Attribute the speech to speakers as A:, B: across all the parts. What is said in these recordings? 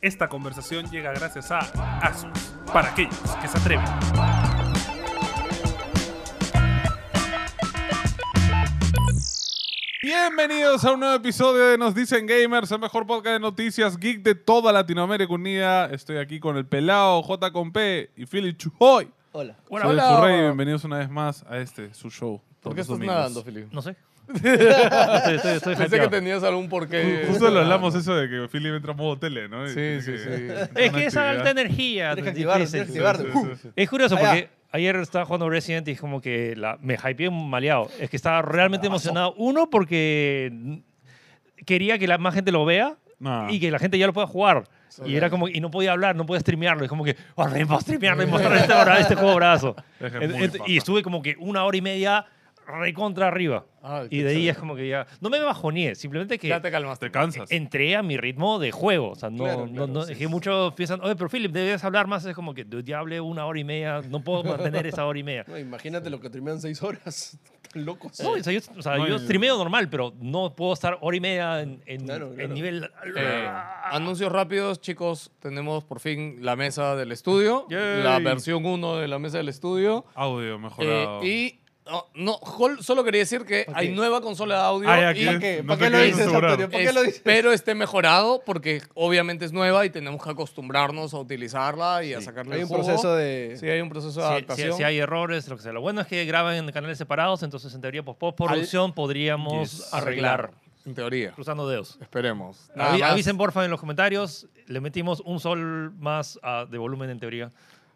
A: Esta conversación llega gracias a ASUS, para aquellos que se atreven.
B: Bienvenidos a un nuevo episodio de Nos Dicen Gamers, el mejor podcast de noticias geek de toda Latinoamérica unida. Estoy aquí con el pelado J con P y Philip Chujoy.
C: Hola.
A: Hola,
B: Soy
A: hola.
B: su rey, bienvenidos una vez más a este, su show. todos
C: ¿Por
B: los
C: qué estás
B: domingos.
C: nadando, Filipe?
D: No sé. estoy, estoy, estoy
C: Pensé que
D: hypeado.
C: tenías algún porqué.
B: Justo lo hablamos eso de que Philip entra a modo tele, ¿no? Y
C: Sí,
B: tiene
C: sí,
B: que-
C: sí.
D: Es
B: una
D: que esa alta
B: actividad.
D: energía.
C: Tienes que
D: es
C: activarlo,
D: difícil.
C: tienes que activarlo.
B: Sí, sí, sí.
D: Es curioso
C: Allá.
D: porque ayer estaba jugando Resident y es como que la- me hypeé maleado. Es que estaba realmente
C: Ah,
D: emocionado. Uno, porque quería que la, más gente lo vea
C: Ah.
B: No.
D: y que la gente ya lo pueda jugar. Y era como y no podía hablar, no podía streamearlo. Es como que, "Oh, re- voy a streamearlo y mostrar este, bra- este juego brazo.
B: Es que
D: En-
B: muy
D: en-
B: paja.
D: y estuve como que una hora y media recontra arriba.
C: Ay, qué
D: y de ahí
C: chévere.
D: es como que ya... No me bajoneé, simplemente que...
C: Ya te calmaste.
B: Te cansas.
D: entré a mi ritmo de juego. O sea, no,
C: Claro,
D: no-
C: claro,
D: no-
C: sí,
D: es
C: sí,
D: que muchos piensan, oye, pero Philip, debes hablar más. Es como que "Dude, ya hablé una hora y media, no puedo mantener esa hora y media.
C: No, imagínate lo que terminan seis horas. Tan locos.
D: No, o sea, yo, o sea,
B: No,
D: yo
B: y-
D: streameo normal, pero no puedo estar hora y media en, en-
C: Claro,
D: en
C: claro.
D: nivel.
E: Eh, anuncios rápidos, chicos. Tenemos por fin la mesa del estudio,
B: Yay.
E: la versión 1 de la mesa del estudio.
B: Audio
E: Eh,
B: mejorado.
E: y oh, no, hol- solo quería decir que
C: Ok.
E: hay nueva consola de audio.
B: Ay, aquí
E: y
C: ¿Para qué,
B: no
C: ¿Para
B: te
C: qué lo
B: quedes
C: dices,
B: asegurado.
C: Antonio? ¿Para qué lo dices?
E: Espero esté mejorado porque obviamente es nueva y tenemos que acostumbrarnos a utilizarla y a sacarle
C: Hay
E: el
C: un
E: jugo.
C: proceso de...
E: Sí, hay un proceso de
D: Si, si-
E: adaptación.
D: si hay errores, lo que sea. Lo bueno es que graban en canales separados, entonces en teoría, pues, postproducción podríamos
B: Yes.
D: arreglar
E: En teoría.
D: cruzando dedos.
E: Esperemos. Nada
D: Avi-
E: más.
D: avisen, porfa, en los comentarios. Le metimos un sol más ah, de volumen en teoría.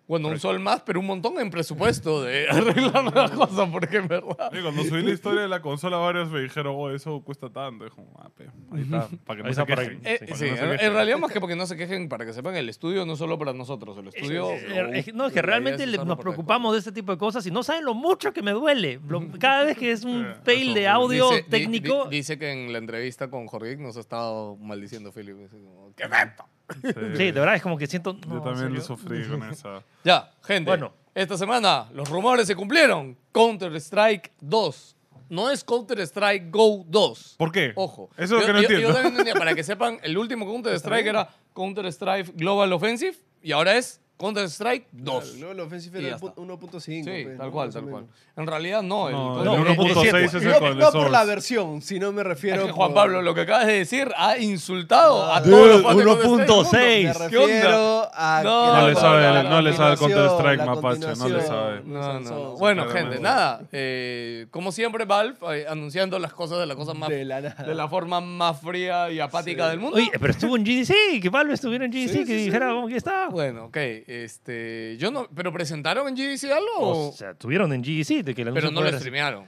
E: Bueno, un sol más, pero un montón en presupuesto de arreglar la cosa, porque en verdad.
B: Oye, Cuando subí la historia de la consola, varios me dijeron, oh, eso cuesta tanto. Y como, ah, pe, ahí está, para que no
D: Ahí
B: se
D: está, para que-
B: quejen. Para
E: Eh,
B: que
E: sí,
B: no se
E: en,
B: quejen.
E: en realidad más que porque no se quejen, para que sepan, el estudio no es solo para nosotros, el estudio...
D: Eh, eh,
E: o-
D: es que- no, es que
E: la idea
D: realmente
E: es
D: le-
E: usarlo
D: nos
E: para otras
D: preocupamos de este tipo de cosas y no saben lo mucho que me duele. Lo- cada vez que es un
B: Eh,
D: fail de
B: eso,
D: audio
E: Dice- di-
D: técnico,
E: di- dice que en la entrevista con Jorge nos ha estado maldiciendo Philip. Dice como, ¡Qué neto!
D: sí, de verdad es como que siento. no,
B: Yo
D: ¿en
B: también
D: serio?
B: lo sufrí con esa.
E: Ya, gente.
D: Bueno.
E: Esta semana los rumores se cumplieron. Counter-Strike 2. No es Counter-Strike Go 2.
B: ¿Por qué?
E: Ojo.
B: Eso es lo
E: Yo-
B: que no
E: yo- yo
B: entiendo.
E: también no entendía. para que sepan, el último Counter-Strike era Counter-Strike Global Offensive y ahora es Counter-Strike 2.
C: Luego el offensive
E: Y
C: era
E: ya está.
C: 1.5.
E: Sí,
C: pues,
E: tal
C: ¿no?
E: cual,
C: Más o
E: tal cual.
C: menos.
E: En realidad no. el
B: No,
E: Counter-
B: el
D: no,
B: 1.6 es
D: no,
B: el
C: No,
B: con el
C: no
B: Source.
C: por la versión, sino me
E: Es
C: refiero
E: que Juan
C: por-
E: Pablo, lo que acabas de decir ha insultado a
C: Ah,
E: todos los
D: dude,
E: fans de Counter-Strike.
C: Me
D: 1.6. ¿Qué
C: refiero a
E: No,
C: que
E: no
C: la-
E: le sabe,
C: la
B: no le sabe el
C: continuación,
B: Counter-Strike,
C: la
B: mapache, no le
C: continuación.
B: sabe.
E: No, no, no.
C: Son-
E: Bueno,
B: claramente.
E: gente, nada. eh, como siempre, Valve eh, anunciando las cosas de la cosa más
C: De la nada.
E: de la forma más fría y apática del mundo.
D: Oye, pero estuvo en GDC, que Valve estuviera en GDC,
C: Sí,
D: que
C: sí, sí.
D: dijera como que está.
E: Bueno, ok. Este, yo no, pero presentaron en GDC algo,
D: O sea, estuvieron en GDC. De que el
E: pero
D: anuncio
E: no
D: fuera
E: lo
D: así.
E: streamearon.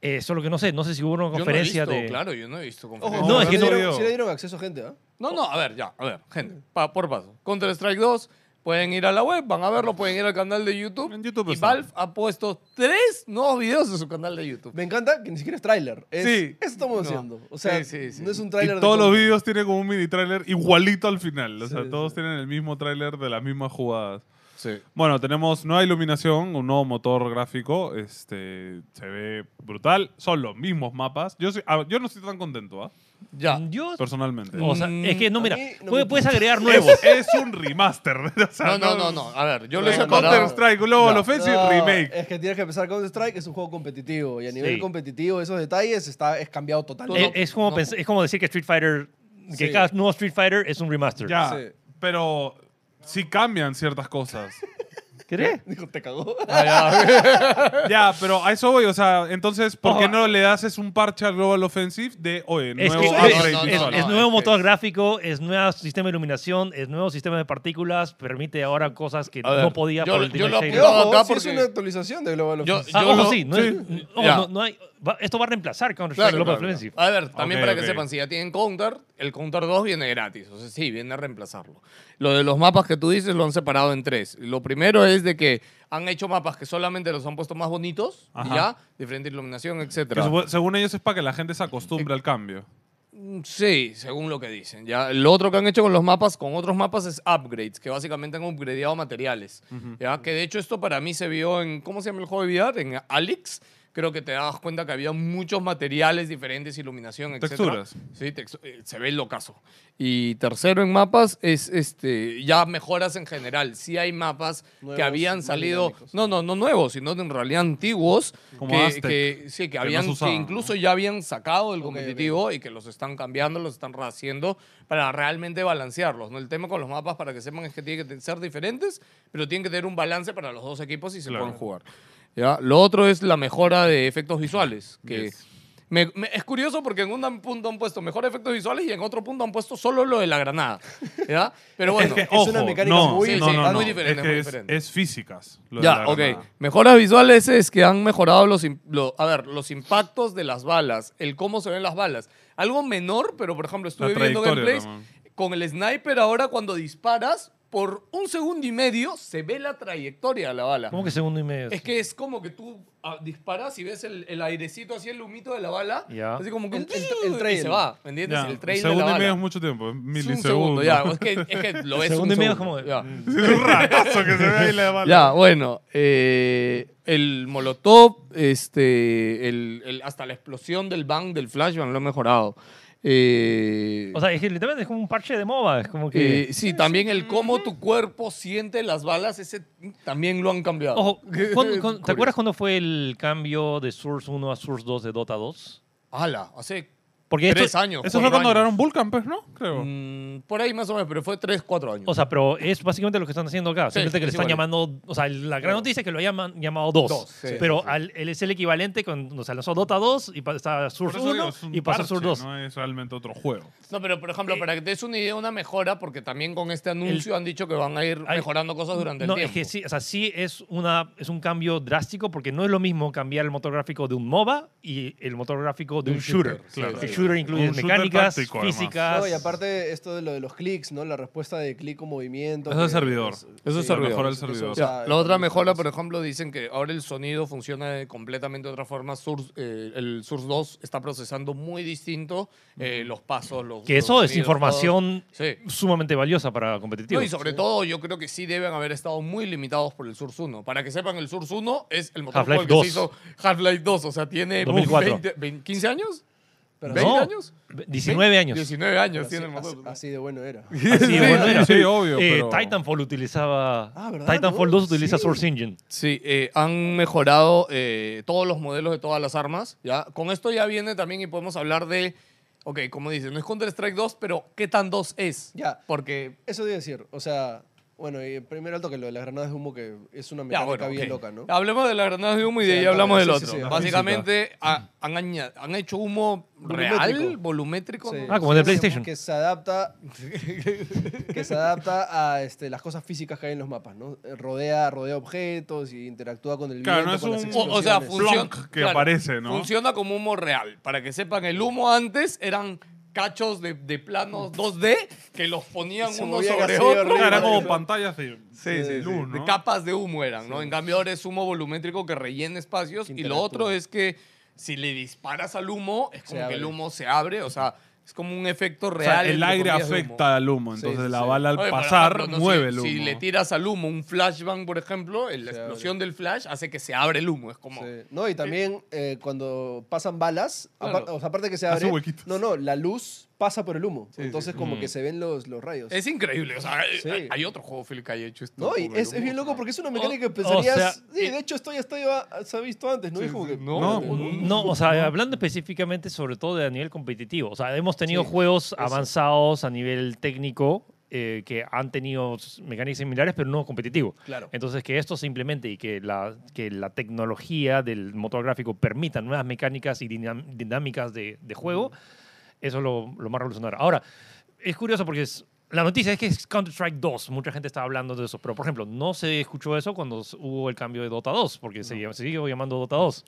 D: Eh, Solo que no sé, no sé si hubo una
E: Yo no he
D: conferencia
E: visto,
D: de.
E: claro, yo no he visto
C: Ojo,
E: conferencia.
D: No,
C: no,
D: es
C: es
D: que
C: que
D: no-
C: dieron, sí le dieron acceso a gente, ¿ah?
E: No, no, a ver, ya, a ver, gente, pa- por paso. Counter Strike 2, pueden ir a la web, van a verlo, pueden ir al canal de YouTube.
B: En YouTube
E: y
B: está.
E: Valve ha puesto tres nuevos videos en su canal de YouTube.
C: Me encanta que ni siquiera es tráiler. Es,
B: Sí.
C: Eso estamos
E: No.
C: haciendo. O sea,
E: Sí, sí, sí.
C: no es un
B: Y
C: tráiler de
B: todos los
C: Counter.
B: vídeos tienen como un mini tráiler igualito al final. O sea,
C: Sí,
B: todos
C: sí.
B: tienen el mismo tráiler de las mismas jugadas.
E: Sí.
B: Bueno, tenemos nueva iluminación, un nuevo motor gráfico. Este, se ve brutal. Son los mismos mapas. Yo, soy- ah, yo no estoy tan contento, ¿ah?
E: Ya.
D: Yo-
B: Personalmente.
D: o sea,
E: Mm,
D: es que no,
C: A
D: mira,
C: mí no me
D: puedes,
C: importa.
D: puedes agregar nuevos.
B: es, es un remaster. o sea,
E: No, no, no, no. A ver, yo
C: No,
E: les he
C: no,
E: comparado-
B: Counter Strike Global
E: Ya.
B: Offensive
C: No,
B: Remake.
C: Es que tienes que empezar Counter Strike, es un juego competitivo. Y a nivel
D: Sí.
C: competitivo, esos detalles está, es cambiado totalmente.
D: Eh, es, como
E: no.
D: pens- es como decir que Street Fighter. Que
C: Sí.
D: cada nuevo Street Fighter es un remaster.
B: Ya.
C: Sí.
B: Pero sí cambian ciertas cosas.
D: ¿Crees?
C: Dijo, te cagó.
E: Ah,
B: Ya, pero a eso voy, o sea, entonces, ¿por
D: Ojo.
B: qué no le das es un parche al Global Offensive de, oye,
D: Es,
B: nuevo
D: que-
E: no,
B: upgrade
D: es-
E: no,
D: es-
B: visual?
D: es
E: no,
D: nuevo
E: es que
D: motor
E: es-
D: gráfico, es nuevo sistema de iluminación, es nuevo sistema de partículas, permite ahora cosas que
E: A ver,
D: no podía
E: yo-
D: por el
E: yo
D: Dynamic
E: lo
D: Shader.
C: Y
E: No,
C: ojo,
E: acá
C: sí es
E: porque-
C: una actualización de Global
E: Yo-
C: Offensive.
D: Ah,
E: yo
D: ojo,
E: lo-
D: sí, no
B: sí,
D: es- ojo,
E: ya.
D: no- no hay- va- esto va a reemplazar Counter-Strike
E: Claro,
D: Global
E: claro,
D: Offensive.
E: claro. A ver, también
B: Ok,
E: para
B: ok.
E: que sepan, si ya tienen Counter, el Counter 2 viene gratis. O sea, sí, viene a reemplazarlo. Lo de los mapas que tú dices lo han separado en tres. Lo primero es de que han hecho mapas que solamente los han puesto más bonitos, y
B: Ajá.
E: ya, diferente iluminación,
B: Que
E: etcétera.
B: supo- según ellos es para que la gente se acostumbre al cambio.
E: Mm, Sí, según lo que dicen. Ya, lo otro que han hecho con los mapas, con otros mapas, es upgrades, que básicamente han upgradeado materiales. ya, que de hecho esto para mí se vio en, ¿cómo se llama el juego de VR? En Alex, creo que te dabas cuenta que había muchos materiales diferentes, iluminación, etc.
B: Texturas.
E: Sí, textu- eh, se ve el locazo. Y tercero en mapas es este, ya mejoras en general. Sí hay mapas que
C: Nuevos,
E: habían
C: más
E: salido,
C: dinámicos.
E: no, no, no nuevos, sino en realidad antiguos,
B: Como
E: que,
B: Aztec,
E: que- sí, que,
B: no
E: habían,
B: se usaban,
E: que incluso
B: ¿no?
E: ya habían sacado el
C: Ok,
E: competitivo y que los están cambiando, los están rehaciendo para realmente balancearlos. ¿no? El tema con los mapas, para que sepan, es que tienen que ser diferentes, pero tienen que tener un balance para los dos equipos y se
B: Claro.
E: pueden jugar. ¿ya? Lo otro es la mejora de efectos visuales, que
B: Yes.
E: me- me- es curioso porque en un punto han puesto mejor efectos visuales y en otro punto han puesto solo lo de la granada. ¿ya Pero bueno,
B: es que,
C: es
B: ojo,
C: una mecánica
B: no,
C: muy-
B: sí,
E: sí,
B: no,
E: sí,
B: no,
E: es
B: no.
E: muy diferente,
B: Es, que
E: muy
B: es-
E: diferente.
B: es físicas. lo de
E: Ya,
B: la
E: ok.
B: granada.
E: Mejoras visuales es que han mejorado los, im- lo- a ver, los impactos de las balas, el cómo se ven las balas. Algo menor, pero por ejemplo, estuve viendo
B: trayectoria
E: gameplays
B: también.
E: con el sniper ahora cuando disparas, por un segundo y medio se ve la trayectoria de la bala.
D: ¿Cómo que segundo y medio?
E: Es que es como que tú ah, disparas y ves el, el airecito así, el humito de la bala.
D: Ya.
E: Así como que
C: El-
E: un-
C: el-
E: y
C: el trail.
E: se va, ¿me entiendes?
B: Ya,
E: El trail de
B: segundo
E: la bala.
B: y medio es mucho tiempo, es
E: Es un
B: milisegundo.
E: segundo, ya. Es que, es que lo ves
D: segundo
E: un
D: y medio es
E: segundo,
D: como.
E: ya.
B: Es un ratazo que se ve ahí la bala.
E: Ya, bueno, eh, el molotov, este, el, el- hasta la explosión del bang del flashbang lo ha mejorado. Eh,
D: O sea, es que literalmente es como un parche de MOBA. Es como que.
E: eh, sí, también el cómo tu cuerpo siente las balas, ese también lo han cambiado.
D: Ojo, ¿cuándo- cuándo- ¿te
E: Curioso.
D: acuerdas cuando fue el cambio de Source 1 a Source 2 de Dota 2?
E: Ala, hace
D: Porque esto-
E: tres años.
B: Eso fue
E: cuatro
B: cuando
E: años.
B: grabaron Vulcan, pues, ¿no? Creo.
E: Mm, por ahí más o menos, pero fue tres, cuatro años.
D: O sea, pero es básicamente lo que están haciendo acá.
E: Sí,
D: Simplemente que le
E: es
D: están
E: igual.
D: llamando. O sea, la gran noticia es que lo hayan llamado 2.
E: Dos, sí,
D: pero
E: sí, sí.
D: al- él es el equivalente cuando se lanzó Dota 2 y pa- está
B: Por
D: Source
B: eso
D: 1
B: digo, es un
D: y pasó
B: parche,
D: Source 2.
B: No es realmente otro juego.
E: no, pero por
D: eh,
E: ejemplo, para que te des una idea, una mejora, porque también con este anuncio han dicho que van a ir
D: Ay,
E: mejorando cosas durante
D: No,
E: el
D: es
E: tiempo.
D: que sí, o sea, sí es, una, es un cambio drástico porque no es lo mismo cambiar el motor gráfico de un MOBA y el motor gráfico de un shooter.
B: claro.
D: El shooter incluye
B: Un shooter
D: mecánicas,
B: táctico, además.
D: físicas.
C: No, y aparte esto de lo de los clics, ¿no? La respuesta de clic o movimiento.
B: Eso es servidor.
E: Eso es
C: sí,
E: servidor.
B: Mejora el
C: eso- eso,
B: servidor.
C: o
E: Ya,
C: sea,
E: la otra
C: es-
E: mejora, por ejemplo, dicen que ahora el sonido funciona de completamente de otra forma. Source, eh, el Source 2 está procesando muy distinto eh, los pasos. Los,
D: que
E: los
D: eso es
E: sonidos,
D: información
E: todos. Sí.
D: sumamente valiosa para competitivos.
E: No, y sobre todo, yo creo que sí deben haber estado muy limitados por el Source 1. Para que sepan, el Source 1 es el motor
D: Half-Life
E: juego que se
D: 2.
E: hizo Half-Life 2. O sea, tiene uf,
D: 2004.
E: 20, 20, 15 años.
C: Pero
E: ¿20
D: No,
E: años?
D: 19 años.
E: 19 años
C: así,
E: tiene el motor.
C: así- así de bueno era.
D: Así de bueno era.
B: sí, obvio,
D: Eh,
B: pero-
D: Titanfall utilizaba.
C: Ah, ¿verdad?
D: Titanfall
C: No,
D: 2 utiliza
C: sí.
D: Source Engine.
E: Sí, eh, han mejorado eh, todos los modelos de todas las armas. ¿ya? Con esto ya viene también y podemos hablar de, ok, como dicen, no es Counter-Strike 2, pero ¿qué tan 2 es?
C: Ya.
E: Porque...
C: Eso debo decir, o sea, bueno, y primero alto que lo de las granadas de humo que es una
E: Ya,
C: mecánica
E: bueno,
C: bien
E: ok.
C: loca, ¿no?
E: Hablemos de las granadas de humo y
C: Sí,
E: de ahí
C: la-
E: hablamos del
C: sí, sí,
E: otro.
C: sí, la
E: Básicamente ha- han, aña- han hecho humo real,
C: Volumétrico.
E: volumétrico.
C: Sí.
E: ¿no?
D: Ah, como el de
C: Sí, sí,
D: PlayStation.
C: Que se adapta que se adapta a este, las cosas físicas que hay en los mapas, ¿no? Eh, Rodea, rodea objetos y interactúa con el
B: Claro,
C: viento,
B: no es
C: con las
B: un-
E: O, o sea,
C: explosiones.
B: fun-
E: funciona.
B: Plonk que aparece, ¿no?
E: Funciona como humo real. Para que sepan, el humo antes eran cachos de, de planos 2D que los ponían
C: Se
E: uno
C: movían
E: sobre
C: así,
E: otro.
C: horrible.
B: Eran como pantallas de
E: Sí, sí,
B: de
E: sí,
B: luz,
E: de
B: ¿no?
E: capas de humo eran, ¿no? En cambio ahora es humo volumétrico que rellena espacios
C: Que
E: y lo otro
C: interactúa.
E: es que si le disparas al humo es como que
C: abre.
E: el humo se abre, o sea, es como un efecto
B: O
E: real.
B: sea, el
E: entre
B: aire
E: comillas, de humo.
B: afecta al humo, entonces
C: sí,
B: la
C: sí.
B: bala al
E: Oye, por
B: pasar
E: ejemplo, no, si-
B: mueve el humo.
E: Si le tiras al humo un flashbang, por ejemplo, el- la
C: Se
E: explosión del flash hace que se abre el humo, es como...
C: Sí. No, y también eh, cuando pasan balas,
E: Claro.
C: apar- o sea, aparte que se
B: Hace
C: abre,
B: huequitos.
C: no, no, la luz pasa por el humo. entonces como
B: Mm.
C: que se ven los, los rayos.
E: Es increíble, o sea,
C: Sí.
E: hay- hay otro juego Phil que haya hecho esto.
C: no, y
E: con el
C: es, es
E: humo.
C: bien loco porque es una mecánica que
D: o sea,
C: pensarías... sí,
E: y-
C: de hecho, esto ya estaba, se ha visto antes, Oh, ¿no? Y es como que-
B: eh, No.
D: No, o sea, hablando específicamente sobre todo de a nivel competitivo. O sea, hemos tenido
C: Sí,
D: juegos
C: eso.
D: avanzados a nivel técnico eh, que han tenido s- mecánicas similares, pero no competitivo.
C: Claro.
D: Entonces, que esto se implemente y que la, que la tecnología del motor gráfico permita nuevas mecánicas y dinam- dinámicas de, de juego, eso es lo, lo más revolucionario. Ahora, es curioso porque es- la noticia es que es Counter-Strike 2. Mucha gente está hablando de eso, pero por ejemplo, no se escuchó eso cuando s- hubo el cambio de Dota 2, porque se, llam- se siguió llamando Dota 2.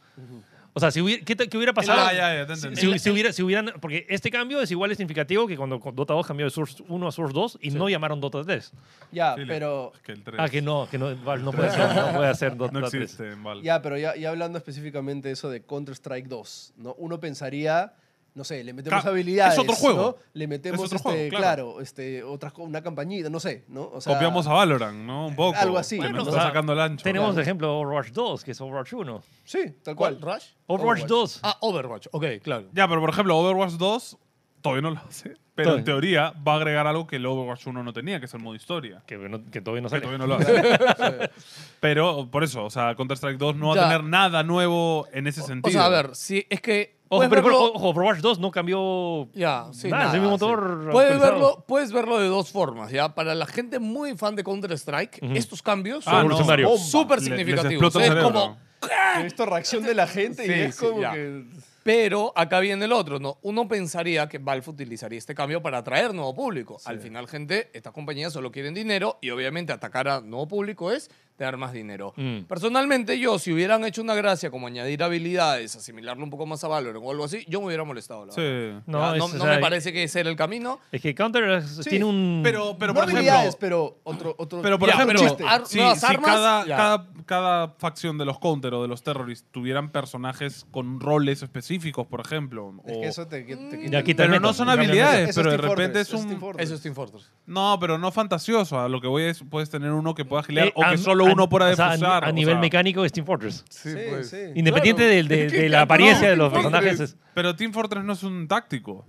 D: O sea, si hubiera, ¿qué, te- qué hubiera pasado?
B: Ah, ya, ya, te entendí.
D: Si- si, si hubiera- si hubieran, porque este cambio es igual de significativo que cuando con Dota 2 cambió de Source 1 a Source 2 y no llamaron Dota 3.
C: Ya,
B: Sí, le-
C: pero...
B: es que el tres
D: Ah, que no, que no, Val, no puede ser, no puede hacer Dota
B: no
D: 3.
B: existe en Valve.
C: Ya, pero ya, ya hablando específicamente de eso de Counter-Strike 2, ¿no? Uno pensaría no sé, le metemos
B: Claro,
C: habilidades.
B: es otro juego.
C: ¿no? Le metemos,
B: otro
C: este,
B: juego, claro.
C: claro, este, otras co- una campañita, no sé, ¿no? O sea,
B: Copiamos a Valorant, ¿no? Un poco.
C: algo así.
B: Que
C: Bueno,
B: nos
D: o
B: está
D: sea,
B: sacando el ancho.
D: Tenemos, de ejemplo, Overwatch 2, que es Overwatch 1.
C: Sí, tal cual.
E: ¿Cuál? ¿Rush?
D: Overwatch
C: Overwatch.
D: 2.
E: Ah, Overwatch. Ok, claro.
B: Ya, pero por ejemplo, Overwatch 2 todavía no lo hace. Pero en
D: Todavía.
B: teoría va a agregar algo que el Overwatch 1 no tenía, que es el modo historia.
D: Que, no- que todavía no
B: Que
D: sale.
B: todavía no lo hace. pero por eso, o sea, Counter-Strike 2 no va
E: Ya.
B: a tener nada nuevo en ese sentido.
E: O sea, a ver, si es que.
D: Ojo,
E: puedes
D: pero,
E: verlo-
D: ojo, Overwatch 2 no cambió
E: Pues, Ya, sí,
D: Nada, es el mismo motor
E: Puedes
D: actualizado.
E: verlo, puedes verlo de dos formas, ¿ya? Para la gente muy fan de Counter-Strike, estos cambios
B: Ah,
E: son
B: no.
D: Revolucionario.
B: Bomba.
E: súper
B: Le- les
E: significativos.
B: explota el
E: Es
B: cerebro.
E: como,
C: He visto reacción de la gente
E: Sí,
C: y es
E: sí,
C: como
E: ya.
C: que.
E: Pero acá viene el otro, ¿no? Uno pensaría que Valve utilizaría este cambio para atraer nuevo público. Al final, gente, estas compañías solo quieren dinero y obviamente atacar a nuevo público es dar más dinero.
D: Mm.
E: Personalmente, yo, si hubieran hecho una gracia como añadir habilidades, asimilarlo un poco más a Valorant o algo así, yo me hubiera molestado. la verdad.
B: Sí.
E: Ya, No,
D: No, es-
E: no,
D: o sea,
E: me parece que ese era el camino.
D: Es que Counter es-
C: Sí,
D: tiene un.
B: Pero, pero
C: no
B: por ejemplo,
C: habilidades, pero otro, otro.
B: Pero por
E: Ya,
B: ejemplo,
E: pero chiste. ar-
B: si,
E: nuevas
B: si
E: armas,
B: cada,
E: ya.
B: cada, cada facción de los counter o de los terrorists tuvieran personajes con roles específicos, por ejlo,
C: Es
B: o-
C: que eso te, que-
B: Mm.
C: te quita-
D: Ya quita el
B: pero
D: meta,
B: no son
D: ya cambia el meta.
B: habilidades,
C: Eso
B: pero de
C: Team
B: repente
C: Fortress,
B: es un...
C: Team Fortress.
E: Eso es Team Fortress.
B: no, pero no fantasioso. A lo que voy es, puedes tener uno que pueda gilear
D: Eh,
B: o
D: a-
B: que solo
D: a-
B: uno pueda
D: o sea, a-
B: defusar.
D: A,
B: o
D: nivel
B: sea.
D: mecánico es Team Fortress.
C: Sí, pues.
B: Pues.
C: sí.
D: Independiente
E: Claro.
D: del- de,
E: Es que
D: de
E: ya
D: la
E: no,
D: apariencia de
E: Team
D: los
E: Fortress.
D: personajes. es-
B: Pero Team Fortress no es un táctico.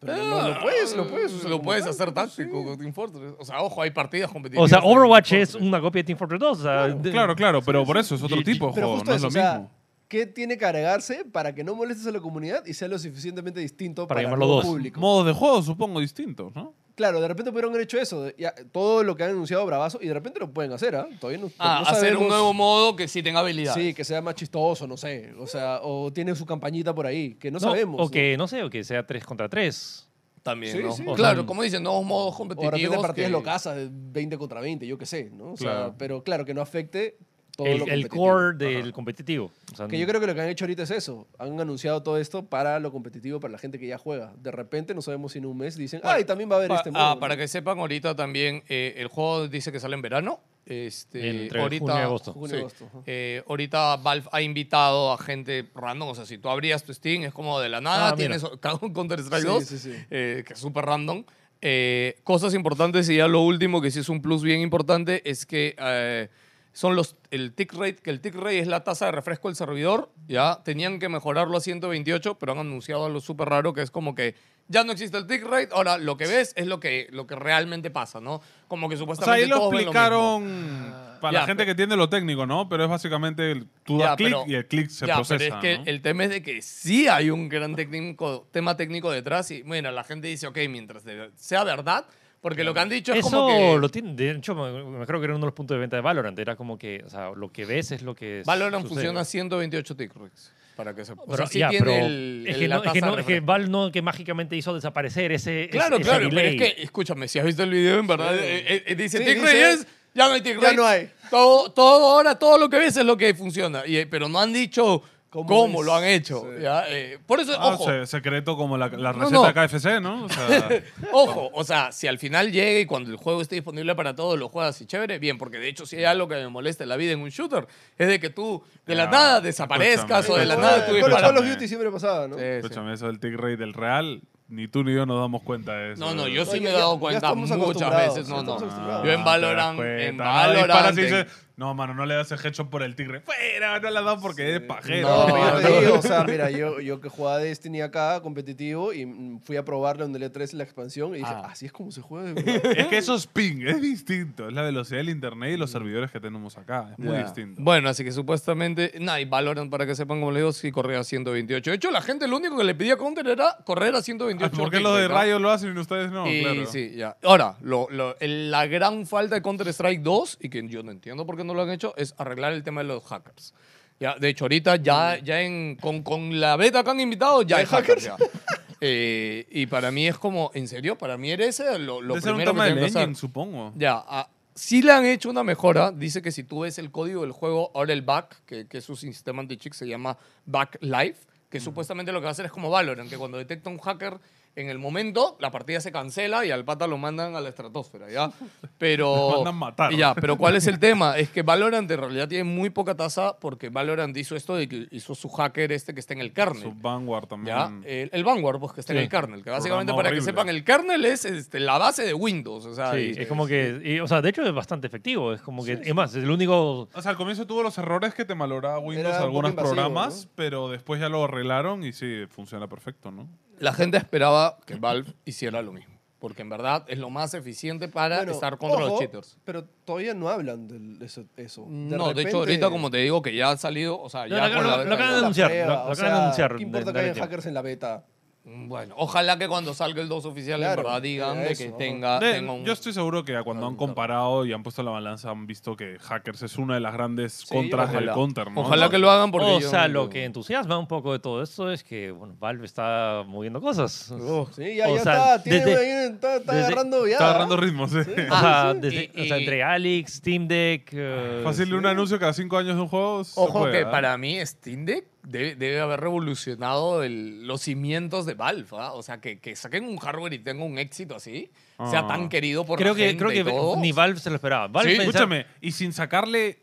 C: Pero no,
E: Ah,
C: lo puedes, lo
B: Ah,
C: puedes. usar
E: Lo
C: como
E: puedes
C: tal.
E: hacer táctico con Team Fortress. O sea, ojo, hay partidas competitivas.
D: O sea,
E: de Team
D: Overwatch es
E: Fortress.
D: una copia de Team Fortress 2. o sea, de-
B: Claro, claro, pero por eso es otro
D: Y-
B: tipo de
C: Pero
B: juego,
C: justo
B: no es
C: eso,
B: lo
C: o sea,
B: mismo.
C: ¿qué tiene que agregarse para que no molestes a la comunidad y sea lo suficientemente distinto
D: Para
C: para,
D: llamarlo
C: nuevo
D: dos.
C: público?
B: Modos de juego, supongo, distintos, ¿no?
C: Claro, de repente pudieron haber hecho eso, de- ya, todo lo que han anunciado bravazo, y de repente lo pueden hacer, ¿ah? Todavía no,
E: Ah,
C: no
E: hacer un
C: sabemos-
E: nuevo modo que sí tenga habilidad.
C: Sí, que sea más chistoso, no sé, o sea, o tiene su campañita por ahí, que no,
D: no,
C: sabemos.
D: O
C: ¿no?
D: que, no sé, o que sea 3 contra 3.
E: También,
C: Sí,
E: ¿no?
C: sí.
E: O mm. Claro, como dicen, nuevos modos
C: O de
E: competitivos.
C: repente partidas
E: que-
C: locasas de 20 contra 20, yo qué sé, ¿no? O sea,
B: Claro.
C: pero claro, que no afecte todo lo
D: El, el
C: competitivo.
D: core del competitivo. O sea,
C: Que yo creo que lo que han hecho ahorita es eso. Han anunciado todo esto para lo competitivo, para la gente que ya juega. De repente, no sabemos si en un mes dicen, ay, también va a haber
E: Pa-
C: este modo.
E: ah,
C: ¿no?
E: para que sepan, ahorita también eh, el juego dice que sale en verano. Este,
D: Entre
E: ahorita,
D: junio y agosto.
C: Junio y agosto, ajá.
E: Eh, ahorita Valve ha invitado a gente random. O sea, si tú abrías tu Steam, es como de la nada.
D: Ah, mira.
E: tienes cada un Counter-Strike
C: Sí,
E: 2,
C: sí, sí.
E: eh, que es súper random. Eh, cosas importantes y ya lo último que sí es un plus bien importante es que eh, son los el tick rate que el tick rate es la tasa de refresco del servidor ya tenían que mejorarlo a 128 pero han anunciado algo súper raro que es como que ya no existe el tick rate ahora lo que ves es lo que lo que realmente pasa no como que
B: O sea,
E: supuestamente
B: ahí lo
E: todos ven mismo. Ah.
B: explicaron para la
E: Ya,
B: gente
E: pero-
B: que entiende lo técnico, ¿no? Pero es básicamente el- tú
E: Ya,
B: das clic
E: pero-
B: y el clic se
E: ya,
B: procesa.
E: Pero es que
B: ¿no?
E: el tema es de que sí hay un gran técnico, tema técnico detrás y bueno, la gente dice, ok, mientras de- sea verdad, porque lo que han dicho es como
D: Eso
E: que
D: lo tiene. De hecho, me, me creo que era uno de los puntos de venta de Valorant. Era como que, o sea, lo que ves es lo que.
E: Valorant
D: sucede.
E: funciona 128 tick rates, Para que se o
D: Pero,
E: sea, sí
D: ya,
E: tiene
D: pero
E: el-
D: es
E: el-
D: que,
E: la
D: no, es que,
E: tasa
D: no,
E: de
D: es que
E: refresco.
D: Valve no que mágicamente hizo desaparecer ese.
E: Claro,
D: ese
E: claro,
D: delay.
E: pero es que, escúchame, si has visto el video, en verdad,
C: Sí.
E: eh, eh, eh, dice
C: Sí,
E: tick
C: dice-
E: rates, ya no hay tick
C: Ya
E: rates.
C: no hay.
E: Todo, todo ahora, todo lo que ves es lo que funciona, y, eh, pero no han dicho cómo,
C: ¿Cómo es?
E: lo han hecho.
C: Sí.
E: ¿ya? Eh, por eso,
B: Ah,
E: ojo,
B: se- secreto como la, la
E: No,
B: receta
E: no.
B: de KFC, ¿no? O sea,
E: Ojo, o sea, si al final llega y cuando el juego esté disponible para todos lo juegas y chévere, bien, porque de hecho si hay algo que me molesta en la vida en un shooter es de que tú de la
B: Ah,
E: nada desaparezcas
B: escúchame.
E: o de la
C: Con-
E: nada tú
C: con los Call
E: disparas.
C: of Duty siempre pasaba, ¿no?
E: Sí, sí.
B: escúchame, eso del tick rate del real, ni tú ni yo nos damos cuenta de eso.
E: No, no, yo
C: No,
E: sí
C: ya-
E: me he
C: ya-
E: dado
C: ya
E: cuenta
C: estamos
E: muchas
C: acostumbrados,
E: veces.
C: ya
E: No, no.
C: estamos acostumbrados.
E: Yo en
B: Ah, te
E: Valorant,
B: das
E: en
B: cuenta, no, disparas
E: Valorant.
B: y
E: en-
B: dices, no, mano, no le das el headshot por el tigre. Fuera, no le das porque es pajero.
C: Pero
E: No,
C: yo te
E: no.
C: digo, o sea, mira, yo, yo que jugaba Destiny acá, competitivo, y mm, fui a probarlo en DL3 la expansión, y dije,
E: Ah.
C: así es como se juega. de verdad".
B: Es que eso es ping, es distinto. Es la velocidad del internet y los servidores que tenemos acá. Es muy
E: Mm. Ya.
B: distinto.
E: Bueno, así que supuestamente, nah, y Valorant, para que sepan como le digo, sí corría a 128. De hecho, la gente lo único que le pedía a Counter era correr a 128.
B: ¿Por qué Ah, los de
E: tick rate, ¿no?
B: Rayo lo hacen y ustedes no?
E: y
B: claro.
E: sí, ya. Ahora, lo- lo- el- la gran falta de Counter-Strike 2, y que yo no entiendo por qué no lo han hecho, es arreglar el tema de los hackers. Ya, de hecho, ahorita ya, ya en, con, con la beta que han invitado, ya hay hackers. ya. Eh, y para mí es como, ¿en serio? Para mí era ese lo, lo
B: Debe ser un
E: primero
B: tema
E: que
B: del
E: tienen que hacer.
B: engine, supongo.
E: Ya, ah, sí le han hecho una mejora. Dice que si tú ves el código del juego, ahora el back, que, que es su sistema
B: Mm.
E: anti-cheat, se llama back life, que supuestamente lo que va a hacer es como Valorant, que cuando detecta un hacker en el momento la partida se cancela y al pata lo mandan a la estratosfera, ¿ya? Pero...
B: Lo mandan matar.
E: y ya, pero ¿cuál es el tema? Es que Valorant en realidad tiene muy poca tasa porque Valorant hizo esto de que hizo su hacker este que está en el kernel.
B: Su Vanguard también.
E: ¿Ya? El, el Vanguard, pues, que está en
B: Sí.
E: el kernel. Que básicamente,
B: Programa
E: para que
B: horrible.
E: sepan, el kernel es este, la base de Windows. O sea,
D: Sí,
E: y-
D: es como que, y, o sea, de hecho es bastante efectivo. Es como que, es más, es el único.
B: O sea, al comienzo tuvo los errores que te malograba Windows
C: Era un
B: algunos
C: poco invasivo,
B: programas, pero después ya lo arreglaron y sí, funciona perfecto, ¿no?
E: la gente esperaba que Valve hiciera lo mismo. Porque en verdad es lo más eficiente para
C: Bueno,
E: estar contra los
C: ojo,
E: cheaters.
C: Pero todavía no hablan del- de eso. eso.
E: no, de hecho,
C: repente-
E: ahorita, como te digo, que ya ha salido. O sea,
D: No,
E: ya
D: lo-
E: con
D: lo-
E: la-
D: lo
C: la
D: acaban de anunciar,
C: prueba,
D: lo- lo
C: o
D: acaban de
C: sea,
D: anunciar
C: ¿Qué importa que
D: de- de
C: hayan
D: tiempo.
C: hackers en la beta?
E: Mm, Bueno, ojalá que cuando salga el 2 oficial,
C: Claro,
E: en verdad digan de
C: eso,
E: que
C: ajá.
E: tenga,
B: De-
E: tenga Ah, un.
B: Yo estoy seguro que ya cuando han comparado y han puesto la balanza han visto que Hackers es una de las grandes contras
E: ojalá.
B: del counter, ¿no?
E: Ojalá que lo hagan porque.
D: o
E: yo-
D: sea, lo que entusiasma un poco de todo esto es que, bueno, Valve está moviendo cosas.
C: Sí, ya,
D: O
C: ya
D: sea,
C: está, tiene,
D: desde-
C: ahí, está, está
D: desde-
C: agarrando ya.
B: Está agarrando ritmo, sí.
D: o, sea,
E: sí.
D: desde-
E: Y-
D: o sea,
E: y-
D: entre Alex, Steam Deck. eh,
B: Fácil un anuncio cada cinco años de un juego. se
E: Ojo
B: puede,
E: que
B: ¿eh?
E: para mí Steam Deck debe, debe haber revolucionado el- los cimientos de Valve. ¿ah? O sea, que, que saquen un hardware y tenga un éxito así, sea
B: Ah.
E: tan querido por
D: creo
E: la
D: que,
E: gente
D: creo
E: y
D: que
E: todo.
D: ni Valve se lo esperaba. Valve
E: Sí,
D: pensaba-
B: Escúchame, y sin sacarle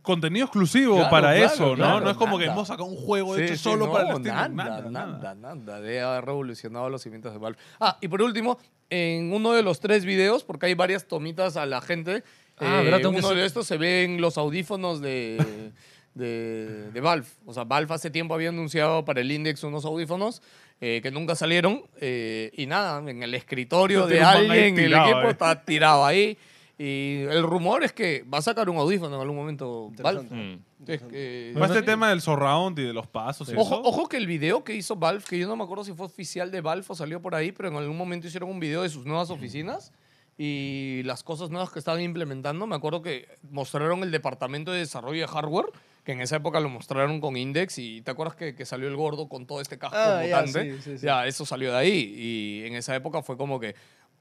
B: contenido exclusivo
E: Claro,
B: para
E: claro,
B: eso, ¿no?
E: claro,
B: no es como que
E: nada.
B: hemos sacado un juego
E: Sí,
B: hecho
E: sí,
B: solo
E: no,
B: para el Steam
E: nada,
B: Deck,
E: nada, nada, nada. Debe haber revolucionado los cimientos de Valve. Ah, y por último, en uno de los tres videos, porque hay varias tomitas a la gente,
D: Ah,
E: eh,
D: ¿verdad?
E: en
D: Tengo que
E: uno
D: hacer-
E: de estos se ven los audífonos de, de, de Valve. O sea, Valve hace tiempo había anunciado para el Index unos audífonos eh, que nunca salieron. eh, y nada, en el escritorio
B: Tiene
E: de
B: un man ahí
E: alguien, el
B: tirado,
E: equipo
B: eh.
E: está tirado ahí. Y el rumor es que va a sacar un audífono en algún momento Valve.
C: Interesante.
E: Es que-
B: Fue este tema del surround y de los pasos y
E: Ojo,
B: eso.
E: ojo que el video que hizo Valve, que yo no me acuerdo si fue oficial de Valve o salió por ahí, pero en algún momento hicieron un video de sus nuevas oficinas y las cosas nuevas que estaban implementando. Me acuerdo que mostraron el departamento de desarrollo de hardware, que en esa época lo mostraron con Index y ¿te acuerdas que, que salió el gordo con todo este casco
C: Ah, ya,
E: mutante?
C: sí,
E: Ya,
C: sí, sí.
E: eso salió de ahí y en esa época fue como que...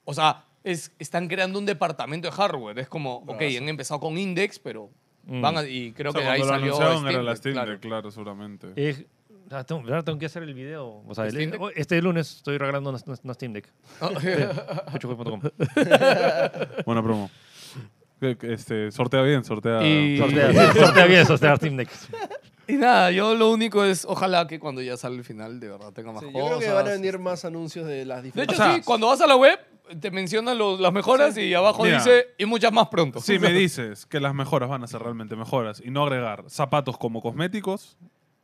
E: O sea, es, están creando un departamento de hardware. Es como, ok, han empezado con Index, pero... Van a- y creo
B: Mm. O sea,
E: que de ahí
B: cuando
E: salió
B: lo anunciaron
E: Steam
B: era la
E: Deck,
B: Steam Deck,
E: claro.
B: claro, seguramente.
D: Eh, ah, tengo, ¿verdad? tengo que hacer el video. O sea, el-
E: ¿Steam Deck?
D: oh, este lunes estoy regalando una, una- una Steam Deck. Pechojuez.com.
B: Buena promo. Que- que, Este, sortea bien, sortea.
E: Y-
D: Sortea sortea bien, sortea Steam Deck.
E: Y nada, yo lo único es, ojalá que cuando ya sale el final, de verdad tenga más
C: Sí, yo
E: cosas. este.
C: creo que van a venir más anuncios de las
E: De
C: diferentes.
E: hecho,
B: O sea-
E: sí, cuando vas a la web, te mencionan los- las mejoras y abajo
B: Mira.
E: dice, y muchas más pronto.
B: Si me dices que las mejoras van a ser realmente mejoras y no agregar zapatos como cosméticos,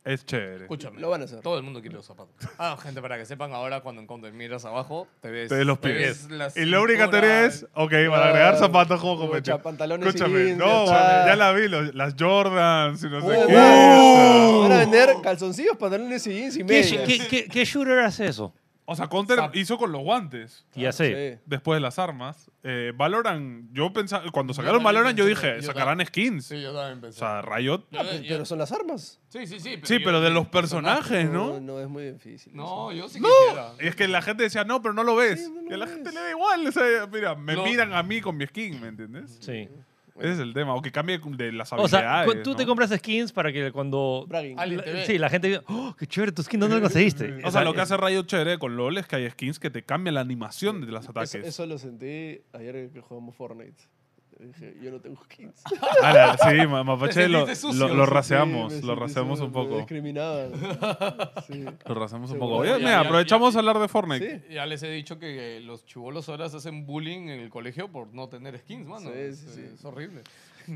B: es chévere.
E: Escúchame.
C: Lo van a hacer.
E: Todo el mundo quiere los zapatos. Ah, gente, para que sepan, ahora cuando en Counter miras abajo, te ves.
B: Te ves los
E: te
B: pies.
E: ves la
B: Y la única
E: cintura.
B: teoría es, ok, van a agregar zapatos como
C: Pucha,
B: cosméticos.
C: pantalones y
B: Escúchame,
C: jeans,
B: no,
C: ya está.
B: ya la vi, los- las Jordans y no sé
C: Oh,
B: qué. ¡Oh!
C: bueno, Van a vender calzoncillos, pantalones y jeans y
D: ¿Qué,
C: medias.
D: qué- qué- qué shooter hace eso?
B: O sea, Counter hizo con los guantes.
D: Ya sé.
C: Sí.
B: Después de las armas, eh, Valoran, yo pensaba, cuando sacaron
E: también
B: Valoran, yo
E: pensé,
B: dije,
E: yo
B: sacarán skins.
E: Sí, yo también
B: O
E: pensé.
B: sea, Riot.
E: Yo-
C: Pe-
E: yo-
C: Ah, Pero son las armas.
E: sí, sí, sí.
B: Sí,
E: yo-
B: pero de los personajes,
C: No,
B: ¿no?
C: no es muy difícil. eso.
E: No, yo sí quisiera.
B: Y es que la gente decía, no, pero no lo ves.
C: no
B: y a
C: lo
B: la
C: ves.
B: gente le da igual. o sea, mira, me
E: No.
B: miran a mí con mi skin, ¿me entiendes?
D: Sí.
B: Ese es el tema. O que cambie de las
D: O sea,
B: habilidades.
D: cu- tú
B: ¿no?
D: te compras skins para que cuando.
C: Bragging.
E: Alguien
D: la-
E: te ve.
D: sí, la gente diga, ¡oh, qué chévere tu skin! ¿Dónde lo conseguiste?
B: O sea, lo que
D: es-
B: hace Riot chévere con LOL es que hay skins que te cambian la animación de los ataques.
C: Eso, eso lo sentí ayer que jugamos Fortnite. Dije, yo no tengo skins.
B: Ala, Ah, sí, ma- Mapache
E: Te
B: lo,
E: sentiste sucio.
B: lo, lo
E: Sí, me
B: raseamos.
C: Sí, me
B: lo
C: sentí
B: raseamos
C: súper
B: un poco.
C: Discriminado. Sí.
B: Lo raseamos un
C: Sí,
B: poco.
C: bueno,
B: Oye,
E: ya,
B: mira,
E: ya,
B: aprovechamos
E: ya.
B: a hablar de Fortnite.
C: Sí.
E: Ya les he dicho que eh, los chubolos ahora se hacen bullying en el colegio por no tener skins, mano.
C: Sí,
E: Es-
C: sí, sí.
E: Es horrible.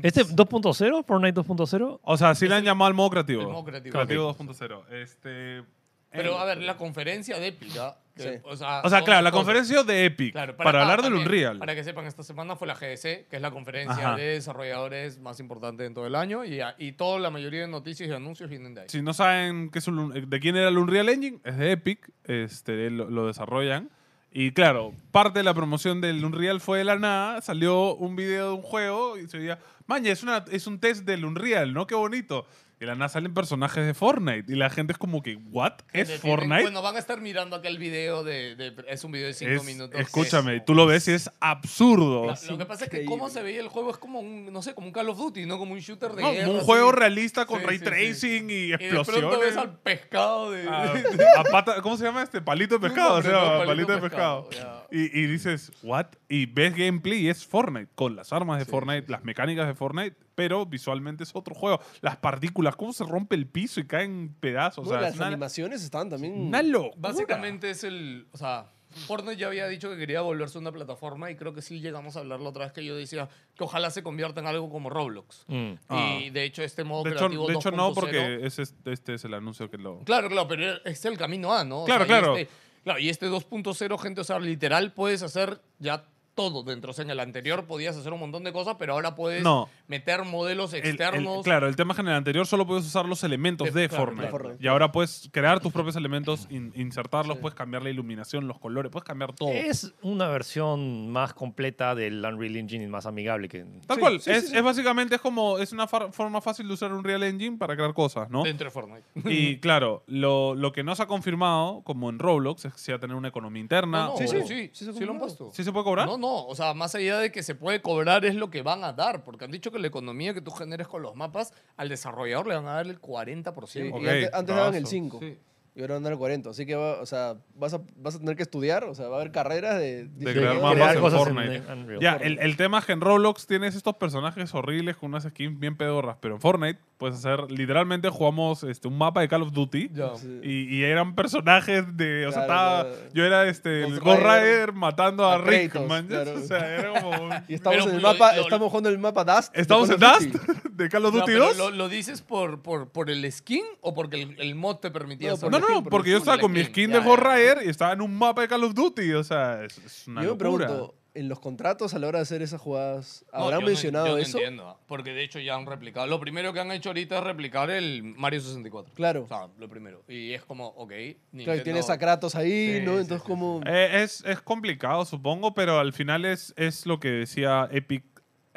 D: ¿Este 2.0? ¿Fortnite 2.0?
B: O sea, sí le han llamado al modo creativo.
E: el modo creativo. Ah,
B: Creativo 2.0. Este,
E: Pero
B: eh,
E: a ver, la conferencia de Epic, ¿ah? Que,
C: Sí.
E: O sea,
B: O sea, claro, la
E: cosas.
B: conferencia de Epic.
E: Claro,
B: para,
E: ah,
B: hablar del
E: también,
B: Unreal.
E: Para que sepan, esta semana fue la GDC, que es la conferencia
B: Ajá.
E: de desarrolladores más importante en todo el año. Y, a- y toda la mayoría de noticias y anuncios vienen de ahí.
B: Si no saben qué es un- de quién era el Unreal Engine, es de Epic, este, lo, lo desarrollan. Y claro, parte de la promoción del Unreal fue de la nada, salió un video de un juego y se veía, maña, es, una, es un test del Unreal, ¿no? Qué bonito. Y de la nada salen personajes de Fortnite. Y la gente es como que, ¿what? ¿Es
E: Tienen-
B: Fortnite?
E: Bueno, van a estar mirando aquel video de. de- es un video de 5
B: Es-
E: minutos.
B: escúchame, tú lo ves y es absurdo.
E: La- lo que pasa es que
C: increíble.
E: cómo se veía el juego es como un, no sé, como un Call of Duty, no como un shooter de
B: No,
E: guerra,
B: un
E: así.
B: juego realista con
E: Sí,
B: ray
E: sí,
B: tracing y
E: Y de
B: explosiones. Ah,
E: pronto ves al pescado de...
B: a- a pata- ¿Cómo se llama este? Palito de
E: Un
B: pescado. se
E: hombre,
B: llama,
E: no,
B: palito, de pescado.
E: pescado,
B: Y, y dices, ¿what? Y ves gameplay y es Fortnite, con las armas de Fortnite, las mecánicas de Fortnite, pero visualmente es otro juego. Las partículas, cómo se rompe el piso y caen pedazos.
C: No,
B: o sea,
C: las
B: es una,
C: animaciones están también.
B: una locura.
E: Básicamente es el... O sea, Fortnite ya había dicho que quería volverse una plataforma y creo que sí llegamos a hablarlo otra vez que yo decía que ojalá se convierta en algo como Roblox.
D: Mm.
B: Ah.
E: Y de hecho este modo
B: De hecho,
E: creativo
B: de hecho no,
E: 2.0
B: porque es este, este es el anuncio que lo...
E: Claro, claro, pero es el camino A, ¿no? O
B: Claro,
E: sea, y
B: claro.
E: este- claro, y este 2.0, gente, o sea, literal puedes hacer ya todo dentro. O sea, en el anterior podías hacer un montón de cosas, pero ahora puedes
B: No.
E: meter modelos
B: El- el-
E: externos.
B: claro, el tema es que en el anterior solo puedes usar los elementos
E: De-
B: de,
E: claro,
B: Fortnite.
C: de Fortnite.
B: Y ahora puedes crear tus propios elementos, in- insertarlos, puedes cambiar la iluminación, los colores, puedes cambiar todo.
D: Es una versión más completa del Unreal Engine y más amigable que...
B: Tal
C: Sí,
B: cual.
C: sí,
B: es,
C: sí, sí.
B: es básicamente es como es una far- forma fácil de usar un Real Engine para crear cosas, ¿no?
E: Dentro de Fortnite.
B: Y claro, lo, lo que no se ha confirmado, como en Roblox, es que se va a tener una economía interna.
E: No, no,
B: o-
E: sí, sí, sí,
C: Sí se
E: sí lo
C: cobró.
E: han puesto.
B: ¿Sí se puede cobrar?
E: No, no, o sea, más allá de que se puede cobrar es lo que van a dar, porque han dicho que la economía que tú generes con los mapas, al desarrollador le van a dar el 40%.
C: Sí, y
B: Ok,
C: antes, antes daban el
B: bravazo.
C: 5
E: Sí.
C: y ahora andan el 40. Así que va- o sea, vas, a, vas a tener que estudiar, o sea, va a haber carreras de,
B: De crear
D: crear
B: mapas en
D: cosas en
B: Fortnite.
D: Unreal.
B: ya, el, el tema es que en Roblox tienes estos personajes horribles con unas skins bien pedorras, pero en Fortnite puedes hacer, literalmente jugamos este, un mapa de Call of Duty.
E: Ya.
C: Sí.
B: Y, y eran personajes de. O sea,
C: Claro,
B: estaba-
C: claro.
B: yo era este. el
C: Ghost
B: Ghost
C: Rider.
B: Rider matando a,
C: A
B: Rick,
C: Kratos,
B: man.
C: claro.
B: O sea, era como. un-
C: Y estamos
E: Pero
C: en el
E: lo-
C: mapa,
E: lo-
C: estamos jugando el mapa Dust. de
B: ¿Estamos en
C: Call of
B: Dust?
C: Este Duty.
B: ¿De Call of
E: No,
B: Duty
E: pero
B: 2?
E: lo, lo dices por, por, por el skin o porque el, el mod te permitía
C: No,
B: no,
C: la
E: hacerlo?
B: no,
C: skin, por
B: porque
E: la
B: yo
E: skin,
B: estaba
E: la
B: con mi
E: skin.
B: skin
E: Ya,
B: de eh. Ghost
E: ya, ya.
B: Rider y estaba en un mapa de Call of Duty. O sea, es, es una
C: Yo me
B: locura.
C: pregunto, en los contratos a la hora de hacer esas jugadas,
E: No,
C: ¿habrán
E: yo no-
C: mencionado
E: yo no
C: eso?
E: entiendo, ah, porque de hecho ya han replicado. Lo primero que han hecho ahorita es replicar el Mario 64.
C: Claro.
E: O sea, lo primero. Y es como, ok,
C: Claro, y
E: Nintendo-
C: tienes a Kratos ahí,
E: Sí,
C: ¿no?
E: sí,
C: Entonces,
E: sí,
C: como.
B: Eh, es, es complicado, supongo, pero al final es, es lo que decía Epic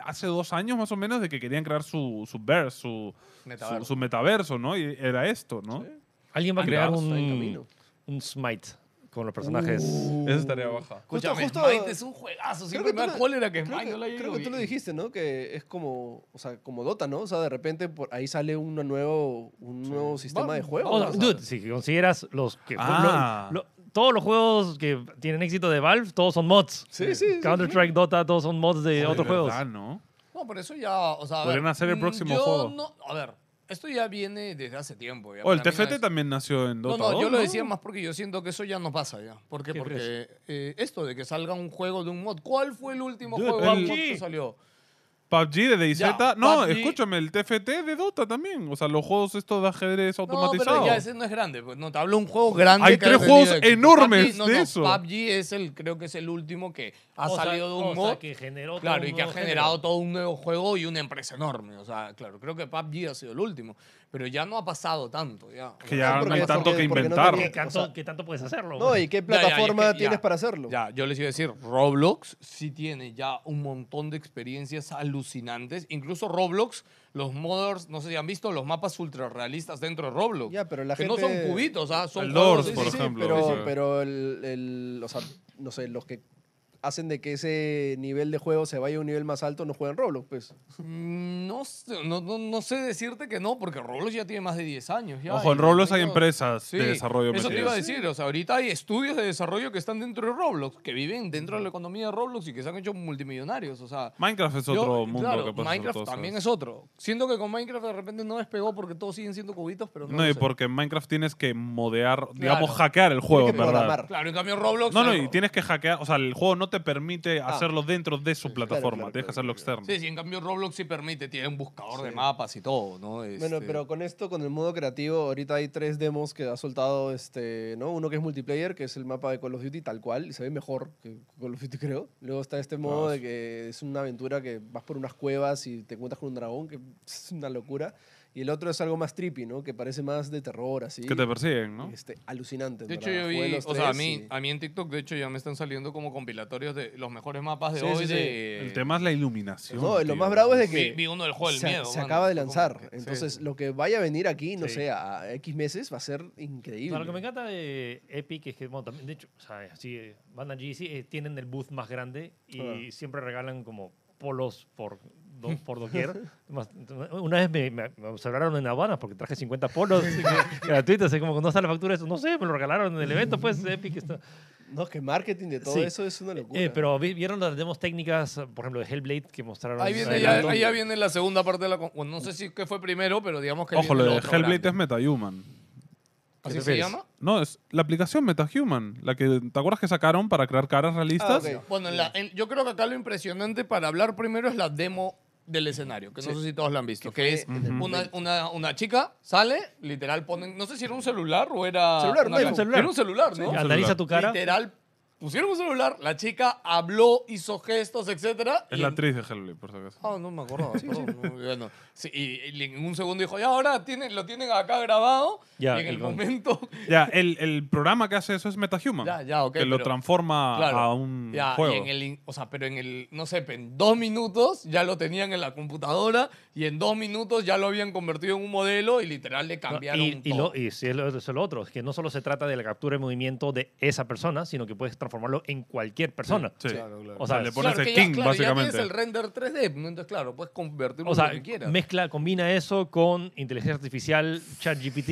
B: hace dos años más o menos de que querían crear su, su verse, su su-
E: Metaverso.
B: su metaverso, ¿no? Y era esto, ¿no?
D: Alguien va a
B: Ah,
D: crear
B: claro,
C: está en
D: un,
C: camino.
D: un Smite con los personajes.
E: Uh.
C: uh,
B: Esa estaría baja.
E: Escúchame,
C: Justo- justo-
E: Smite es un juegazo. Siempre me da
C: lo-
E: cólera que
C: creo
E: Smite
C: que-
E: no la haya
C: creo
E: ido
C: que tú lo
E: bien.
C: dijiste, ¿no? Que es como, o sea, como Dota, ¿no? O sea, de repente por ahí sale un nuevo, un nuevo sistema de juego.
D: O
C: ¿no?
D: sea, dude, si consideras los que...
B: Ah.
D: lo- lo- todos los juegos que tienen éxito de Valve, todos son mods.
C: Sí, sí, sí.
D: Counter-Strike, Dota, todos son mods
C: Eh,
D: de
B: Joder,
D: otros juegos.
B: ¿verdad, no?
E: No, pero eso ya. O sea, a ver,
B: Podrían hacer el
E: mm,
B: próximo
E: yo
B: juego.
E: no- a ver, esto ya viene desde hace tiempo. ya,
B: O el
E: para mí no
B: TFT
E: es-
B: también nació en Dota
E: No, no,
B: 2,
E: yo lo decía más porque yo siento que eso ya no pasa ya. ¿Por qué? Porque eh, esto de que salga un juego de un mod. ¿Cuál fue el último
B: Dude,
E: juego de un
B: el-
E: mod que salió?
B: PUBG de DayZ.
E: Ya,
B: no,
E: PUBG.
B: escúchame, el TFT de Dota también. O sea, los juegos estos de ajedrez
E: No,
B: automatizados.
E: pero ya ese no es grande. pues, No, te hablo de un juego grande.
B: Hay
E: que ha
B: tres
E: tenido
B: juegos
E: éxito.
B: enormes
E: PUBG, no,
B: de
E: no,
B: eso.
E: PUBG es el, creo que es el último que ha
D: O sea-
E: salido de
D: o
E: un
D: sea,
E: mod.
D: que generó todo
E: claro,
D: un
E: y que ha
D: nuevo
E: generado
D: género.
E: todo un nuevo juego y una empresa enorme. O sea, claro, creo que PUBG ha sido el último. Pero ya no ha pasado tanto. Ya. O
B: Que
E: sea,
B: ya no
C: porque-
B: hay tanto que
C: porque- porque no
B: inventar.
D: ¿Qué
C: tenía-
D: tanto,
C: o sea-
D: qué tanto puedes hacerlo?
C: No, ¿y qué
E: Oh, Ya, ya, y es que-
C: plataforma
E: ya.
C: tienes para hacerlo?
E: Ya, yo les iba a decir, Roblox sí tiene ya un montón de experiencias alucinantes. Incluso Roblox, los modders, no sé si han visto los mapas ultra realistas dentro de Roblox.
C: Ya, pero la
E: que no
C: gente-
E: son cubitos, ah, son
B: El
E: juegos-
B: Doors,
E: sí,
B: por
E: sí, sí,
B: ejemplo.
E: pero-
B: sí.
C: Pero, pero el, el- o sea, no sé, los que hacen de que ese nivel de juego se vaya a un nivel más alto no juegan Roblox, pues.
E: Mm, No sé, no, no- no sé decirte que no, porque Roblox ya tiene más de 10 años. ya,
B: Ojo, en
E: y
B: Roblox hay
E: tengo-
B: empresas
E: Sí,
B: de desarrollo
E: Eso te
B: metidas.
E: iba a decir, o sea, ahorita hay estudios de desarrollo que están dentro de Roblox, que viven dentro de la economía de Roblox y que se han hecho multimillonarios, o sea...
B: Minecraft es
E: Yo-
B: otro mundo
E: claro,
B: que pasa
E: Minecraft también es otro. Siento que con Minecraft de repente no despegó porque todos siguen siendo cubitos, pero no.
B: No,
E: lo
B: y
E: sé.
B: porque en Minecraft tienes que modear, digamos,
E: Claro.
B: hackear el juego,
C: que
B: en ¿verdad?
C: programar.
E: Claro, en cambio Roblox.
B: No, no,
E: claro.
B: y tienes que hackear, o sea, el juego no te permite hacerlo dentro de su plataforma,
C: claro,
B: tienes que hacerlo externo.
E: Ah. Sí, sí, en cambio Roblox sí permite, tiene un buscador de mapas y todo, ¿no?
C: Bueno,
E: Este,
C: pero con esto, con el modo creativo, ahorita hay tres demos que ha soltado este, ¿no? Uno que es multiplayer, que es el mapa de Call of Duty tal cual, y se ve mejor que Call of Duty, creo. Luego está este modo de que es una aventura que vas por unas cuevas y te encuentras con un dragón, que es una locura. Y el otro es algo más trippy, ¿no? Que parece más de terror, así.
B: Que te persiguen, ¿no?
C: este, alucinante. en
E: De hecho,
C: verdad.
E: yo
C: Jugué
E: vi,
C: los
E: o sea, a
C: tres
E: mí,
C: y-
E: a mí en TikTok, de hecho, ya me están saliendo como compilatorios de los mejores mapas de
C: Sí, sí,
E: hoy.
C: sí.
E: de-
B: El tema es la iluminación.
C: No, lo
B: tío.
C: más bravo es de
E: vi,
C: que
E: vi uno del juego del
C: se,
E: miedo.
C: se
E: mano.
C: acaba de
E: Fue como
C: lanzar.
E: que- sí.
C: Entonces, lo que vaya a venir aquí, no
D: Sí.
C: sé, a a X meses, va a ser increíble.
D: No, lo que me encanta de Epic es que, bueno, también, de hecho, o sea, así, eh, van allí, sí, eh, tienen el booth más grande y
C: Claro.
D: siempre regalan como polos por, do- por doquier. Más- Una vez me, me- me observaron en Habana porque traje 50 polos gratuitos, así como cuando sale la factura, eso, no sé, me lo regalaron en el evento, pues Epic está...
C: No, es que marketing de todo
D: Sí.
C: eso es una locura.
D: Eh, pero vi- vieron las demos técnicas, por ejemplo, de Hellblade que mostraron.
E: Ahí viene, ya,
D: adelante.
E: ahí ya viene la segunda parte de la. con- Bueno, no sé si qué fue primero, pero digamos que.
B: Ojo,
E: viene
B: lo
E: el
B: de
E: otro
B: Hellblade
E: grande.
B: es MetaHuman.
D: ¿Qué
E: ¿Así
D: te
E: se
D: refieres?
E: llama?
B: No, es la aplicación MetaHuman, la que te acuerdas que sacaron para crear caras realistas.
C: Ah, ok.
E: Bueno, en la- en- yo creo que acá lo impresionante para hablar primero es la demo del escenario, que no sé si todos la han visto, que es
C: fue en el
E: una, una, una chica sale, literal ponen, no sé si era un celular o era...
C: Celular,
E: una
C: no,
E: laptop.
C: un
D: celular.
E: Era un celular, ¿no?
B: Sí,
D: Analiza tu cara.
E: Literal, pusieron un celular, la chica habló, hizo gestos, etcétera.
B: Es
E: y
B: la
E: en-
B: actriz de Hellblade, por si acaso.
E: Ah, no me acuerdo. y, y en un segundo dijo, ya ahora tienen, lo tienen acá grabado.
D: Ya,
E: y en el
D: y con-
E: momento...
B: Ya, el, el programa que hace eso es MetaHuman.
E: Ya, ya, ok,
B: Que lo
E: pero-
B: transforma
E: Claro,
B: a un
E: ya, y
B: juego.
E: en el in- o sea, pero en el, no sé, pe- en dos minutos ya lo tenían en la computadora y en dos minutos ya lo habían convertido en un modelo y literal le
D: No,
E: cambiaron
D: y, y
E: todo.
D: lo, y sí, es lo, es lo otro, es que no solo se trata de la captura de movimiento de esa persona, sino que puedes transformarlo en cualquier persona.
B: Sí.
D: O sea,
B: Le pones
E: claro,
B: el
E: que ya-
B: King,
E: claro,
B: básicamente.
E: Ya tienes el render 3D, ¿no? entonces claro, puedes convertirlo
D: o sea,
E: en lo que quieras.
D: mezcla, combina eso con inteligencia artificial, ChatGPT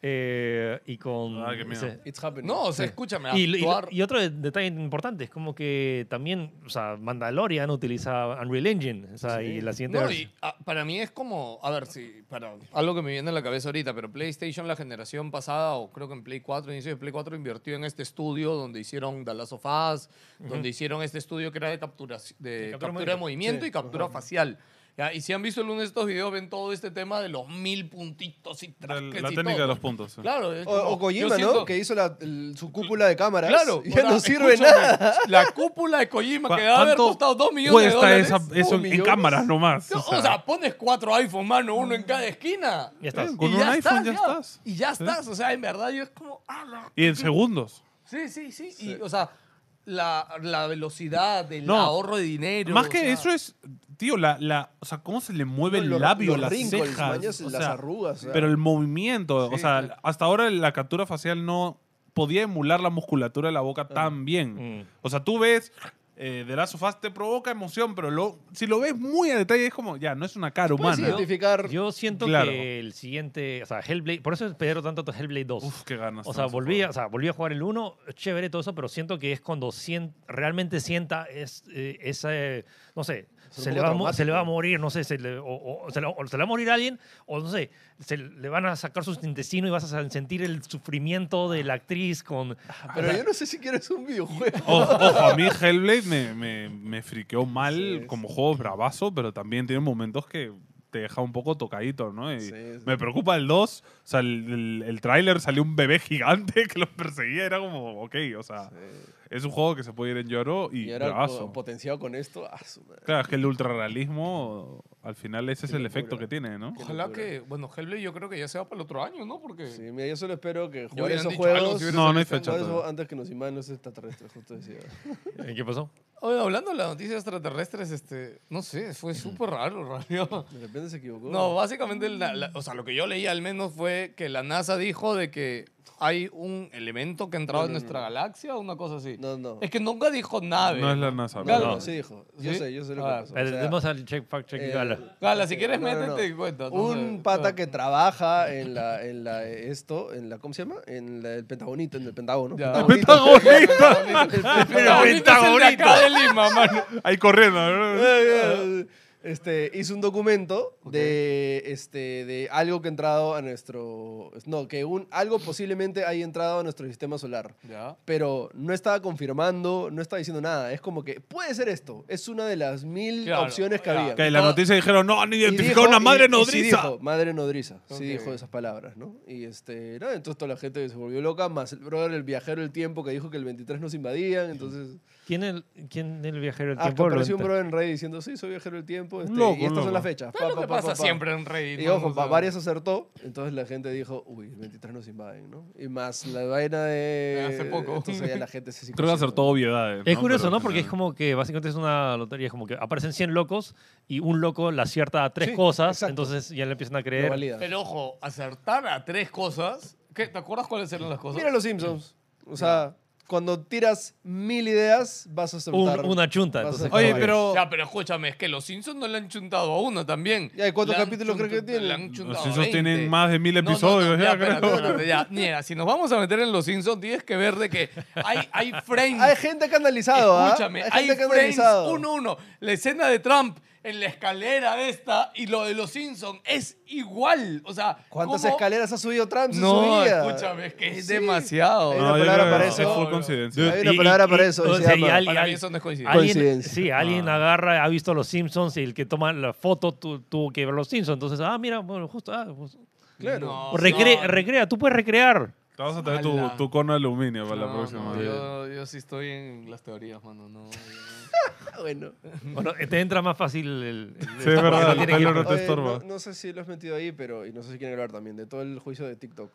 D: eh, y con.
B: Ah, qué miedo.
D: ese-
C: It's happening.
E: No, o sea, escúchame,
D: y, y-
E: actuar...
D: y otro de- detalle importante es como que también, o sea, Mandalorian utiliza Unreal Engine. O sea, y la siguiente.
E: No,
D: vers-
E: y, ah, para mí es como, a ver, si, para, algo que me viene a la cabeza ahorita, pero PlayStation la generación pasada, o creo que en Play 4, inicio de Play 4, invirtió en este estudio donde hicieron The Last of Us, donde hicieron este estudio que era de captura, de
D: captura
E: captura de movimiento
C: Sí,
E: y captura facial. Ya, Y si han visto el lunes estos videos, ven todo este tema de los mil puntitos y
B: La,
E: trajes
B: la
E: y
B: técnica
E: todo.
B: de los puntos. sí.
E: Claro, es
C: O, o
E: como- yo
C: Kojima,
E: siento-
C: ¿no? Que hizo la- el- su cúpula de cámaras.
E: Claro,
C: Ya
E: o sea,
C: no sirve
E: escúchame,
C: nada.
E: La cúpula de Kojima
B: ¿Cu-
E: que debe haber
B: cuánto
E: costado 2 millones
B: Cuesta
E: de dólares.
B: esa, eso
C: ¿Dos
B: en- en,
C: millones?
B: cámaras nomás.
E: No, o sea, pones cuatro iPhone, mano, uno en cada esquina.
D: Ya estás.
B: Eh, Con
E: y
B: un
E: ya
B: iPhone
E: estás,
B: ya estás.
E: Y ya
B: Sí.
E: estás. O sea, en verdad yo es como. ah, la-
B: y en segundos.
E: Sí, sí, sí. Y, o sea, la, la velocidad, el
B: No.
E: ahorro de dinero.
B: Más
E: o
B: que
E: sea,
B: eso es, tío, la, la, o sea, cómo se le mueve
C: No,
B: el
C: los-
B: labio,
C: los
B: las
C: wrinkles,
B: cejas,
C: mañas,
B: o
C: las
B: sea,
C: arrugas, o sea.
B: Pero el movimiento, o
E: Sí,
B: sea,
E: claro.
B: hasta ahora la captura facial no podía emular la musculatura de la boca
C: Ah.
B: tan bien.
D: Mm.
B: O sea, tú ves eh, The Last of Us, te provoca emoción, pero lo, si lo ves muy a detalle es como, ya, no es una cara
C: Puedes
B: humana.
C: identificar.
D: Yo siento
B: Claro.
D: que el siguiente, o sea, Hellblade, por eso espero tanto Hellblade 2.
B: Uf, qué ganas.
D: O sea,
B: tengo ese
D: volví, a-
B: juego.
D: o sea, volví a jugar el 1, chévere todo eso, pero siento que es cuando sien- realmente sienta es, eh, esa, eh, no sé,
C: un
D: se
C: poco
D: le, va a, mo- se le va a
C: traumático.
D: morir, no sé, se le, o, o- se le, o se le va a morir alguien, o no sé, se le van a sacar sus intestinos y vas a sa- sentir el sufrimiento de la actriz con...
C: Pero yo no sé si quieres un videojuego.
B: O- Ojo, a mí Hellblade me, me, me friqueó mal como juego bravazo, pero también tiene momentos que te deja un poco tocadito, ¿no? Y
C: Sí, sí.
B: Me preocupa el 2, o sea, el, el, el tráiler salió un bebé gigante que los perseguía, era como, ok, o sea, es un juego que se puede ir en lloro y,
C: Y ahora
B: bravazo.
C: po- potenciado con esto. ah, su madre.
B: Claro, es que el ultrarrealismo, al final ese es el
C: locura.
B: efecto que tiene, ¿no?
E: Ojalá que. Bueno, Hellblade yo creo que ya se va para el otro año, ¿no? Porque.
C: Sí, mira, yo solo espero que
E: ya
C: jueguen
E: habían
C: esos
E: dicho algo,
C: juegos.
E: si hubiera
B: No, no hay
E: salido
B: fecha
E: este
C: todo
E: año.
B: todavía.
C: eso antes que nos invaden los extraterrestres, justo decía.
D: ¿Eh, ¿Qué pasó?
E: Oye, hablando de las noticias extraterrestres, este. No sé, fue súper raro, raro.
C: De repente se equivocó.
E: No, básicamente, la- la- o sea, lo que yo leí al menos fue que la NASA dijo de que hay un elemento que ha entrado
C: No,
E: en
C: no,
E: nuestra
C: no.
E: galaxia o una cosa así.
C: No, no.
E: Es que nunca dijo nave.
B: No es la NASA,
C: No,
B: pero-
C: no,
E: Claro.
C: sí dijo. Yo
E: ¿Sí?
C: sé, yo sé lo
E: Ah,
C: que pasó. O sea,
D: Tenemos Eh, al check, fact check
C: eh,
D: gala.
E: Gala, si quieres,
C: No, no,
E: métete
C: no.
E: y cuenta. no
C: Un
E: sé.
C: pata
E: Ah.
C: que trabaja en la, en la eh, esto, en la, ¿cómo se llama? En la- el Pentagonito, en el Pentágono.
E: Ya.
C: Pentagonito.
E: Pero ahorita es el de acá de Lima, mano.
B: Ahí corriendo.
C: Eh,
B: ¿no?
C: este, hizo un documento de, este, de algo que ha entrado a nuestro... No, que un, algo posiblemente haya entrado a nuestro sistema solar.
E: Ya.
C: Pero no estaba confirmando, no estaba diciendo nada. Es como que puede ser esto. Es una de las mil
E: Claro,
C: opciones que
E: ya.
C: había.
B: Que la noticia dijeron, no, han
C: Y
B: identificado
C: dijo-
B: una madre
C: y- y
B: nodriza.
C: sí dijo, madre nodriza. Sí
E: Ok.
C: dijo esas palabras, ¿no? Y este, nada, entonces toda la gente se volvió loca, más el brother, el viajero del tiempo que dijo que el 23 nos invadían, entonces...
D: ¿Quién el, quién el viajero del
C: Ah, que
D: tiempo? Lo
C: apareció un
D: ent-
C: bro en Reddit diciendo, sí, soy viajero del tiempo. este,
B: loco,
C: y estas
B: loco.
C: son las fechas. Pa,
E: Pero lo
C: pa,
E: que
C: pa,
E: pasa
C: pa, pa.
E: siempre en Reddit.
C: Y
E: ¿no?
C: ojo,
E: O
C: pa-
E: sea,
C: varias acertó, entonces la gente dijo, uy, el 23 nos invaden, ¿no? Y más la vaina de...
E: Hace poco.
C: Entonces ya la gente se
B: Creo que acertó obviedades.
D: Es curioso,
B: Pero
D: ¿no?
B: al
D: Porque
B: final-
D: es como que básicamente es una lotería, es como que aparecen 100 locos y un loco la acierta a tres
C: Sí,
D: cosas,
C: exacto.
D: entonces ya le empiezan a
C: No
D: creer.
C: valida.
E: Pero ojo, acertar a tres cosas. ¿Qué, ¿Te acuerdas cuáles eran las cosas?
C: Mira los Simpsons. O sea, cuando tiras mil ideas, vas a acertar...
D: Un- una chunta,
C: vas a
D: entonces,
C: acertar
B: Oye,
C: varias.
B: pero.
E: Ya, pero escúchame, es que los Simpsons no le han chuntado a uno también.
C: Ya, ¿y cuántos
E: Le han
C: capítulos crees que
E: chuntado-
C: tienen?
E: le han chuntado
B: Los
E: a
B: Simpsons
E: 20.
B: tienen más de mil
E: No, no, no,
B: episodios,
E: ya,
B: ya,
E: espérate,
B: creo.
E: espérate, ya. Mira, si nos vamos a meter en los Simpsons, tienes que ver de que hay, hay frames.
C: Hay gente que ha analizado, ¿ah?
E: Escúchame, hay,
C: gente que ha
E: frames
C: analizado.
E: uno uno. La escena de Trump en la escalera esta y lo de los Simpsons es igual. O sea,
C: ¿Cuántas
E: ¿cómo?
C: escaleras ha subido Trump? en su
E: No,
C: vida?
E: escúchame, es que es
C: Sí.
E: demasiado.
C: Hay
B: No, yo
C: una palabra
B: creo que
C: para
B: es
C: eso.
B: full coincidencia.
C: Hay una palabra para eso,
D: o
C: se
D: sea, y
C: llama-
D: al-
E: Para
D: al-
E: mí eso no es coincidencia.
D: alguien,
C: Coincidencia.
D: sí, alguien agarra, ha visto los Simpsons y el que toma la foto tu- tuvo que ver los Simpsons. Entonces, ah, mira, bueno, justo. ah, pues,
C: Claro.
E: No,
D: recre-
E: no,
D: Recrea, tú puedes recrear.
B: Te vas a traer tu,
E: Ala.
B: tu cono de aluminio para la próxima.
E: no, yo, yo sí estoy en las teorías, mano. No, yo no.
C: Ah, Bueno.
D: Bueno, te entra más fácil el. el-
B: Sí,
D: el-
B: es verdad,
D: no
B: el
D: tiene que ir-
B: Taylor no te
C: Oye,
B: estorba.
C: no, no sé si lo has metido ahí, pero y no sé si quieren hablar también de todo el juicio de TikTok.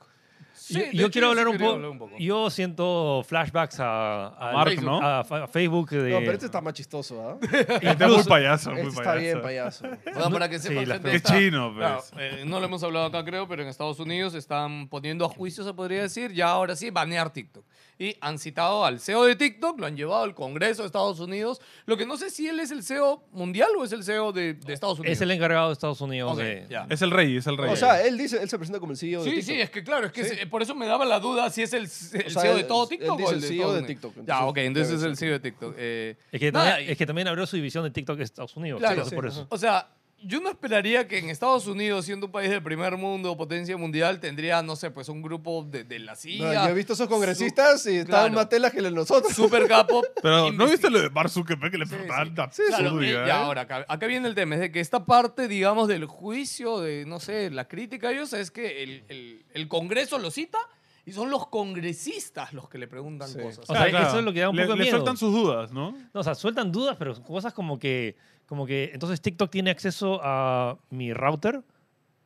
E: Sí, de
D: yo
E: hecho,
D: quiero
E: sí
D: hablar un,
E: quería
D: po-
E: hablar un poco.
D: Yo siento flashbacks a, a-
B: Mark,
D: a-
B: ¿no?
D: a, a Facebook. De,
C: No, pero este está más chistoso, ¿ah?
B: Este es muy payaso, muy
C: Este está bien,
B: payaso.
C: payaso.
E: Bueno, para que
D: Sí,
E: sepan,
D: la
E: gente,
D: pregunta.
B: Es chino, pues.
E: Claro, eh, no lo hemos hablado acá, creo, pero en Estados Unidos están poniendo a juicio, se podría decir, ya ahora sí, banear TikTok. Y han citado al CEO de TikTok, lo han llevado al Congreso de Estados Unidos. Lo que no sé si él es el CEO mundial o es el CEO de, de Estados Unidos.
D: Es el encargado de Estados Unidos.
E: Ok,
D: de-
E: ya.
B: Es el rey, es el rey.
C: E O sea, él dice, él se presenta como el CEO de
E: Sí,
C: TikTok.
E: sí, es que claro, es que
C: Sí.
E: se- por eso me daba la duda si es el, el
C: O sea,
E: CEO de
C: él-
E: todo
C: él
E: TikTok
C: dice
E: o
C: el
E: de
C: CEO de
E: Estados Unidos.
C: TikTok,
E: Ya,
C: entonces,
E: ok, entonces es
C: debe
E: el CEO de TikTok. eh,
D: Es que,
E: nada,
D: también,
E: y-
D: es que también abrió su división de TikTok en Estados Unidos.
E: Claro,
D: sí,
E: sí,
D: por
E: ajá.
D: eso.
E: O sea, yo no esperaría que en Estados Unidos, siendo un país del primer mundo, potencia mundial, tendría, no sé, pues un grupo de, de la
C: No,
E: CIA.
C: yo he visto esos congresistas y estaban
E: claro.
C: más telas que los nosotros.
E: Super capo.
B: Pero ¿no
E: investi-
B: viste lo de Mark Zuckerberg que le preguntaban la
C: Sí, sí.
E: Claro, eh,
B: absurdidad,
E: y
B: eh?
E: ahora, acá, acá viene el tema, es de que esta parte, digamos, del juicio, de, no sé, la crítica a ellos es que el, el- el Congreso lo cita y son los congresistas los que le preguntan
C: Sí.
E: cosas.
D: O sea, eso es lo que da un
B: Le-
D: poco de
B: le
D: miedo.
B: sueltan sus dudas, ¿no?
D: No, o sea, sueltan dudas, pero cosas como que, como que, entonces TikTok tiene acceso a mi router.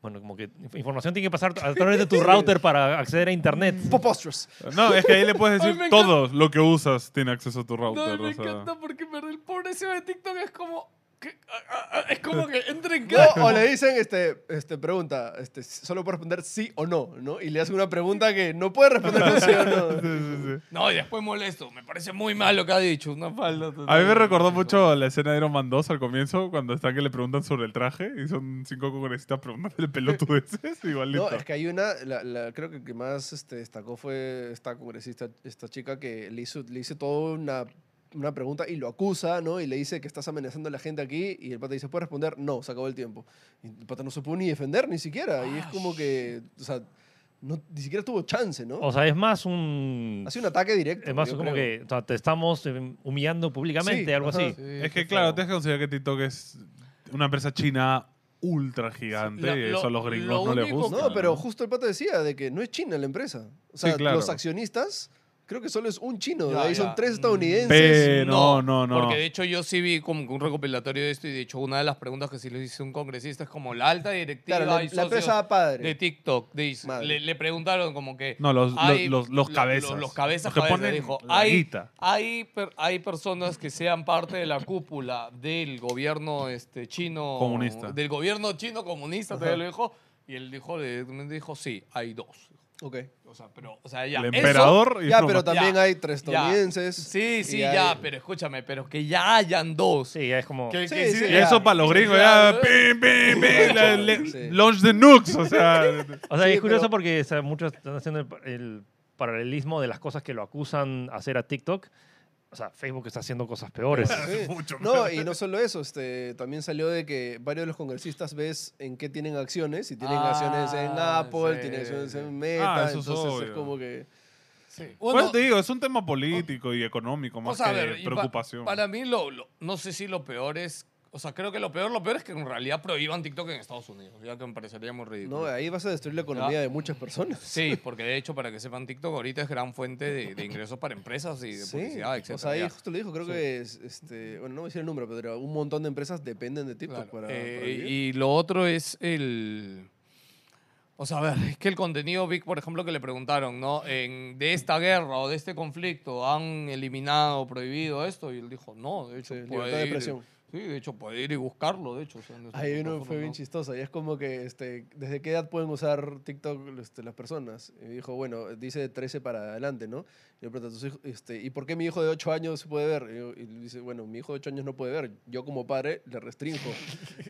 D: Bueno, como que inf- información tiene que pasar a través de tu router para acceder a internet.
C: Mm. Preposterous.
B: No, es que ahí le puedes
E: Ay, me
B: decir
E: encanta.
B: todo lo que usas tiene acceso a tu router.
E: No, me
B: o sea.
E: encanta porque pero el pobre CEO de TikTok es como... que- ah, ah, ah, es como que entra en
C: No,
E: cara.
C: o le dicen, este, este, pregunta, este, solo puedes responder sí o no, ¿no? Y le hacen una pregunta que no puede responder con sí o no.
B: Sí, sí, sí.
E: No, y después molesto. Me parece muy mal lo que ha dicho. Una falda.
B: A mí
E: total.
B: me recordó mucho la escena de Iron Man 2 al comienzo, cuando están que le preguntan sobre el traje y son cinco congresistas preguntándole pelotudeces, igualito.
C: No, es que hay una, la, la- creo que que más este, destacó fue esta congresista, esta chica que le hizo, le hizo toda una, una pregunta y lo acusa, ¿no? Y le dice que estás amenazando a la gente aquí y el pata dice, ¿puedes responder? No, se acabó el tiempo. Y el pata no se pudo ni defender ni siquiera. Y es
E: Ah,
C: como que, o sea, no, ni siquiera tuvo chance, ¿no?
D: O sea, es más un...
C: Hace un ataque directo.
D: Es más
C: yo
D: como
C: creo.
D: que o sea, te estamos eh, humillando públicamente,
C: Sí,
D: algo
C: ajá.
D: así.
E: Sí,
B: Es que,
E: qué
B: claro,
E: feo.
B: tienes que considerar que TikTok es una empresa china ultra gigante
E: Lo-
B: y
E: lo-
B: eso a los
E: lo
B: gringos no les
E: único-
B: gusta.
C: No, pero justo el pata decía de que no es China la empresa. O sea,
B: Sí, claro.
C: los accionistas, creo que solo es un chino. de
E: Ya,
C: ahí
E: ya. Mm.
C: son tres estadounidenses.
B: Pero no, no, no.
E: Eh, Porque de hecho yo sí vi como que un recopilatorio de esto y de hecho una de las preguntas que sí le hizo un congresista es como la alta directiva
C: Claro, la,
E: y
C: la
E: socios
C: empresa da padre.
E: de TikTok. dice,
C: Madre.
E: le, le preguntaron como que...
B: No, los,
E: hay-
B: los, los, los
E: la-
B: cabezas.
E: Los, los cabezas,
B: Los que
E: cabezas,
B: ponen
E: dijo.
B: la
E: Hay,
B: guita.
E: hay, per- hay personas que sean parte de la cúpula del gobierno este, chino...
B: Comunista.
E: Del gobierno chino comunista, todavía lo dijo. Y él dijo, directamente dijo, sí, hay dos.
C: Ok.
E: O sea, pero, o sea, ya.
B: El
E: eso-
B: emperador y
C: Ya,
B: uno
C: pero
B: más.
C: también
E: Ya,
C: hay tres
E: ya.
C: estadounidenses.
E: Sí, sí,
C: y
E: ya,
C: hay-
E: pero escúchame, pero que ya hayan dos.
D: Sí, ya es como...
E: Que-
C: Sí,
E: que
C: sí,
B: Y
C: ya.
B: eso para los
E: Sí,
B: gringos,
E: claro. ¿eh?
B: ya, pim, pim, pim, la- le-
C: Sí.
B: launch the nukes, o sea.
D: O sea,
C: Sí,
D: es curioso
C: pero-
D: porque o sea, muchos están haciendo el, el paralelismo de las cosas que lo acusan hacer a TikTok. O sea, Facebook está haciendo cosas peores.
C: Sí.
B: Mucho
C: No, y no solo eso, este, también salió de que varios de los congresistas ves en qué tienen acciones, y tienen
E: Ah,
C: acciones en Apple,
E: sí.
C: tienen acciones en Meta,
B: Ah, eso es
C: entonces es
B: obvio.
C: como que...
E: Sí.
B: Por
E: Bueno,
B: eso te digo, es un tema político y económico más
E: o sea, a ver,
B: que
E: y pa-
B: preocupación.
E: para mí, lo, lo- no sé si lo peor es O sea, creo que lo peor, lo peor es que en realidad prohíban TikTok en Estados Unidos, ya que me parecería muy ridículo.
C: No, eh. ahí vas a destruir la economía
E: Ya.
C: de muchas personas.
E: Sí, porque de hecho, para que sepan, TikTok ahorita es gran fuente de, de ingresos para empresas y de publicidad, etc.
C: o sea, ahí justo lo dijo, creo que es, este, bueno, no voy a decir el número, pero un montón de empresas dependen de TikTok para,
E: Claro. Eh,
C: para vivir.
E: y lo otro es el. O sea, a ver, es que el contenido, Vic, por ejemplo, que le preguntaron, ¿no? En- de esta guerra o de este conflicto, ¿han eliminado, prohibido esto? Y él dijo, no, de hecho,
C: Sí, libertad
E: puede
C: de
E: ir.
C: expresión.
E: Sí, de hecho, puede ir y buscarlo, de hecho. o sea, en nuestra
C: Ahí uno fue
E: plataforma,
C: bien
E: ¿no?
C: chistoso. Y es como que, este, ¿desde qué edad pueden usar TikTok este, las personas? Y dijo, bueno, dice de 13 para adelante, ¿no? Y le pregunté, "¿Tus hijos- este, ¿y por qué mi hijo de 8 años puede ver? Y, yo- y le dice, bueno, mi hijo de 8 años no puede ver. Yo como padre le restringo.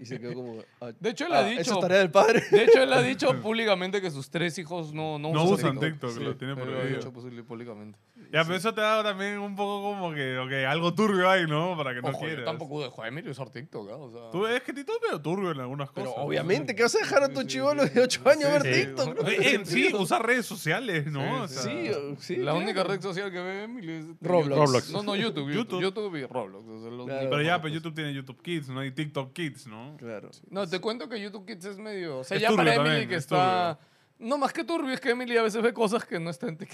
C: Y se quedó como... "Ah,
E: De hecho, él ha
C: ah,
E: dicho-
C: Eso es tarea del padre.
E: De hecho, él ha dicho públicamente que sus tres hijos no, no,
B: No usan TikTok,
E: Sí,
B: lo tienen
E: él lo ha
B: prohibido.
E: dicho públi- públicamente.
B: Ya, pero eso te da también un poco como que, ok, algo turbio hay, ¿no? Para que no
E: Ojo, yo
B: quieras.
E: tampoco dejo de mirar y usar TikTok, ¿ah? o sea,
B: Tú es que Tito es medio turbio en algunas
C: Pero
B: cosas.
C: obviamente, ¿qué vas a dejar a tu chivolo de 8 años
B: Sí,
C: ver
B: sí.
C: TikTok? No
B: Oye,
C: tiene
B: eh, sí,
C: sentido.
B: usar redes sociales, ¿no?
E: Sí,
B: O sea,
C: Sí, o- sí.
E: la
C: claro.
E: única red social que ve Emily es
C: Roblox. Roblox.
E: No, no, YouTube.
B: YouTube.
E: YouTube, YouTube y Roblox. o sea, los
C: Claro.
E: únicos
B: Pero ya,
E: productos.
B: pero YouTube tiene YouTube Kids, ¿no? Y TikTok Kids, ¿no?
C: Claro.
E: No, te cuento que YouTube Kids es medio. O sea,
B: Es
E: ya
B: turbio
E: para Emily
B: también,
E: que
B: es
E: está. No, más que turbio, es que Emily a veces ve cosas que no están, que,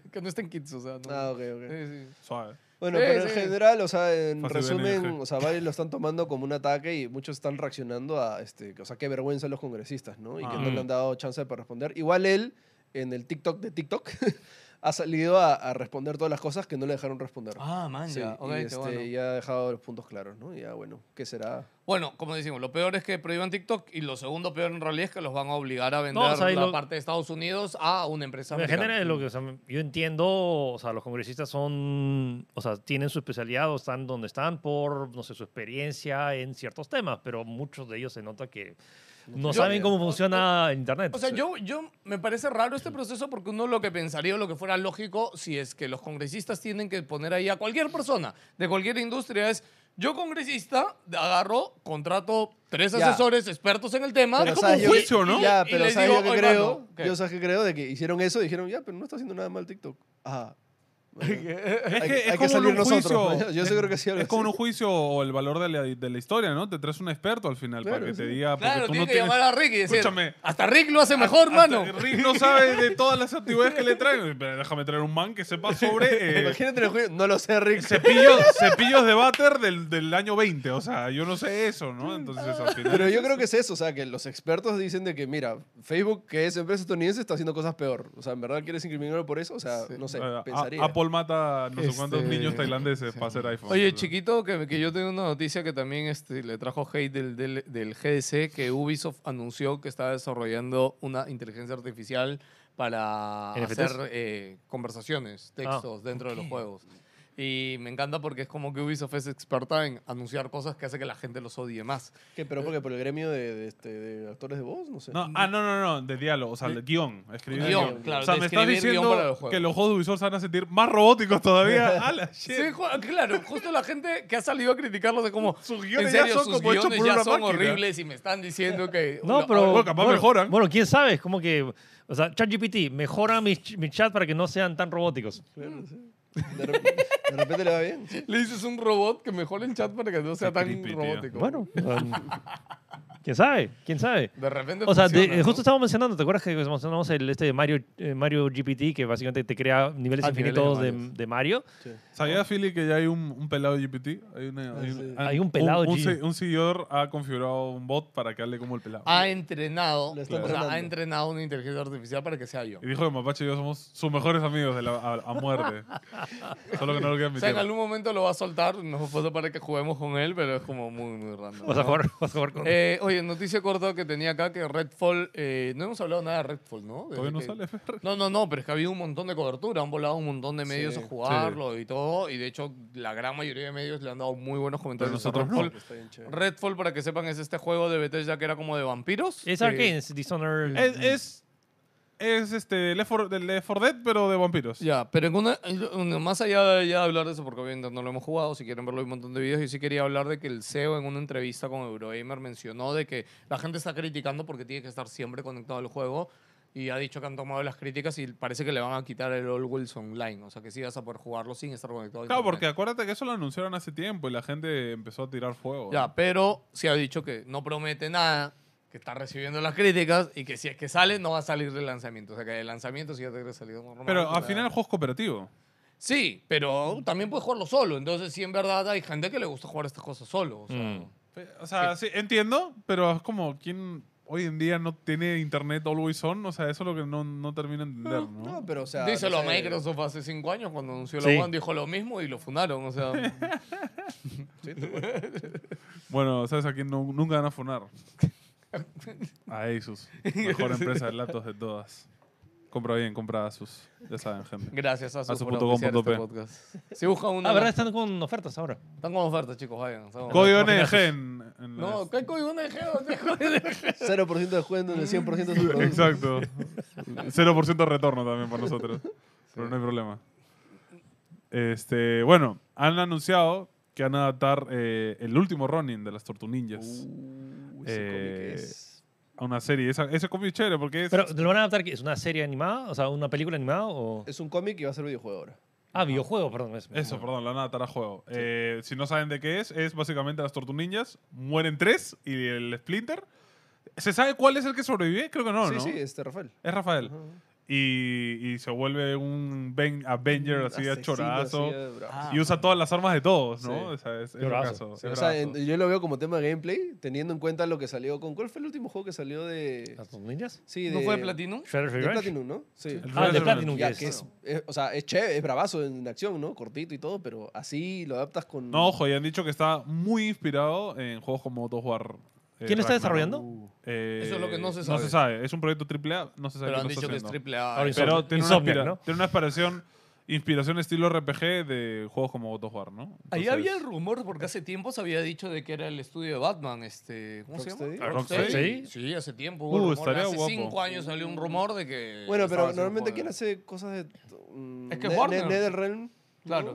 E: que no están kids, o sea, no.
C: Ah, ok, ok.
E: Sí, sí.
B: Suave.
C: Bueno,
E: Sí,
C: pero en
E: sí.
C: general, o sea, en
B: Fácil
C: resumen,
B: venir, sí.
C: o sea, varios lo están tomando como un ataque y muchos están reaccionando a, este, o sea, qué vergüenza los congresistas, ¿no? Y que no
B: Ah.
C: le han dado chance para responder. Igual él, en el TikTok de TikTok, ha salido a, a responder todas las cosas que no le dejaron responder.
E: Ah, man,
C: Sí,
E: ya. Ok,
C: y,
E: qué
C: este,
E: bueno.
C: y ha dejado los puntos claros, ¿no? Y Ya, bueno, ¿qué será?
E: Bueno, como decimos, lo peor es que prohíban TikTok y lo segundo peor en realidad es que los van a obligar a vender
D: o sea, y
E: la
D: lo-
E: parte de Estados Unidos a una empresa
D: En
E: americana.
D: general es lo que o sea, yo entiendo, o sea, los congresistas son, o sea, tienen su especialidad o están donde están por, no sé, su experiencia en ciertos temas, pero muchos de ellos se nota que no
E: Yo-
D: saben cómo funciona Internet.
E: O sea, yo, yo me parece raro este proceso porque uno lo que pensaría o lo que fuera lógico si es que los congresistas tienen que poner ahí a cualquier persona de cualquier industria es yo congresista agarro, contrato tres
C: Ya.
E: asesores expertos en el tema.
C: Pero
E: Ah, Es como
C: ¿sabes
E: un
C: yo-
E: juicio, ¿no?
C: Ya,
E: Y
C: pero
E: les
C: ¿sabes
E: digo,
C: yo qué
E: "Oye,
C: creo?
E: mano, ¿qué?".
C: Yo sabes qué creo de que hicieron eso y dijeron, ya, pero no está haciendo nada mal TikTok. Ajá. Bueno,
B: Es
C: hay-
B: que es
C: hay que
B: como
C: salir
B: en un
C: nosotros,
B: juicio.
C: ¿no? Yo- yo
B: es-
C: seguro que sí, algo
B: Es como en
C: así.
B: un juicio o el valor de la, de la historia, ¿no? Te traes un experto al final
C: Claro,
B: para que te
C: sí.
B: diga. porque tú
E: Claro, tiene
B: no
E: que
B: tienes-
E: llamar a Rick y decir,
B: Escúchame. Ah,
E: hasta Rick lo hace mejor, mano.
B: Hasta Rick no sabe de todas las actividades que le traen. Pero déjame traer un man que sepa sobre eh,
C: Imagínate en el juicio. No lo sé, Rick.
B: cepillos, cepillos de váter del, del año 20. O sea, yo no sé eso,
E: Mm.
B: ¿no? Entonces, al final.
C: Pero yo creo que es eso, o sea, que los expertos dicen de que, mira, Facebook, que es empresa estadounidense, está haciendo cosas peor. O sea, ¿en verdad quieres incriminarlo por eso? O sea, no sé,
B: Ah,
C: pensaría.
B: a- Apple mata no sé cuántos
E: Este,
B: niños tailandeses para hacer iPhone.
E: Oye, chiquito, que, que yo tengo una noticia que también este, le trajo hate del, del, del GDC, que Ubisoft anunció que está desarrollando una inteligencia artificial para
D: ¿NFTs?
E: hacer eh, conversaciones,
D: Ah,
E: textos dentro de los juegos. Y me encanta porque es como que Ubisoft es experta en anunciar cosas que hace que la gente los odie más.
C: ¿Qué, pero porque por el gremio de, de este, de actores de voz, no sé.
B: No, ah, no, no, no, de diálogo, o sea, el guión, escribir el
E: Guión,
B: guión.
E: claro,
B: o sea,
E: de
B: me estás
E: escribir guión
B: diciendo
E: para los juegos.
B: que los juegos de Ubisoft se van a sentir más robóticos todavía. ¡Hala, shit!
E: Sí, ju- claro, justo la gente que ha salido a criticarlos es como,
B: Sus
E: en
B: guiones ya
E: serio,
B: son
E: sus
B: como hechos
E: guiones
B: por
E: ya
B: una
E: son
B: máquina".
E: horribles y me están diciendo que...
D: No,
E: una-
D: pero.
B: bueno, capaz mejoran.
D: Bueno, quién sabe, es como que. O sea, ChatGPT, mejora mis, ch- mis chats para que no sean tan robóticos.
C: De, rep- de repente le va bien. sí.
E: Le dices un robot que mejore el chat para que no sea
B: Qué
E: tan
B: creepy, tío.
E: robótico.
D: Bueno, um, quién sabe, quién sabe.
E: De repente.
D: O sea, de-
E: funciona, ¿no?
D: justo estábamos mencionando, ¿te acuerdas que mencionamos el este de Mario, eh, Mario GPT, que básicamente te crea niveles
E: Ah, niveles
D: infinitos de,
E: varios.
D: de Mario?
B: ¿Sabías, Philly, que ya hay un, un pelado GPT? Hay,
E: Ah,
B: una- hay
C: sí.
D: Hay un pelado
B: un, un,
D: G.
B: se- un seguidor ha configurado un bot para que hable como el pelado.
E: Ha entrenado.
C: Lo está
E: o sea, ha
C: entrenando.
E: entrenado una inteligencia artificial para que sea yo.
B: Y dijo que Mapache y yo somos sus mejores amigos de la, a, a muerte. Solo que no lo quiero
E: O sea,
B: admitir.
E: en algún momento lo va a soltar. No puedo para que juguemos con él, pero es como muy, muy random.
D: Vas a jugar, vas a jugar con.
E: Eh, oye, noticia corta que tenía acá que Redfall. eh, no hemos hablado nada de Redfall, ¿no? Desde
B: Todavía no
E: que-
B: sale, Fer.
E: No, no, no, pero es que ha habido un montón de cobertura, han volado un montón de medios
C: Sí,
E: a jugarlo y todo, y de hecho la gran mayoría de medios le han dado muy buenos comentarios. a
B: nosotros no.
E: Redfall.
C: Está bien chévere.
E: Redfall, para que sepan, es este juego de Bethesda que era como de vampiros.
D: es
E: que-
D: Arkane, es Dishonored.
B: Es, es, es este, Left 4 del Left 4 Dead, pero de vampiros.
E: Ya, pero en una- en una- más allá de ya hablar de eso, porque obviamente no lo hemos jugado, si quieren verlo hay un montón de videos, yo sí quería hablar de que el CEO en una entrevista con Eurogamer mencionó de que la gente está criticando porque tiene que estar siempre conectado al juego y ha dicho que han tomado las críticas y parece que le van a quitar el All Wilson Online. O sea, que sí vas a poder jugarlo sin estar conectado. a
B: Claro, porque
E: internet.
B: acuérdate que eso lo anunciaron hace tiempo y la gente empezó a tirar fuego.
E: Ya, pero sí ha dicho que no promete nada, que está recibiendo las críticas y que si es que sale, no va a salir del lanzamiento. O sea, que el lanzamiento sí ya te hubiera salido normal.
B: Pero al
E: la-
B: final el juego es cooperativo.
E: Sí, pero también puedes jugarlo solo. Entonces, sí, en verdad hay gente que le gusta jugar estas cosas solo. O sea,
D: Mm.
B: O sea, sí, entiendo, pero es como quien hoy en día no tiene internet always on. O sea, eso es lo que no, no termino de entender, ¿no?
C: No, pero o sea.
E: Díselo
C: no
E: a
C: sé,
E: Microsoft hace cinco años cuando anunció
D: Sí.
E: la One, dijo lo mismo y lo fundaron. O sea,
B: Bueno, ¿sabes a quién nu- nunca van a funar? A Asus, mejor empresa de laptops de todas. Compra bien, compra Asus. Ya saben, gente.
E: gracias a su
B: Asus
E: por
B: punto com
E: auspiciar
B: punto
E: este podcast. Si buscan una.
D: Ah, ¿verdad? Están con ofertas ahora.
E: Están con ofertas, chicos, vayan. están con
B: Código
E: ofertas.
B: NG en, en las-
E: No, ¿qué hay código NG? ¿Dónde hay código NG?
C: 0% de descuento en el 100% de sus productos.
B: Exacto. 0% de retorno también para nosotros. Pero no hay problema. Este, bueno, han anunciado que van a adaptar eh, el último running de las Tortu
C: Uh.
B: Ninjas
C: Uy, ese
B: Eh,
C: cómic es-
B: a una serie. Esa- ese cómic es chévere porque es.
D: Pero ¿te lo van a adaptar? que ¿Es una serie animada? O sea, ¿una película animada? O...
C: Es un cómic y va a ser videojuego ahora.
D: Ah, videojuego, perdón. es-
B: eso,
D: bueno.
B: perdón, la van a adaptar a juego. Eh, si no saben de qué es, es básicamente las Tortu Ninjas. Mueren tres y el Splinter. ¿Se sabe cuál es el que sobrevive? Creo que no,
C: sí,
B: ¿no?
C: sí, este Rafael.
B: Es Rafael. Y, y se vuelve un ben- Avenger así a
C: Asesino,
B: chorazo.
C: así de bravo.
E: Ah.
B: y usa todas las armas de todos, ¿no?
C: Sí.
B: O sea, es, es
D: Qué
B: lo
D: brazo.
B: caso,
C: Sí,
B: es
C: o sea, en-
B: brazo.
C: yo lo veo como tema de gameplay, teniendo en cuenta lo que salió con. ¿Cuál fue el último juego que salió de.
D: ¿Las ninjas?
C: Sí, de.
E: Ah, ¿No fue de Platinum?
D: ¿Shredder's
C: De
D: Revenge?
C: Platinum, ¿no? Sí.
B: El
D: Ah,
B: Shredder's
D: de Platinum.
C: Ya,
D: yes.
C: que es, es- o sea, es chévere, es bravazo en acción, ¿no? Cortito y todo, pero así lo adaptas con.
B: No, ojo, y han dicho que está muy inspirado en juegos como God of War. eh,
D: ¿Quién lo está
B: Ragnarok.
D: desarrollando?
B: Eh,
E: Eso es lo que no se
B: No
E: sabe.
B: se sabe. Es un proyecto AAA, no se sabe
E: Pero
B: qué
E: han
B: lo
E: dicho
B: está
E: que es
B: haciendo.
E: triple A.
D: Ahora
E: Pero-
D: Insomniac,
B: Pero tiene
D: Insomniac,
B: una, inspira-
D: ¿no?
B: tiene una inspiración, inspiración estilo RPG de juegos como God of War, ¿no?
E: Ahí
B: Entonces-
E: había rumor, porque hace tiempo se había dicho de que era el estudio de Batman, este, ¿cómo se llama?
C: Rocksteady.
D: Rocksteady.
E: Sí, hace tiempo.
B: Uh,
E: hubo rumor.
B: estaría
E: hace
B: guapo.
E: cinco años salió un rumor de que.
C: Bueno,
E: estaba
C: pero
E: haciendo
C: normalmente,
E: juego.
C: ¿quién hace cosas de. mm,
E: Es que
C: Ne-
E: Warner.
C: Ne- NetherRealm.
E: Claro,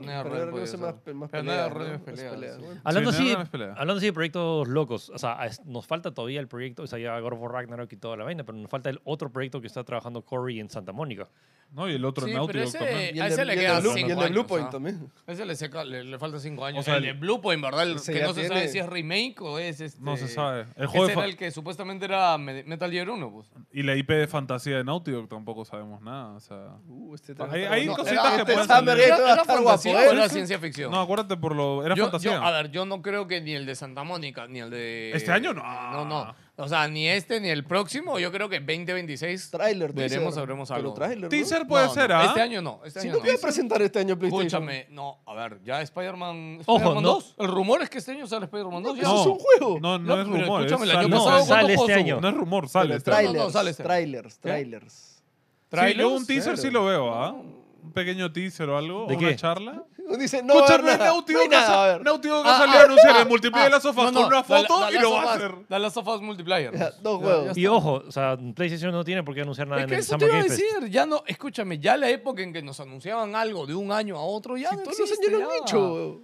C: ¿no?
E: NetherRealm
C: NetherRealm hace
E: podía
C: más,
E: ser.
C: más
E: Pero
C: peleas,
E: NetherRealm
C: ¿no?
E: es
C: Más
E: peleas,
C: peleas,
E: sí.
C: bueno.
D: Hablando,
B: Sí,
D: así,
B: nada más pelea.
D: hablando así de proyectos locos, o sea, es- nos falta todavía el proyecto, o sea, ya God of War Ragnarok y toda la vaina, pero nos falta el otro proyecto que está trabajando Corey en Santa Mónica.
B: No, y el otro
E: Sí,
B: en
E: pero
B: Naughty Dog
E: ese-
B: también.
C: Y el
E: A
C: de-
E: ese le
C: y el de
E: quedan
C: Blue-
E: cinco
C: Y el de Blue
E: años,
C: Point
E: ah.
C: también.
E: Ese le, seca- le, le falta cinco años.
B: O sea,
E: el de
B: el-
E: Blue Point, ¿verdad? El
C: Ese
E: que
C: ya
E: no se
C: tiene-
E: sabe si es remake o es este.
B: No se sabe. El
E: El
B: juego de
E: ese era
B: fa-
E: el que supuestamente era Me- Metal Gear 1, pues.
B: Y la IP de fantasía de Naughty Dog tampoco sabemos nada. O sea.
C: Uh, este
B: Ahí- ahí
C: no,
B: cositas
C: era-
B: que
C: este
B: pueden
C: Summer
B: salir.
C: Game
E: ¿Era,
C: va a
E: era
C: estar
E: fantasía
C: guapo,
E: o era
C: ¿eh?
E: ciencia ficción?
B: No, acuérdate por lo. Era
E: Yo- yo-
B: fantasía.
E: a ver, yo no creo que ni el de Santa Mónica, ni el de.
B: Este año no.
E: No, no. O sea, ni este ni el próximo. Yo creo que 2026.
C: Tráiler,
E: Veremos,
C: teaser.
E: sabremos
C: Pero
E: algo.
C: tráiler, ¿no?
B: Teaser puede
E: No,
B: ser,
E: no,
B: ¿ah?
E: Este año no. Este
C: Si
E: año
C: no
E: no.
C: quiere presentar este año PlayStation.
E: Escúchame, no, a ver, ya Spider-Man.
D: Ojo,
E: Spider-Man
D: no.
E: 2. El rumor es que este año sale Spider-Man 2. ya.
C: eso es un juego.
B: No, no,
E: Ya,
B: es
E: pero
B: rumor.
E: escúchame,
B: es-
E: el año
B: sale-
D: No,
E: pasado,
D: sale
E: ¿cuántos
D: este
E: juegos
D: año.
E: hubo?
B: No es rumor,
C: Pero
B: sale. este año.
E: tráiler. No, no,
C: trailers,
E: sale este.
C: trailers,
E: ¿Ya?
C: trailers.
B: Sí, yo un
E: ¿Trailers?
B: teaser sí
C: Claro.
B: lo veo, ¿ah? Un pequeño teaser o algo.
D: ¿De
B: una
D: qué?
B: charla.
C: Uno dice, no,
B: Escucha,
C: va a haber
B: no es
C: nada,
B: Naughty
C: no hay
B: Dog que
C: nada,
B: sa-
C: a ver.
B: Naughty Dog que
E: Ah,
B: salió a
E: ah,
B: anunciar el
E: ah,
B: multiplayer de las sofás
E: No, no,
B: con una
E: The La-
B: foto
E: The
B: y lo
E: Last
B: va a
E: of
B: hacer.
E: Us- The Last of Us Multiplayer.
C: Ya, dos
E: Ya,
C: juegos.
E: ya
D: Y ojo, o sea, PlayStation no tiene por qué anunciar nada
E: Es que
D: en el
E: eso te
D: Summer
E: iba a
D: Game Fest.
E: decir, ya no, escúchame, ya la época en que nos anunciaban algo de un año a otro, ya
C: Si
E: no
C: todos los
E: existe,
C: años lo han
E: ya.
C: dicho. weón.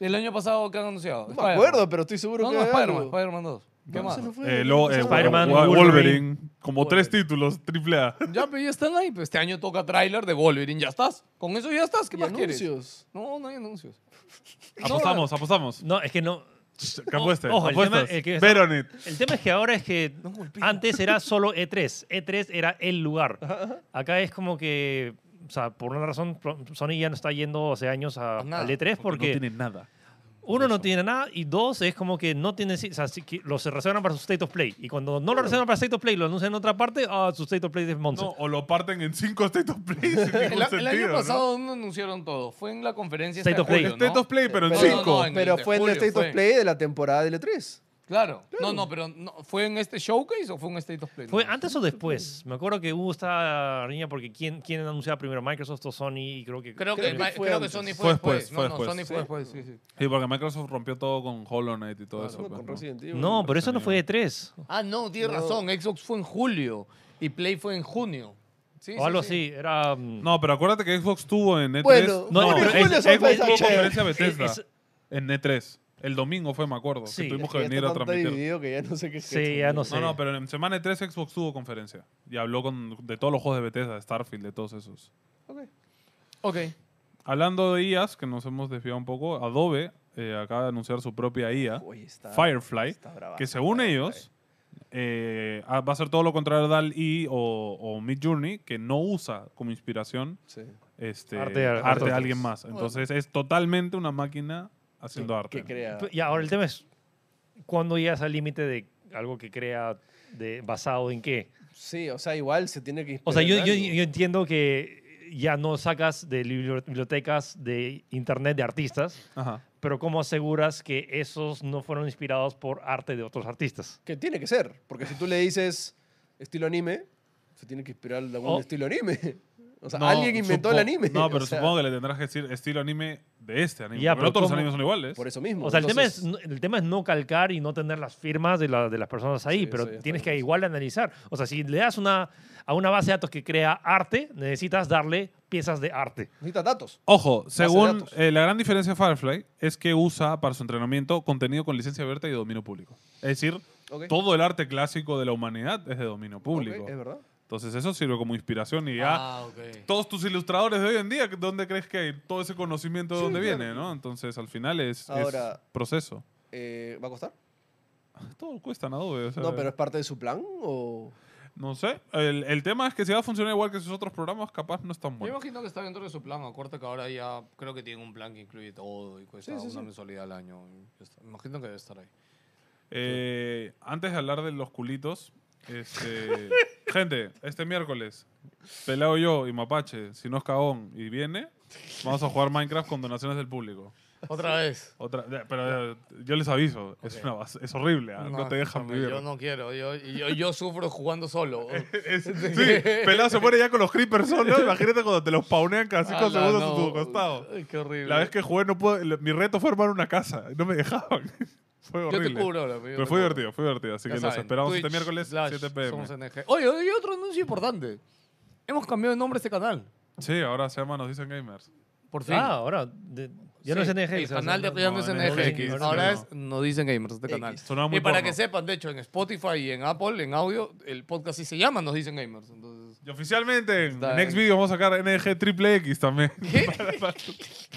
E: El año pasado, ¿qué han anunciado?
C: No me
E: Spider-Man.
C: acuerdo, pero estoy seguro
E: No,
C: que
E: no,
C: hay
E: Spider-Man,
C: algo.
E: Spider-Man 2. ¿Qué
C: No,
E: más?
C: ese no fue,
B: Eh,
C: no
B: lo-
C: fue
B: eh,
C: ese.
D: Spider-Man,
B: Wa- Wolverine.
D: Wolverine.
B: Como tres títulos, triple A.
E: Ya, pero ya están ahí. pues, Este año toca tráiler de Wolverine, ya estás. Con eso ya estás, ¿qué
C: Y
E: más quieres?
C: anuncios.
E: No, no hay anuncios.
B: Apostamos, apostamos.
D: No, es que no.
B: ¿Qué apuestas?
D: ojo, el tema-
B: este, Apuestas.
D: el que-
B: Veronet.
D: El tema es que ahora es que antes era solo E E3. E3 era el lugar. Acá es como que, o sea, por una razón, pro- Sony ya no está yendo hace años a,
E: A nada,
D: al E3 porque,
B: No tiene nada.
D: uno no tiene nada y dos es como que no tiene. O sea, sí que los reservan para su State of Play. Y cuando no lo reservan para State of Play, lo anuncian en otra parte, ah, su State of Play es Monster.
B: No, o lo parten en cinco State of Play. sin ningún
E: El, el
B: sentido,
E: año
B: ¿no?
E: pasado no anunciaron todo. Fue en la conferencia
D: State
E: esta
D: of
E: de
D: Play.
E: julio,
B: State
E: ¿no?
B: of Play, pero en
E: No,
C: Pero-
E: no, no,
B: cinco.
E: en
C: Pero
E: de
C: fue en el
E: julio
C: State of
E: fue.
C: Play de la temporada del E3.
E: Claro. No, no, pero no, ¿fue en este showcase o fue un State of Play?
D: ¿Fue
E: No.
D: antes o después? Me acuerdo que hubo esta riña porque ¿quién, quién anunciaba primero? Microsoft o Sony y creo que...
E: Creo,
C: Creo
E: que,
C: que
E: Ma-
C: fue
E: creo que
C: antes.
E: Sony
B: Fue
E: fue después.
B: después, fue
E: no, no, Sony
B: después.
E: fue después, sí, sí.
B: Sí, porque Microsoft rompió todo con Hollow Knight y todo eso. pues,
C: Con
B: ¿no?
C: Resident Evil.
D: No, pero eso no fue de tres.
E: Ah, no, tienes
C: No.
E: razón. Xbox fue en julio y Play fue en junio. Sí, sí,
D: O algo
E: sí.
D: así. Era... mm,
B: No, pero acuérdate que Xbox tuvo en E3.
C: Bueno,
B: no,
D: no,
B: no,
D: pero
B: Xbox
D: es-
B: tuvo
C: es-
B: conferencia Bethesda
D: es-
B: en E3. El domingo fue, me acuerdo.
D: Sí.
B: Que tuvimos
D: Es
B: que
C: Ya
B: venir
C: está
B: a
C: tan
B: transmitir.
C: dividido que ya no sé qué
D: Sí, ya no sé.
B: No, no, pero en semana de 3 Xbox tuvo conferencia. Y habló con, de todos los juegos de Bethesda, de Starfield, de todos esos.
C: Ok.
E: Ok.
B: Hablando de IAs, que nos hemos desviado un poco, Adobe eh, acaba de anunciar su propia IA,
C: Oye, está-
B: Firefly,
C: está bravazo,
B: que según
C: Firefly.
B: ellos eh, ah, va a ser todo lo contrario a DAL-E o, o Mid Journey, que no usa como inspiración
C: Sí.
B: este,
D: Arte
B: arte,
D: de-
B: de
D: nosotros.
B: alguien más. Entonces es totalmente una máquina haciendo arte.
C: Que crea.
D: P- Pues, Ya, ahora el tema es, ¿cuándo llegas al límite de algo que crea de, basado en qué?
C: Sí, o sea, igual se tiene que.
D: O sea, yo,
C: inspirar
D: yo-
C: en algo.
D: yo entiendo que ya no sacas de libro- bibliotecas de internet de artistas,
B: Ajá.
D: pero ¿cómo aseguras que esos no fueron inspirados por arte de otros artistas?
C: Que tiene que ser, porque si tú le dices estilo anime, se tiene que inspirar de algún
D: Oh.
C: estilo anime. O sea,
B: No,
C: alguien inventó el
B: supo-
C: anime.
B: No, pero
C: o sea,
B: supongo que le tendrás que decir estilo anime de este anime.
D: Ya,
B: porque
D: pero
B: no todos los
D: ¿cómo?
B: animes son iguales.
C: Por eso mismo.
D: O sea, el tema, es,
C: Entonces,
D: no- el tema es no calcar y no tener las firmas de, la- de las personas ahí,
C: Sí,
D: pero
C: eso ya está
D: tienes que
C: bien.
D: igual analizar. O sea, si le das una, a una base de datos que crea arte, necesitas darle piezas de arte.
C: Necesitas datos.
B: Ojo, según
C: datos.
B: eh, la gran diferencia de Firefly es que usa para su entrenamiento contenido con licencia abierta y de dominio público. Es decir,
C: Ok.
B: todo el arte clásico de la humanidad es de dominio público.
C: Ok, es verdad.
B: Entonces eso sirve como inspiración y ya
E: Ah, ok.
B: todos tus ilustradores de hoy en día, ¿dónde crees que todo ese conocimiento de
C: Sí,
B: dónde
C: claro.
B: viene? ¿no? Entonces al final es, es
C: Ahora-
B: proceso.
C: Eh, ¿Va a costar?
B: Todo cuesta en Adobe. o sea,
C: No, pero es parte de su plan o.
B: no sé. El, el tema es que si va a funcionar igual que sus otros programas, capaz no es tan
E: Yo
B: bueno.
E: imagino que está dentro de su plan. Acuérdate que ahora ya creo que tienen un plan que incluye todo y cuesta
C: Sí, sí,
E: una
C: sí.
E: mensualidad al año. y ya está. Imagino que debe estar ahí.
B: Eh, antes de hablar de los culitos, este, gente, este miércoles, Pelao yo y Mapache, si no es cagón y viene, vamos a jugar Minecraft con donaciones del público.
E: Otra vez.
B: Otra, eh, pero eh, yo les aviso, es,
E: Ok.
B: una bas- es horrible, ¿ah? no, te dejan
E: escúchame,
B: vivir.
E: Yo no quiero. Yo, yo, yo sufro jugando solo.
B: Es- sí, Pelao se muere ya con los creepers solo, imagínate cuando te los paunean cada 5
E: Ala,
B: segundos
E: no.
B: a tu costado.
E: Ay, Qué horrible.
B: La vez que jugué, no pude, le- mi reto fue armar una casa, no me dejaban. fue
E: yo
B: horrible.
E: te cubro ahora. yo
B: pero
E: te
B: fue
E: cubro.
B: divertido, fue divertido, así
E: Ya
B: que los
E: saben,
B: esperamos este
E: Twitch
B: miércoles,
E: slash
B: 7 pm.
E: Somos NG. Oye, hay otro anuncio importante. Hemos cambiado de nombre a este canal.
B: Sí, ahora se llama Nos Dicen Gamers.
E: Por fin.
D: Ah, ahora, de- ya no es
E: Sí,
D: NG.
E: El
D: o sea,
E: canal de ya no es
B: X,
E: NG. Ahora
B: no.
E: es No Dicen Gamers, este canal.
C: X.
B: Sonaba muy
E: y para
B: porno.
E: que sepan, de hecho, en Spotify y en Apple, en audio, el podcast sí se llama Nos Dicen Gamers. Entonces,
B: Y oficialmente, en
E: Está
B: Next
E: bien.
B: Video vamos a sacar NG Triple X también.
E: ¿Qué?
B: Para- para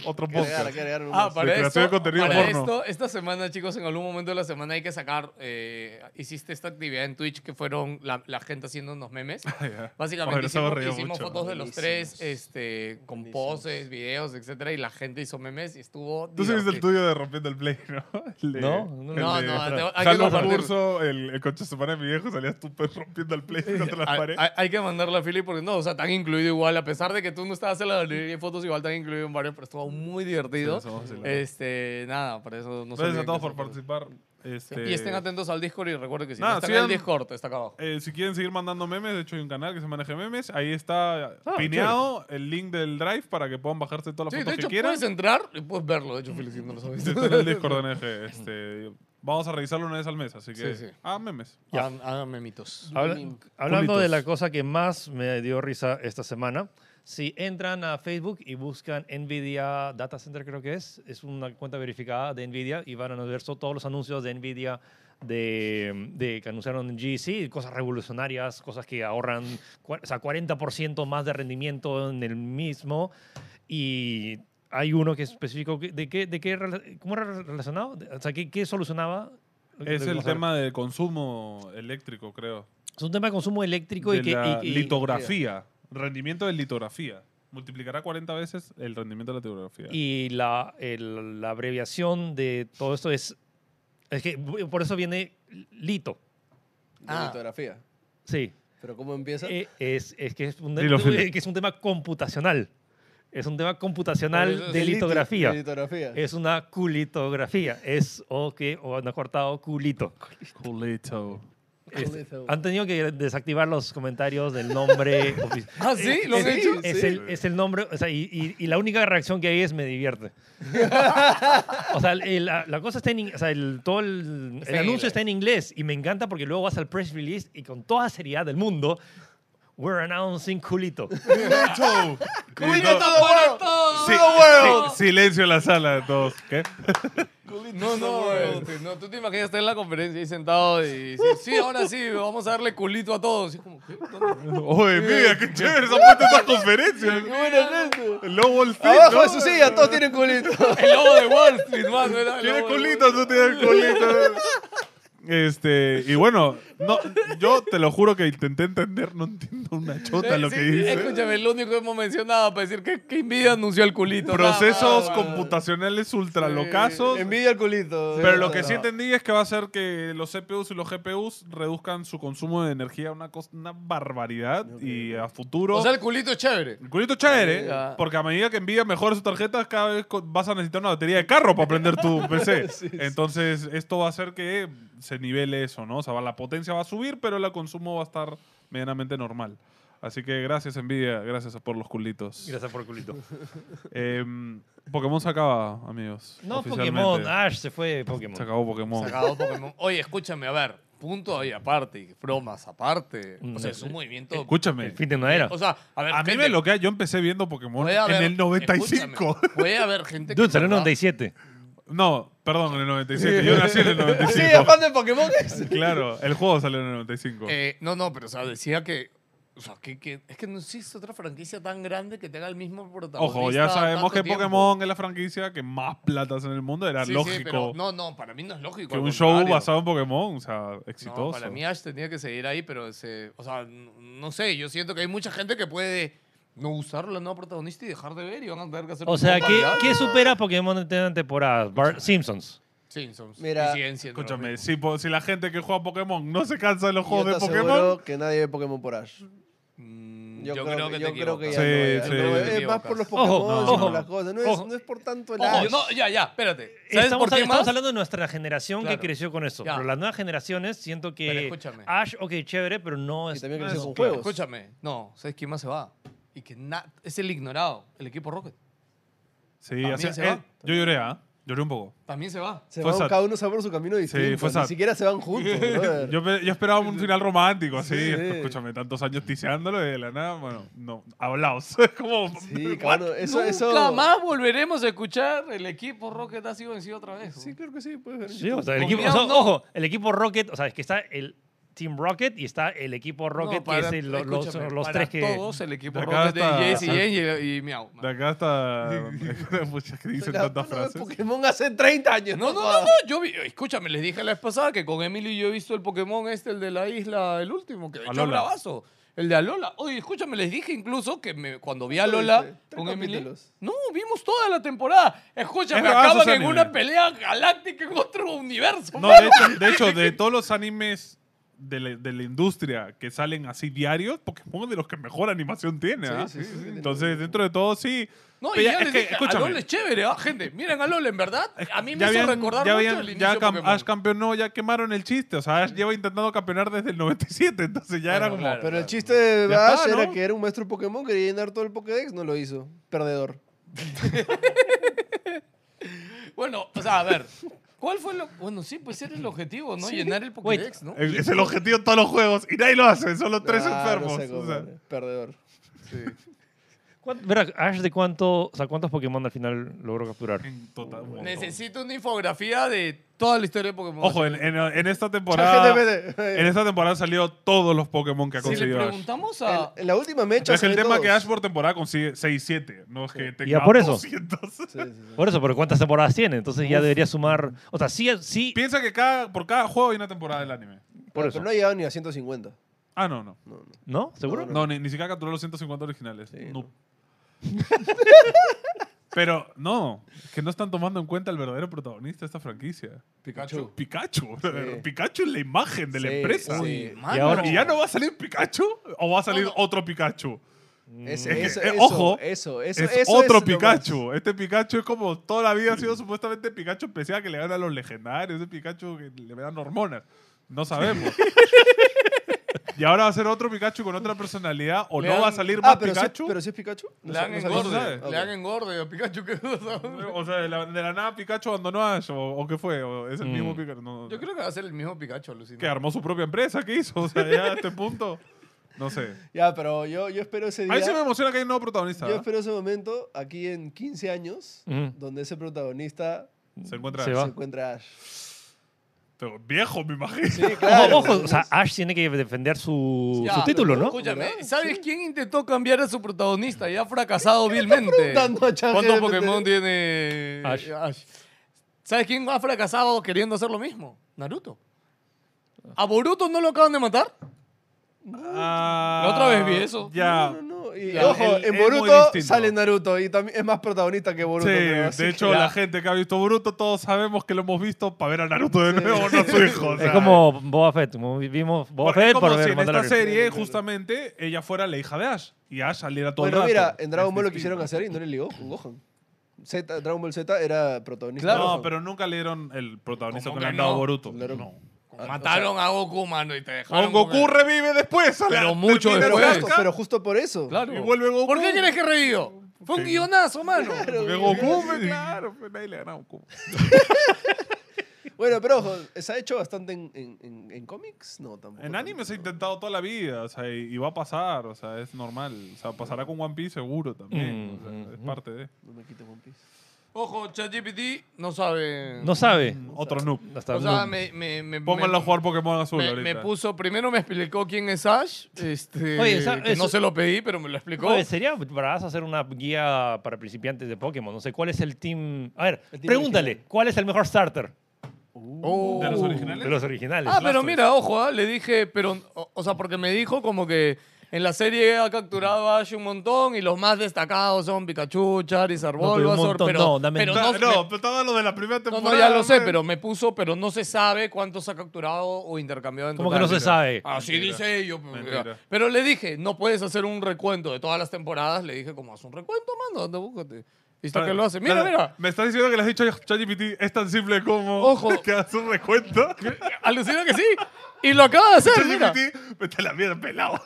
B: Otro
C: Hay que agregar, hay
B: podcast.
C: que agregar uno
E: ah,
C: más.
E: para,
B: creación
E: esto,
B: de contenido
E: para
B: porno.
E: esto, esta semana, chicos, en algún momento de la semana hay que sacar. eh, hiciste esta actividad en Twitch que fueron la, la gente haciendo unos memes.
B: Ya.
E: Básicamente
B: Oye, nos hemos
E: hicimos,
B: reído
E: hicimos
B: mucho.
E: fotos de los
C: Buenísimos.
E: tres, este, con
C: Buenísimos.
E: poses, videos, etcétera, y la gente hizo memes y estuvo.
B: Tú sí viste el
E: divertido.
B: tuyo de rompiendo el play, ¿no? El de-
D: No, no,
B: el
E: No,
B: de-
E: no, te- hay que
B: Jalo un
E: compartir.
B: curso, el, el coche semana de mi viejo, salías tú pues, rompiendo el play contra las
E: Hay,
B: paredes.
E: hay- hay que mandarla a Philip porque no, o sea, tan incluido igual, a pesar de que tú no estabas en la galería de fotos, igual tan incluido en varios, pero estuvo muy divertido.
B: Sí, eso Eh, vamos a hacer.
E: este, nada, por eso no
B: Gracias
E: se
B: a
E: olviden
B: todos
E: que
B: por
E: eso pasa.
B: participar. Este,
E: Y estén atentos al Discord y recuerden que si
B: Nada,
E: no están en
B: sigan-
E: el Discord, está acá abajo.
B: eh, si quieren seguir mandando memes, de hecho hay un canal que se maneja memes. Ahí está pineado el link del Drive para que puedan bajarse todas las
E: Sí, de
B: fotos
E: hecho,
B: que quieran.
E: puedes entrar y puedes verlo, de hecho, Philip, si no lo sabes.
B: Sí, está en el Discord de NG. Este, vamos a revisarlo una vez al mes, así que.
E: Sí, sí.
B: Ah, memes.
E: Hagan hagan memitos.
D: Habla-
C: Link.
D: hablando de la
B: Culitos.
D: cosa que más me dio risa esta semana, si entran a Facebook y buscan NVIDIA Data Center, creo que es, es una cuenta verificada de NVIDIA y van a ver so- todos los anuncios de NVIDIA de, de que anunciaron en GC, cosas revolucionarias, cosas que ahorran cua- o sea, 40% más de rendimiento en el mismo. Y hay uno que es específico, que- ¿de qué, de qué, rela- ¿cómo era relacionado? De- O sea, ¿qué, qué solucionaba?
B: Es
D: Lo que
B: el
D: vamos a ver.
B: tema de consumo eléctrico, creo.
D: Es un tema de consumo eléctrico y
B: De
D: que...
B: la
D: y- y-
B: litografía. Rendimiento de litografía. Multiplicará 40 veces el rendimiento de la litografía.
D: Y la, el- la abreviación de todo esto es. Es que bu- por eso viene lito.
C: De
E: Ah.
C: litografía.
D: Sí.
C: Pero ¿cómo empieza?
D: Eh, Es, es que, es un,
B: Dilo, Felipe.
D: eh, que es un tema computacional. Es un tema computacional
E: Por eso es-
D: de
E: De
C: lit-
D: litografía.
C: de litografía.
D: Es una culitografía. Es o que o han acortado culito.
B: Culito.
D: Es-
C: Culito.
D: han tenido que desactivar los comentarios del nombre. ofici-
E: Ah, sí, lo han
D: es,
E: hecho.
D: es
C: Sí.
D: el, es el nombre, o sea, y, y- y la única reacción que hay es me divierte. o sea, el- la, la cosa está en in- o sea, el, todo el,
E: Está
D: el
E: en
D: anuncio
E: inglés.
D: está en inglés y me encanta porque luego vas al press release y con toda seriedad del mundo, We're announcing culito.
B: ¡Culito!
E: ¡Culito to the world!
B: Sí,
E: ¡To the world!
B: sí, silencio en la sala de todos. ¿Qué?
E: No, no, este, no, tú te imaginas estar en la conferencia ahí sentado y decir, sí, ahora sí, vamos a darle culito a todos. Y como, ¿qué? ¿Dónde?
B: Oye, mira, qué chévere se han puesto estas conferencias. Qué buena gente. El lobo Wall
D: Ah,
B: Street,
C: Abajo
B: ¿no?
C: de su silla, todos tienen culito.
E: El lobo de Wall Street, mano. era el
B: Tiene
E: lobo de
B: culito, tú tienes culito. Este, y bueno, no, yo te lo juro que intenté entender, no entiendo una
D: Eh,
B: chota
E: Wall
B: lo que
E: Street. Sí,
B: dice.
E: Escúchame, lo único que hemos mencionado para decir que, que envidia anunció el culito. nada más,
B: Procesos
E: mano.
B: computacionales ultralocasos.
C: Eh, Envidia el culito.
B: Pero lo que sí entendí es que va a ser que los CPUs y los GPUs reduzcan su consumo de energía una cosa, una barbaridad. Y a futuro.
E: O sea, el culito es chévere.
B: el culito chévere,
E: Ya.
B: porque a medida que envías mejor sus tarjetas, cada vez co- vas a necesitar una batería de carro para prender tu PC. Entonces, esto va a hacer que se nivele eso, ¿no? O sea, va- la potencia va a subir, pero el consumo va a estar medianamente normal. Así que gracias, Nvidia. Gracias por los culitos.
D: Gracias por culito.
B: Em, Pokémon se acaba, amigos.
D: No,
B: oficialmente.
D: Pokémon. ah. Ash se fue Pokémon.
B: Se acabó Pokémon.
E: Sacado Pokémon. Oye, escúchame, a ver, punto ahí aparte, bromas aparte. O sea, es un movimiento.
B: Escúchame.
D: El fin de una era.
E: O sea, a ver.
B: A mí
E: gente,
B: me bloquea. Yo empecé viendo Pokémon
E: puede
B: en
E: haber-
B: el 95.
E: escúchame, Puede haber gente que.
D: Dude, salió en
E: ¿verdad?
D: 97.
B: No, perdón, en el 97. Yo nací en el 95.
C: Sí, aparte de Pokémon es.
B: Claro, el juego salió en el 95.
E: Eh, no, no, pero o sea, decía que. O sea, que, que- es que no existe otra franquicia tan grande que tenga el mismo protagonista.
B: Ojo, ya sabemos
E: tanto
B: que
E: tiempo.
B: Pokémon es la franquicia que más platas en el mundo. Era
E: Sí, sí,
B: lógico
E: pero no, no, para mí no es lógico.
B: que
E: al
B: un show
E: contrario.
B: basado en Pokémon, o sea,
E: No,
B: exitoso.
E: para mí Ash tenía que seguir ahí, pero se, o sea, n- no sé, yo siento que hay mucha gente que puede no usar la nueva protagonista y dejar de ver y van a tener que hacer
D: O
E: un
D: sea,
E: poco
D: ¿qué,
E: ya.
D: ¿qué supera Pokémon en la temporada? Bart Simpsons.
E: Simpsons.
C: Mira,
E: Y siguen siendo los
B: Escúchame,
E: mismos.
B: si, po- si la gente que juega Pokémon no se cansa de los juegos
C: Yo
B: de
C: te
B: Pokémon,
C: aseguro que nadie ve Pokémon por Ash.
E: Mm,
C: Yo, creo, que,
E: te
C: yo creo que
E: equivocas.
C: ya no, ya
B: Sí,
C: no.
B: sí.
C: Es
E: Te
C: más por los
E: equivocas.
D: Ojo,
C: Pokémon y
B: ojo.
C: por las cosas. No es,
D: Ojo.
C: no es por tanto el
E: Ojo,
C: Ash.
E: no, ya, ya, espérate. ¿Sabes
D: Estamos,
E: por qué
D: estamos
E: más?
D: hablando de nuestra generación
E: Claro.
D: que creció con eso.
E: Ya.
D: Pero las nuevas generaciones siento
E: Pero
D: que
E: escúchame.
D: Ash, ok, chévere, pero no
C: Y
D: es...
C: también
D: no
C: creció
D: es-
C: con
E: Claro,
C: juegos.
E: Escúchame, no, ¿sabes quién más se va? Y que na- es el ignorado, el equipo Rocket.
B: sí,
E: También
B: así-
E: se va.
B: eh, yo lloré, ¿ah? Lloré un poco.
E: También se va.
C: Se
B: Fue
C: van,
B: sad.
C: cada uno se va por su camino distinto.
B: fue sad.
C: Ni siquiera se van juntos. brother.
B: Yo, pe- yo esperaba un final romántico, así.
C: Sí.
B: Escúchame, tantos años tiseándolo y de la nada, bueno, no, hablaos. como,
C: sí,
B: ¿what?
C: cabrón. Eso,
E: Nunca
C: eso...
E: más volveremos a escuchar el equipo Rocket ha sido vencido otra vez.
C: Sí, claro que sí. Puedes ver.
D: Sí, o sea, el
E: Combinado,
D: equipo, o sea,
E: no.
D: ojo, el equipo Rocket, o sea, es que está el Team Rocket y está el equipo Rocket,
E: No, para-
D: que es el- lo- los,
E: escúchame,
D: los
E: para
D: tres que...
E: Todos el equipo
B: De acá
E: Rocket de
B: hasta-
E: Jayce y Jane y, y Miau.
B: De acá hasta. Pucha, que dicen
C: La
B: tantas
C: puta de
B: frases.
C: Pokémon hace 30 años.
E: No, no, no, no, yo vi, escúchame, les dije la vez pasada que con Emily yo he visto el Pokémon este, el de la isla, el último, que de hecho
B: Alola.
E: bravazo. El de Alola. Oye, escúchame, les dije incluso que me- cuando vi a
C: ¿Cuánto
E: Alola
C: viste? Tres
E: con Emily.
C: capítulos.
E: No, vimos toda la temporada. Escúchame,
B: Es bravazo
E: acaban
B: ese
E: en
B: anime.
E: una pelea galáctica en otro universo.
B: No,
E: mano.
B: de hecho, de hecho, de todos los animes de la, de la industria que salen así diarios, Pokémon es de los que mejor animación tiene. ¿ah?
C: sí, sí, sí,
B: Entonces, dentro de todo, sí.
E: No,
B: Pero
E: y
B: ya-
E: ya,
B: es
E: les
B: que,
E: dije,
B: escúchame.
E: Alola es chévere, ¿ah? gente. Miren Alola, en verdad. A mí me
B: ya
E: hizo
B: habían-
E: recordar
B: ya
E: mucho
B: habían-
E: el
B: ya
E: inicio de
B: cam-
E: Pokémon.
B: Ash campeonó, ya quemaron el chiste. O sea, Ash lleva intentando campeonar desde el 97, entonces ya
E: Bueno,
B: era como.
E: claro.
C: Pero el chiste de
B: Ya
C: Ash
B: está, ¿no?
C: era que era un maestro Pokémon, quería llenar todo el Pokédex, no lo hizo. Perdedor.
E: Bueno, o sea, a ver. ¿Cuál fue lo...? Bueno, sí, pues era el objetivo, ¿no? Llenar el Pokédex, ¿no?
B: Es el objetivo de todos los juegos y nadie lo hace, solo tres
C: Ah, no
B: enfermos.
C: sé,
B: o sea.
C: compadre. Perdedor.
D: ¿Cuán- verá, Ash, ¿de cuánto, o sea, cuántos Pokémon al final logró capturar?
B: En total, un montón.
E: Necesito una infografía de toda la historia de Pokémon.
B: Ojo, eh, en, en- en esta temporada.
C: ChatGPT.
B: En esta temporada salió todos los Pokémon que ha
E: si le
B: conseguido Ash.
E: preguntamos a...
C: En, en la última mecha.
B: Es que el
C: se ven
B: tema que
C: todos.
B: Ash por temporada consigue 6-7. No es que tenga
D: Ya por eso.
B: 200.
C: Sí, sí, sí.
D: Por eso, pero ¿cuántas temporadas tiene? Entonces ya debería sumar... O sea, sí, sí,
B: Piensa que cada, por cada juego hay una temporada del anime.
D: por
C: Pero
D: eso.
C: no ha llegado ni a 150.
B: Ah, no, no.
C: No, no.
D: ¿No? ¿Seguro?
B: No, ni, ni siquiera capturó los 150 originales.
C: Sí,
B: No. Pero no, es que no están tomando en cuenta el verdadero protagonista de esta franquicia.
E: Pikachu.
B: Pikachu. brother. Pikachu es la imagen de la
C: Sí,
B: empresa.
C: sí.
E: Mano.
D: Y ahora-
B: ¿Y ya no va a salir Pikachu? ¿O va a salir otro Pikachu?
C: Ese-
B: Es que,
C: eso,
B: eh,
C: eso,
B: ojo,
C: Eso, eso,
B: es
C: eso
B: otro
C: es lo más.
B: Pikachu. Este Pikachu es como toda la vida ha sido supuestamente Pikachu especial que le gana a los legendarios. Ese Pikachu que le dan hormonas. No sabemos. y ahora va a ser otro Pikachu con otra personalidad. O
E: Le
B: no
E: dan-
B: va a salir más
C: Ah, pero,
B: Pikachu.
C: Si, pero si es Pikachu. No
E: Le
C: sé-
E: dan
C: no
B: engorde,
C: sabía eso.
E: engorde.
C: Ok.
E: Le dan engorde a Pikachu. que-
B: O sea, de la, de la nada Pikachu abandonó a Ash. ¿O, o qué fue? ¿O es el
D: Mm.
B: mismo Pikachu? No,
E: Yo creo que va a ser el mismo Pikachu,
B: Que
E: alucinante.
B: armó su propia empresa. ¿Qué hizo? O sea, ya a este punto. No sé.
C: Ya, pero yo, yo espero ese
B: A
C: día.
B: mí sí me emociona que hay un nuevo protagonista.
C: Yo
B: ¿ah?
C: espero ese momento aquí en 15 años,
D: Ujú.
C: donde ese protagonista
B: Se encuentra.
D: Se va.
C: se encuentra a Ash.
B: Pero viejo, me imagino.
C: Sí, claro.
D: Ojo, o sea, Ash tiene que defender su,
E: Ya,
D: su título, ¿no?
E: Escúchame,
C: ¿Verdad?
E: ¿sabes quién intentó cambiar a su protagonista? Ya ha fracasado vilmente.
C: preguntando a ChatGPT?
E: ¿Cuántos Pokémon tiene
D: Ash.
E: Ash. ¿Sabes quién ha fracasado queriendo hacer lo mismo? Naruto. ¿A Boruto no lo acaban de matar?
D: Ah,
B: La
E: otra vez vi eso.
B: Ah, Ya.
C: No, no, no. Y
E: Claro,
C: ojo,
B: él
C: en
B: es muy
C: Boruto
B: distinto.
C: sale Naruto y también es más protagonista que Boruto.
B: Sí,
C: creo, así
B: de
C: que-
B: hecho,
E: ya.
B: la gente que ha visto Boruto, todos sabemos que lo hemos visto para ver a Naruto de nuevo, no a su hijo. o
D: Es
B: sea.
D: como Boba Fett, como vimos Boba
B: Porque es
D: Fett
B: como
D: por
B: si
D: ver
B: en esta
D: Mandalorian.
B: serie, justamente, ella fuera la hija de Ash. Y Ash saliera todo
C: bueno,
B: el rato.
C: mira, en Dragon
B: Es
C: Ball lo
B: distinto.
C: quisieron hacer y no le ligó con Gohan. Z, Dragon Ball Z era protagonista. de
E: Claro.
B: No,
C: Gohan.
B: pero nunca le dieron el protagonista
E: ¿Cómo
B: que le
E: que
B: han dado a
E: no?
B: Boruto.
C: Claro.
B: No.
E: Mataron a Goku, mano, y te
B: Con
E: dejaron.
B: Goku
E: con el-
B: revive después. sale-
E: Pero mucho
B: termina
C: Pero
E: después.
B: la
C: justo,
B: saga
C: pero justo por eso.
E: Claro.
B: Y vuelve Goku.
E: ¿Por qué tienes que revivió? Fue un guionazo, mano.
B: Porque Goku, pues, claro, pues, nadie le gana a Goku.
C: Bueno, pero ojo, ¿se ha hecho bastante en, en- en- en cómics? No, tampoco.
B: En
C: tanto.
B: anime se ha intentado toda la vida, o sea, y, y va a pasar, o sea, es normal. O sea, pasará con One Piece seguro también. o sea,
D: Mm,
B: es
D: mm,
B: parte de.
C: No me quito One Piece.
E: Ojo, ChatGPT no sabe.
D: No sabe.
B: Otro noob.
D: Hasta
E: O sea,
D: no.
E: me, me, me,
B: Pónganlo a
E: me-
B: jugar Pokémon Azul
E: me,
B: ahorita.
E: me puso, primero me explicó quién es Ash, este,
D: Oye, esa-
E: que no
D: eso-
E: se lo pedí, pero me lo explicó.
D: Oye, sería para hacer una guía para principiantes de Pokémon. No sé, ¿cuál es el team? A ver,
C: El team
D: pregúntale,
C: original.
D: ¿cuál es el mejor starter
E: Oh.
B: ¿De los originales?
D: de los originales?
E: Ah, pero
B: Blastoise.
E: mira, ojo, ah, le dije, pero, o, o sea, porque me dijo como que en la serie ha capturado a Ash un montón y los más destacados son Pikachu, Charizard,
D: pero un
E: Bulbasaur,
D: montón,
E: pero,
D: no, dame-
E: pero
B: No,
E: no,
B: no,
E: me-
B: pero todo lo de la primera
E: no,
B: temporada.
E: no, ya lo sé,
B: man.
E: pero me puso, pero no se sabe cuántos ha capturado o intercambiado en
D: ¿Cómo que
E: total.
D: no se sabe?
E: Así
B: Mentira.
E: dice yo.
B: Mentira.
E: Pero le dije, no puedes hacer un recuento de todas las temporadas. Le dije, como haz un recuento, mano? ¿Dónde búscate? ¿Viste que lo hace? Mira,
B: Claro,
E: mira.
B: Me estás diciendo que le has dicho a ChatGPT es tan simple como
E: Ojo.
B: que haces un recuento.
E: Alucina que sí. Y lo acaba de hacer, mira.
B: ChatGPT, vete a la mierda, pelado.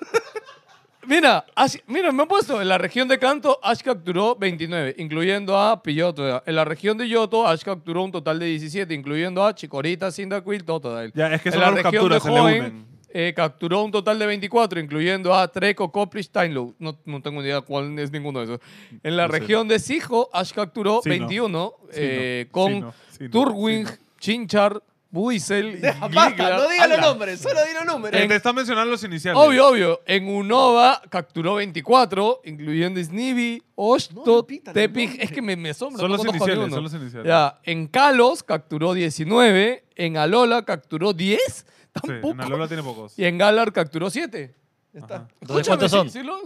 E: Mira, Ash- mira, me han puesto. En la región de Kanto, Ash capturó 29, incluyendo a Pilloto. En la región de Yoto, Ash capturó un total de 17, incluyendo a Chikorita, Cyndaquil, Totodile.
B: Ya, es que
E: en
B: son
E: la
B: las
E: región
B: capturas,
E: de
B: se le
E: Hoenn,
B: unen.
E: eh, capturó un total de 24, incluyendo a Treco, Coplish, Tainlow. No, no tengo ni idea cuál es ninguno de esos. En la
B: No sé.
E: región de Sijo, Ash capturó
B: Sí, no.
E: 21,
B: Sí,
E: eh,
B: no.
E: con
B: Sí, no. Sí, no.
E: Turwing,
B: Sí, no.
E: Chinchar, Buizel,
C: Deja, basta, no diga los nombres, solo di los números.
B: Eh, Te están mencionando los iniciales.
E: Obvio, obvio. En Unova capturó 24, incluyendo Snivy,
C: No
E: Osto,
C: repitan el
E: Tepig.
C: nombre.
E: Es que me, me asombra.
B: Son
E: no
B: los
E: conozco a
B: iniciales,
E: ninguno.
B: son los iniciales.
E: Ya, en Kalos capturó 19, en Alola capturó 10,
B: Sí,
E: tampoco.
B: en Alola tiene pocos.
E: y en Galar capturó 7.
C: Ya Está,
D: Entonces,
E: Escúchame,
D: ¿cuántos son?
E: sí, sí lo-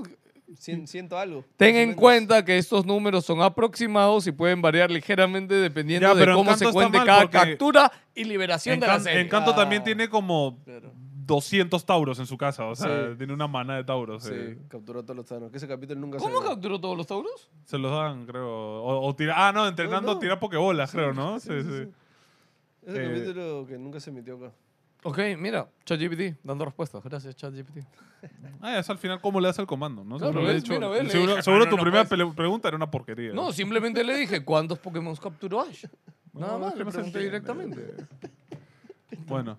C: Cien- siento algo.
E: Ten
C: más o
E: en
C: menos.
E: cuenta que estos números son aproximados y pueden variar ligeramente dependiendo
B: Ya,
E: de
B: pero en
E: cómo
B: Kanto
E: se
B: está
E: cuente
B: mal
E: cada
B: porque-
E: captura y liberación
B: En,
E: de
B: Can-
E: la serie.
B: en Canto
C: Ah.
B: también tiene como
C: Claro.
B: 200 tauros en su casa. O sea,
C: Sí.
B: tiene una mana de tauros. eh.
C: Sí, capturó a todos los Thanos. Que ese capítulo nunca
E: ¿Cómo
C: se ve.
E: capturó todos los tauros?
B: Se los dan, creo. O, o tira- ah, no, entrenando
C: No, no.
B: tira pokebolas, creo, ¿no? Sí, sí.
C: Ese
B: Eh,
C: capítulo que nunca se emitió acá.
E: Ok, mira, ChatGPT, dando respuestas. Gracias, ChatGPT.
B: Ah, es al final cómo le das el comando, ¿no?
E: Claro,
B: Seguro le he
E: ves,
B: dicho-
E: mira, ves, le
B: seguro
E: dije,
B: seguro
E: no,
B: tu
E: no
B: primera
E: puedes.
B: pele- pregunta era una porquería.
E: No, simplemente le dije, ¿cuántos Pokémon capturó Ash?
B: No,
E: Nada más,
B: es que
E: le
B: no se
E: pregunté
B: entiende.
E: directamente.
B: Bueno.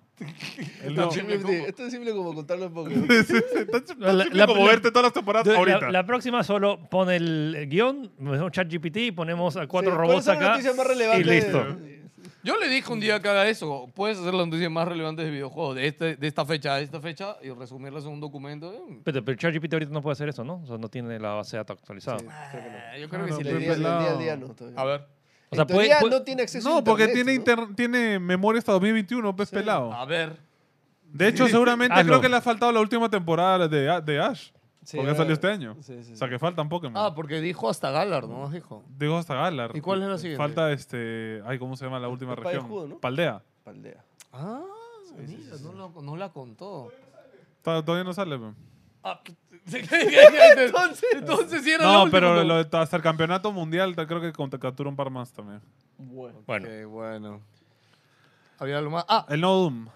B: El
C: Tan
B: no.
C: simple
E: ¿cómo?
C: es- es tan simple como contarlo un poco.
B: Sí, sí, tan simple
D: La- la-
B: como
D: la-
B: verte todas las temporadas
D: Yo- la-
B: ahorita.
D: La, próxima solo pone el guión, metemos ChatGPT y ponemos a cuatro
C: Sí, ¿cuáles
D: robots
C: son las
D: acá.
C: noticias más
D: y
C: relevantes?
D: listo.
E: Yo le dije un día que haga eso. Puedes hacer las noticias más relevantes de videojuegos de, este, de esta fecha a esta fecha y resumirlas en un documento. Eh,
D: Pero, pero ChatGPT ahorita no puede hacer eso, ¿no? O sea, no tiene la base de datos actualizada.
E: Eh, Yo creo que
B: Claro,
E: sí
B: pero
E: le
C: El
E: dije.
C: día,
B: pues,
C: del
B: no.
C: día al día no. todavía.
E: A ver.
D: O sea,
C: En
D: puede-
C: teoría
D: puede-
C: no tiene acceso a
B: No, porque
C: internet,
B: tiene,
C: ¿no?
B: inter- tiene memoria hasta 2021, pez pues, pelado.
E: A ver.
B: De hecho, seguramente
D: Ah,
B: creo
D: no.
B: que le ha faltado la última temporada de, A- de Ash.
C: Sí,
B: porque
C: ahora-
B: salió este año.
C: Sí, sí,
B: O sea,
C: sí.
B: que faltan Pokémon.
E: Ah, porque dijo hasta Galar, ¿no? Dijo.
B: Digo hasta Galar.
E: ¿Y cuál es la siguiente?
B: Falta este. Ay, ¿cómo se llama la última
C: Papá de
B: región?
C: Judo, ¿no?
B: Paldea.
C: Paldea.
E: Ah, mira, no, lo- no la contó.
B: Ta- Todavía no sale. pe.
E: Ah, entonces, entonces sí era la
B: No,
E: última,
B: pero lo de- hasta el campeonato mundial ta- creo que con- captura un par más también.
C: Bueno.
D: Bueno,
E: Ok, bueno. Había algo más. Ah,
B: El No Doom.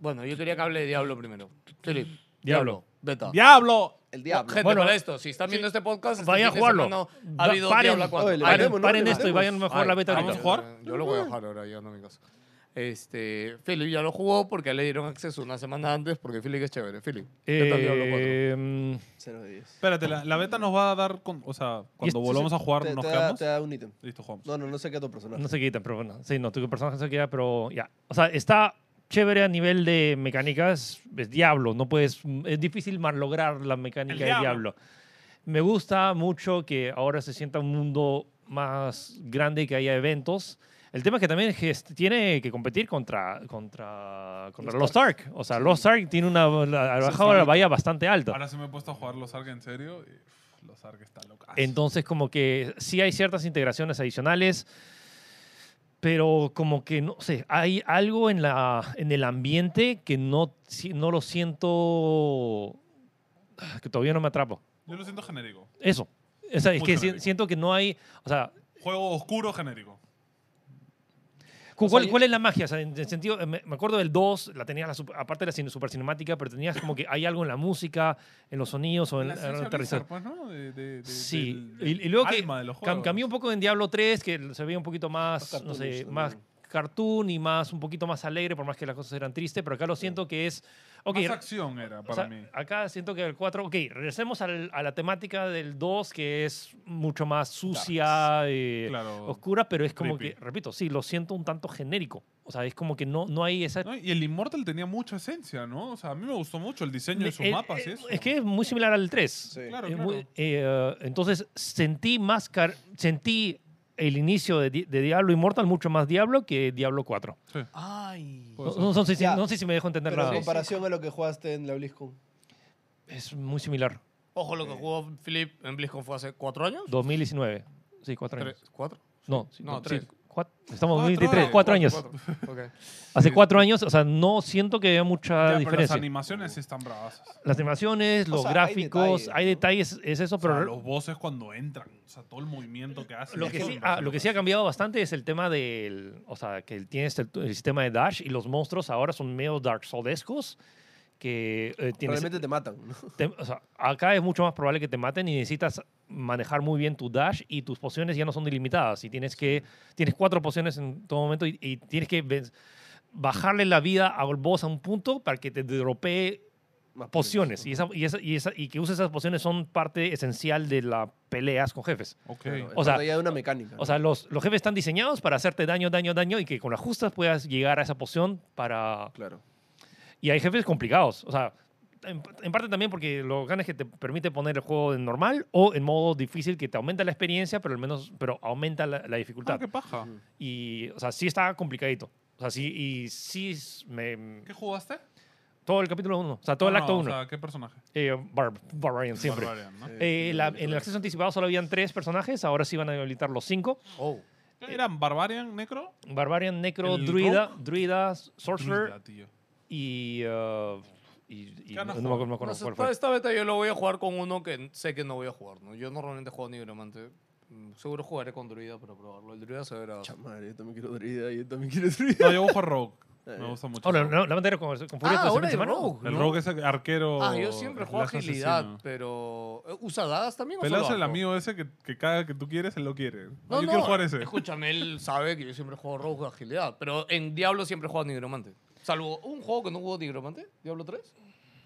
E: Bueno, yo quería que hable de Diablo primero. Felipe,
D: Diablo.
E: Beta.
B: ¡Diablo!
C: El diablo.
E: Gente,
D: Bueno,
E: para esto, si están viendo este podcast, este
D: vayan a
E: fin de
D: jugarlo.
E: semana Ha
D: Va-
E: habido
D: paren.
E: Diablo 4.
C: Oye, le
E: Ay,
D: paren
C: metemos, no
D: paren
C: le
D: esto y
C: metemos.
D: vayan mejor
E: ay,
D: la beta
E: ay,
D: ahorita.
B: ¿Vamos a jugar?
E: Yo lo voy a jugar ahora, ya no me caso. Este, Philip ya lo jugó porque le dieron acceso una semana antes porque Philip es chévere. Philip,
D: Eh,
E: ¿qué tal Diablo 4?
D: Em,
C: 0 de 10.
B: Espérate, la, la beta nos va a dar. con- o sea, cuando
D: esto
B: volvamos a jugar,
C: Te,
B: nos
C: te da,
B: quedamos.
C: te da un ítem.
B: Listo, jugamos.
C: No, no, no sé qué otro personaje.
D: no se quita, pero bueno. Sí, no, tu personaje se queda, pero ya. O sea, está chévere a nivel de mecánicas. Es Diablo, no puedes. Es difícil mal lograr la mecánica
A: El
D: de
A: diablo.
D: Diablo. Me gusta mucho que ahora se sienta un mundo más grande y que haya eventos. El tema es que también gest- tiene que competir contra, contra, contra los Stark. O sea, los Stark tiene una, la- ha
B: Sí,
D: bajado la
B: está-
D: valla bastante alta.
B: Ahora sí me he puesto a jugar los Ark en serio. Y, uf, los Ark está locas.
D: Entonces, como que sí hay ciertas integraciones adicionales, pero como que no sé, hay algo en, la, en el ambiente que no, si- no lo siento, ah, que todavía no me atrapo.
B: Yo lo siento genérico.
D: Eso. O sea, es
B: Muy
D: que si-
B: genérico.
D: siento que no hay. O sea,
B: Juego oscuro genérico.
D: ¿cu-
C: O sea,
D: ¿cuál,
C: yo-
D: cuál es la magia? O sea, en el sentido, me me acuerdo del 2, la tenías la super- aparte de la cine- super cinemática, pero tenías como que hay algo en la música, en los sonidos o en,
B: La
D: en
B: esencia
D: la aterrizaje.
B: Blizzard, pues, ¿no? De- de- de-
D: Sí,
B: del-
D: y, y luego que
B: alma de los
D: cam-
B: juegos.
D: cambió un poco en Diablo 3, que se veía un poquito más,
C: Más
D: no sé,
C: cartoonish
D: más
C: también.
D: cartoon y más, un poquito más alegre, por más que las cosas eran tristes, pero acá lo siento que es... ok,
B: Más acción era
D: o
B: para
D: sea,
B: mí.
D: acá siento que el 4, ok, regresemos al- a la temática del 2, que es mucho más sucia, eh,
B: Claro.
D: oscura, pero es como
B: creepy.
D: que, repito, sí, lo siento un tanto genérico. O sea, es como que no, no hay esa
B: No, y el Immortal tenía mucha esencia, ¿no? O sea, a mí me gustó mucho el diseño de sus
D: Eh,
B: mapas.
D: eh,
B: eso.
D: Es que es muy similar al 3.
B: Claro,
D: Es
B: claro.
D: muy- eh, ah, entonces sentí más car- sentí el inicio de, Di- de Diablo Immortal mucho más Diablo que Diablo 4.
B: Sí.
E: Ay.
B: Puede
D: No,
B: ser.
D: no- no sé si,
C: Ya.
D: no sé si me dejo entender
C: Pero en
D: nada.
C: comparación a lo que jugaste en la BlizzCon.
D: Es muy similar.
E: Ojo, lo que jugó Philip en BlizzCon fue hace cuatro años.
D: 2019. Sí, cuatro años.
E: ¿Tres? ¿Cuatro?
D: No, sí,
E: No,
D: no, sí,
E: tres.
D: cua- Estamos en
B: Cuatro
D: 2023,
B: años.
D: cuatro años.
E: cuatro. Ok.
D: Hace cuatro años, o sea, no siento que haya mucha
B: Ya, pero las
D: diferencia.
B: animaciones sí están bravas. O
D: Las animaciones,
C: O
D: los
C: sea, hay
D: gráficos,
C: detalles,
D: hay
C: ¿no?
D: detalles, es
B: sea,
D: eso, pero
B: los voces cuando entran, o sea, todo el movimiento que hacen.
D: Lo
B: eso
D: que,
B: me
D: sí,
B: parece
D: ah, lo que
B: loco.
D: sí ha cambiado bastante es el tema del. O sea, que tienes el, el sistema de dash y los monstruos ahora son medio Dark Soulescos. Que eh, tienes.
C: Realmente te matan. ¿no?
D: te- o sea, acá es mucho más probable que te maten y necesitas manejar muy bien tu dash y tus pociones ya no son ilimitadas. Y tienes que. Tienes cuatro pociones en todo momento y, y tienes que ven- bajarle la vida al boss a un punto para que te dropee
C: Más
D: pociones. Y, esa, y, esa- y, esa- y que uses esas pociones son parte esencial de las peleas con jefes.
B: Ok.
C: Claro, es
D: O sea,
C: más allá de una mecánica. ¿no?
D: O sea, los, los jefes están diseñados para hacerte daño, daño, daño y que con las justas puedas llegar a esa poción para...
C: claro.
D: Y hay jefes complicados. O sea, en, en parte también porque lo ganas que te permite poner el juego en normal o en modo difícil que te aumenta la experiencia, pero al menos pero aumenta la, la
B: Ah,
D: dificultad.
B: qué paja.
D: Y, o sea, sí está complicadito. O sea, sí, y sí es- me,
B: ¿Qué jugaste?
D: todo el capítulo 1, o sea, todo el
B: No, no,
D: acto
B: o
D: 1.
B: sea, ¿Qué personaje?
D: Barbarian siempre.
B: Barbarian, ¿no?
C: Sí.
D: Eh, la- en el acceso anticipado solo habían tres personajes, ahora sí van a habilitar los cinco.
E: Oh.
B: ¿Eran Barbarian, Necro?
D: Barbarian, Necro,
B: ¿El
D: Druida, Druida, Sorcerer
B: Mira, tío.
D: y. uh, y,
B: ¿Qué
D: y no,
B: han
D: no
B: jugado?
D: me acuerdo, no me acuerdo
E: No sé,
D: cuál
E: esta,
D: fue.
E: esta beta yo lo voy a jugar con uno que sé que no voy a jugar. ¿no? Yo normalmente juego Nigromante. Mm, Seguro jugaré con Druida para probarlo. El Druida se verá.
C: Cha madre, yo también quiero druida, yo también quiero druida.
B: No, yo juego Rogue. Me gusta mucho.
D: Ahora,
B: Rogue.
D: Oh, no, la bandera con, con Furia
E: Ah,
D: todo el
E: ahora
D: fin de
E: hay
D: semana.
E: Rogue.
B: El
E: ¿no?
B: Rogue es el arquero.
E: Ah, yo siempre juego
B: slash
E: agilidad,
B: asesino.
E: pero. ¿eh, ¿Usa dagas también? o
B: Pelas
E: solo
B: el
E: arco?
B: amigo ese que, que cada que tú quieres, él lo quiere. yo quiero jugar ese.
E: Escúchame, él sabe que yo siempre juego rojo de agilidad, pero en Diablo siempre juego nigromante. Salvo un juego que no hubo nigromante, Diablo 3.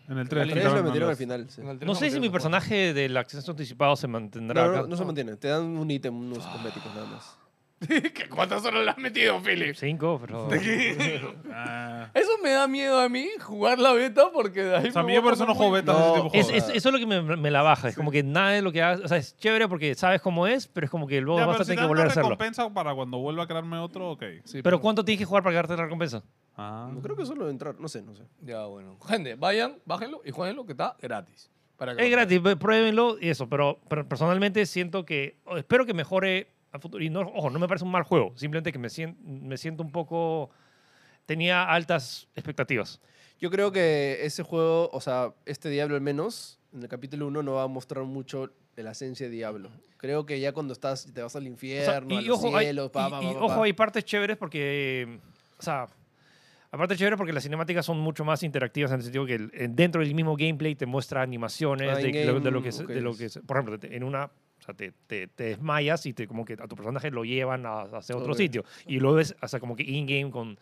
B: En el 3.
C: El 3 lo metieron al final. sí.
E: En el 3
D: No sé si
E: metieron
D: mi
E: los
D: personaje del acceso anticipado se
C: No,
D: mantendrá
C: no,
D: acá.
C: no se mantiene. Te dan un ítem, unos cosméticos nada más.
E: juegos. ¿Qué- ¿Cuántas horas le has metido, Philip?
D: Cinco, pero.
B: Ah.
E: Eso me da miedo a mí, jugar la beta, porque de ahí
B: O sea, a
E: me
B: mí
E: voy
B: por eso no
E: poner
B: juego
E: muy-
B: betas de ese
C: No,
B: tipo de
D: Es,
B: juegos.
D: es- eso es lo que me, me la baja. Es como que nada de lo que hagas. O sea, es chévere porque sabes cómo es, pero es como que luego
B: Ya,
D: vas
B: pero
D: a
B: si
D: tener
B: te
D: que
B: dan
D: volver a
B: una
D: hacerlo.
B: recompensa para cuando vuelva a crearme otro, ok.
E: Sí,
D: Pero ¿cuánto tienes que jugar para quedarte la recompensa?
B: Ah.
C: No creo que solo entrar, no sé, no sé.
E: Ya, bueno. Gente, vayan, bájenlo y jueguenlo, que está gratis. Para que
D: Es
E: lo
D: gratis, ve- pruébenlo y eso, pero, pero personalmente siento que, o espero que mejore a futuro. Y no, ojo, no me parece un mal juego, simplemente que me, sien- me siento un poco, tenía altas expectativas.
C: Yo creo que ese juego, o sea, este Diablo al menos, en el capítulo 1 no va a mostrar mucho la esencia de Diablo. Creo que ya cuando estás, te vas al
D: O sea,
C: infierno,
D: y
C: a los
D: ojo, hay,
C: cielos, pa,
D: y-
C: pa,
D: y
C: pa,
D: ojo,
C: pa.
D: hay partes chéveres porque, o sea, aparte chéveres porque las cinemáticas son mucho más interactivas en el sentido que el- en- dentro del mismo gameplay te muestra animaciones
C: Ah,
D: de, de lo- de lo
C: in-game,
D: que, se- de
C: ok.
D: lo que se- por ejemplo, te- en una... O sea, te, te- te desmayas y te, como que a tu personaje lo llevan a- hacia otro
C: Ok.
D: sitio. Y lo ves, o sea, como que in-game con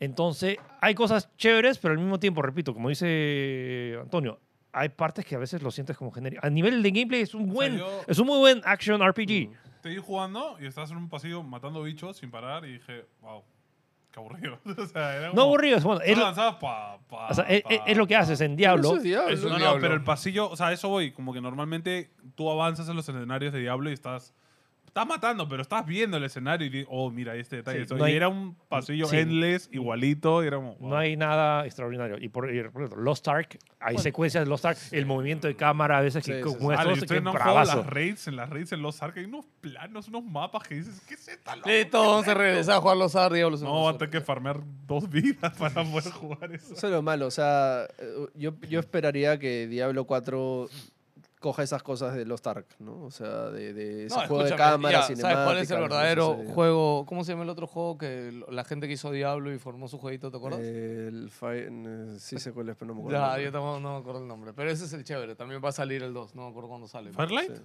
D: Entonces, hay cosas chéveres, pero al mismo tiempo, repito, como dice Antonio, hay partes que a veces lo sientes como genérico. A nivel de gameplay es un buen,
B: yo-
D: es un muy buen action RPG.
B: Te vi jugando y estabas en un pasillo matando bichos sin parar y dije, wow, qué aburrido. o sea, era
D: No
B: como-
D: aburrido, es bueno. Es
B: solo
D: lo,
B: avanzabas pa, pa,
D: o sea, es-
B: pa,
D: es- es lo que haces en Diablo.
C: Eso es diablo.
E: Eso-
B: No,
E: un
B: no,
E: Diablo.
B: pero el pasillo, o sea, eso voy, como que normalmente tú avanzas en los escenarios de Diablo y estás estás matando, pero estás viendo el escenario y di- oh, mira este detalle,
D: Sí,
B: esto.
D: no hay-
B: y era un pasillo
D: sí.
B: endless igualito, y era como, wow.
D: No hay nada extraordinario. Y por, y por ejemplo, Lost Ark, hay secuencias de Lost Ark, el movimiento de cámara a veces
C: Sí,
D: que
C: sí,
D: como
C: sí.
D: es
B: Ah,
D: todo,
B: yo
D: se
B: estoy
D: queda
B: no juego
D: bravazo.
B: las raids, en las raids en los arcades hay unos planos, unos mapas que dices, ¿qué es esta loco?
E: Listo, vamos a regresar a jugar los Ark Diablo.
B: No, va a tener que farmear dos vidas para poder jugar eso.
C: Eso es lo malo. O sea, eh, yo, yo esperaría que Diablo 4 coja esas cosas de Lost Ark, ¿no? O sea, de, de ese juego de cámara, cinemática.
E: ¿Sabes cuál es el
C: no sé,
E: verdadero
C: ese-
E: juego? ¿Cómo se llama el otro juego que lo- la gente que hizo Diablo y formó su jueguito, ¿te acuerdas?
C: El Fire- eh, sí sé cuál es, pero Eh, no me acuerdo.
E: Ya,
C: el
E: yo
C: nombre.
E: tampoco no me acuerdo el nombre. Pero ese es el chévere. También va a salir el 2. No me acuerdo cuándo sale.
B: ¿Firelight?
C: Sí.